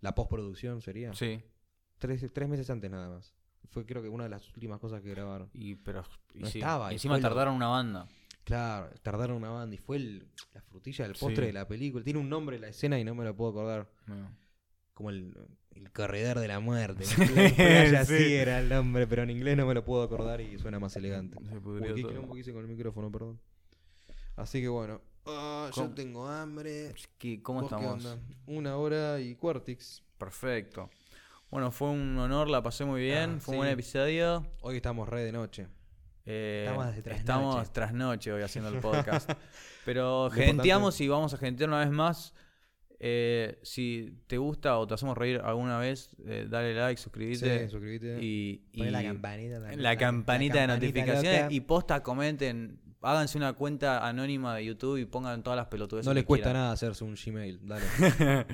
Speaker 3: la postproducción sería
Speaker 1: Sí.
Speaker 3: tres, tres meses antes nada más fue creo que una de las últimas cosas que grabaron
Speaker 1: Y, pero, y
Speaker 3: No
Speaker 1: sí.
Speaker 3: estaba, y
Speaker 1: Encima
Speaker 3: fue lo-
Speaker 1: tardaron una banda.
Speaker 3: claro tardaron una banda y fue el- la frutilla del
Speaker 1: Sí.
Speaker 3: postre de la película tiene un nombre la escena y no me lo puedo acordar como el, el corredor de la muerte en inglés así era el nombre pero en inglés no me lo puedo acordar y suena más elegante
Speaker 1: Se
Speaker 3: Uy,
Speaker 1: pudrió
Speaker 3: qué
Speaker 1: todo.
Speaker 3: quilombo que hice con el micrófono, perdón. Así que bueno. Ah, yo
Speaker 1: ¿Cómo?
Speaker 3: tengo hambre.
Speaker 1: ¿Qué- ¿Cómo
Speaker 3: ¿Vos qué
Speaker 1: estamos?
Speaker 3: onda? Una hora y cuartix.
Speaker 1: Perfecto. Bueno, fue un honor, la pasé muy bien.
Speaker 3: Ah,
Speaker 1: fue un
Speaker 3: sí.
Speaker 1: buen episodio.
Speaker 3: Hoy estamos re de noche.
Speaker 1: Eh,
Speaker 3: Estamos de trasnoche.
Speaker 1: estamos trasnoche hoy
Speaker 3: [LAUGHS]
Speaker 1: haciendo el podcast. Pero
Speaker 3: importante-
Speaker 1: genteamos y vamos a gentear una vez más. Eh, si te gusta o te hacemos reír alguna vez, eh, dale like, suscribite.
Speaker 3: Sí, suscribite.
Speaker 1: Y, y
Speaker 3: Poné la campanita también.
Speaker 1: la campanita de
Speaker 3: campanita
Speaker 1: notificaciones.
Speaker 3: loca.
Speaker 1: Y posta, comenten. Háganse una cuenta anónima de YouTube y pongan todas las pelotudes.
Speaker 3: No les cuesta nada hacerse un Gmail,
Speaker 1: [LAUGHS]
Speaker 3: dale.
Speaker 1: nada.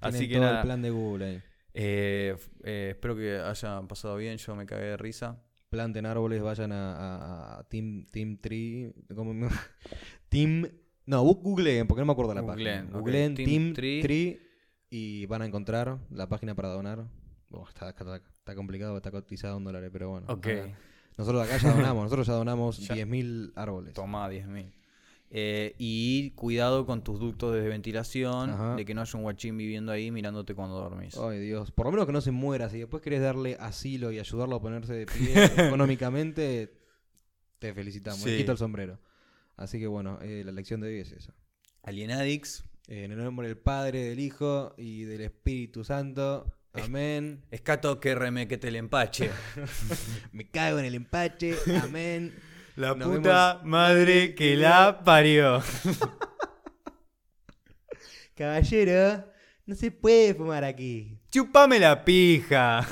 Speaker 1: Así
Speaker 3: Tienen
Speaker 1: que
Speaker 3: todo
Speaker 1: nada.
Speaker 3: el plan de Google ahí.
Speaker 1: Eh, f- eh, espero que hayan pasado bien. Yo me cagué de risa.
Speaker 3: Planten árboles, vayan a, a- a Team, team Tree. ¿cómo me- [LAUGHS] team. No, bu- googleen, porque no me acuerdo la
Speaker 1: Googleen,
Speaker 3: página.
Speaker 1: ok.
Speaker 3: Googleen
Speaker 1: Team
Speaker 3: Team,
Speaker 1: Tree.
Speaker 3: Tree. y van a encontrar la página para donar. Oh, está, está- está complicado, está cotizado en dólares, pero bueno.
Speaker 1: Ok.
Speaker 3: ahora- Nosotros acá ya
Speaker 1: [LAUGHS]
Speaker 3: donamos, nosotros ya donamos 10.000 árboles.
Speaker 1: Tomá 10.000. Eh, y cuidado con tus ductos de ventilación,
Speaker 3: Ajá.
Speaker 1: de que no haya un guachín viviendo ahí mirándote cuando dormís.
Speaker 3: Ay Dios, por lo menos que no se muera. Si después querés darle asilo y ayudarlo a ponerse de pie
Speaker 1: [LAUGHS]
Speaker 3: económicamente, te felicitamos.
Speaker 1: Sí.
Speaker 3: Le quito el sombrero. Así que bueno, eh, la lección de hoy es esa.
Speaker 1: Alienadix,
Speaker 3: Eh, En el nombre del Padre, del Hijo y del Espíritu Santo. Amén.
Speaker 1: escato que reme que te le empache.
Speaker 3: [LAUGHS] Me cago en el empache. [LAUGHS] Amén.
Speaker 4: [LAUGHS] La
Speaker 3: Nos
Speaker 4: puta madre que la parió.
Speaker 3: Caballero, no se puede fumar aquí.
Speaker 4: Chupame la pija.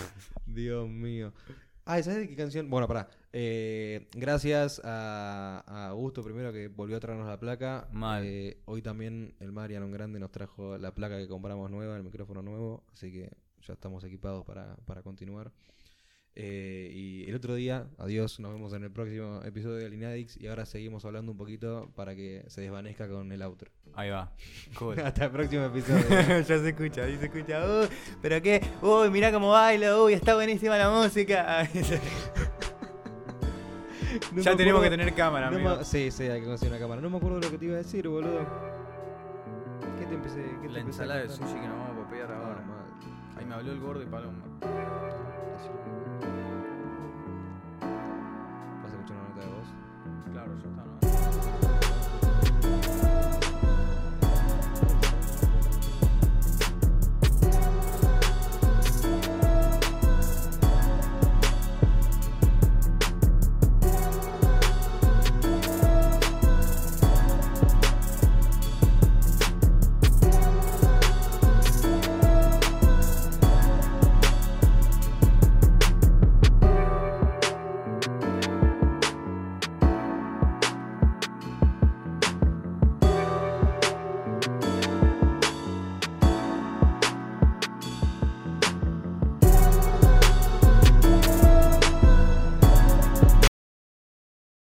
Speaker 3: Dios mío. Ay, ¿sabes de qué canción? Bueno, pará. Eh, gracias a, a Augusto primero que volvió a traernos la placa.
Speaker 1: Mal.
Speaker 3: Eh, hoy también el Mariano Grande nos trajo la placa que compramos nueva, el micrófono nuevo, así que ya estamos equipados para, para continuar. Eh, y el otro día, adiós, nos vemos en el próximo episodio de Alinadix y ahora seguimos hablando un poquito para que se desvanezca con el outro.
Speaker 1: Ahí va. Cool.
Speaker 3: [LAUGHS] Hasta el próximo episodio.
Speaker 4: [LAUGHS] ya se escucha, ahí se escucha. Uy, pero qué, uy, mirá cómo baila, uy, está buenísima la música. [LAUGHS]
Speaker 3: No
Speaker 4: [LAUGHS] ya
Speaker 3: me
Speaker 4: tenemos
Speaker 3: acuerdo-
Speaker 4: que tener cámara,
Speaker 3: No me-
Speaker 4: amigo.
Speaker 3: Sí, sí, hay que conseguir una cámara. No me acuerdo lo que te iba a decir, boludo. ¿Qué te empecé? ¿Qué te
Speaker 1: La
Speaker 3: empecé a
Speaker 1: ensalada de
Speaker 3: contar?
Speaker 1: sushi que nos vamos a copiar
Speaker 3: Ah,
Speaker 1: ahora.
Speaker 3: mal.
Speaker 1: Ahí me habló el gordo y paloma.
Speaker 3: ¿Vas a escuchar una nota de voz?
Speaker 1: Claro, yo estaba.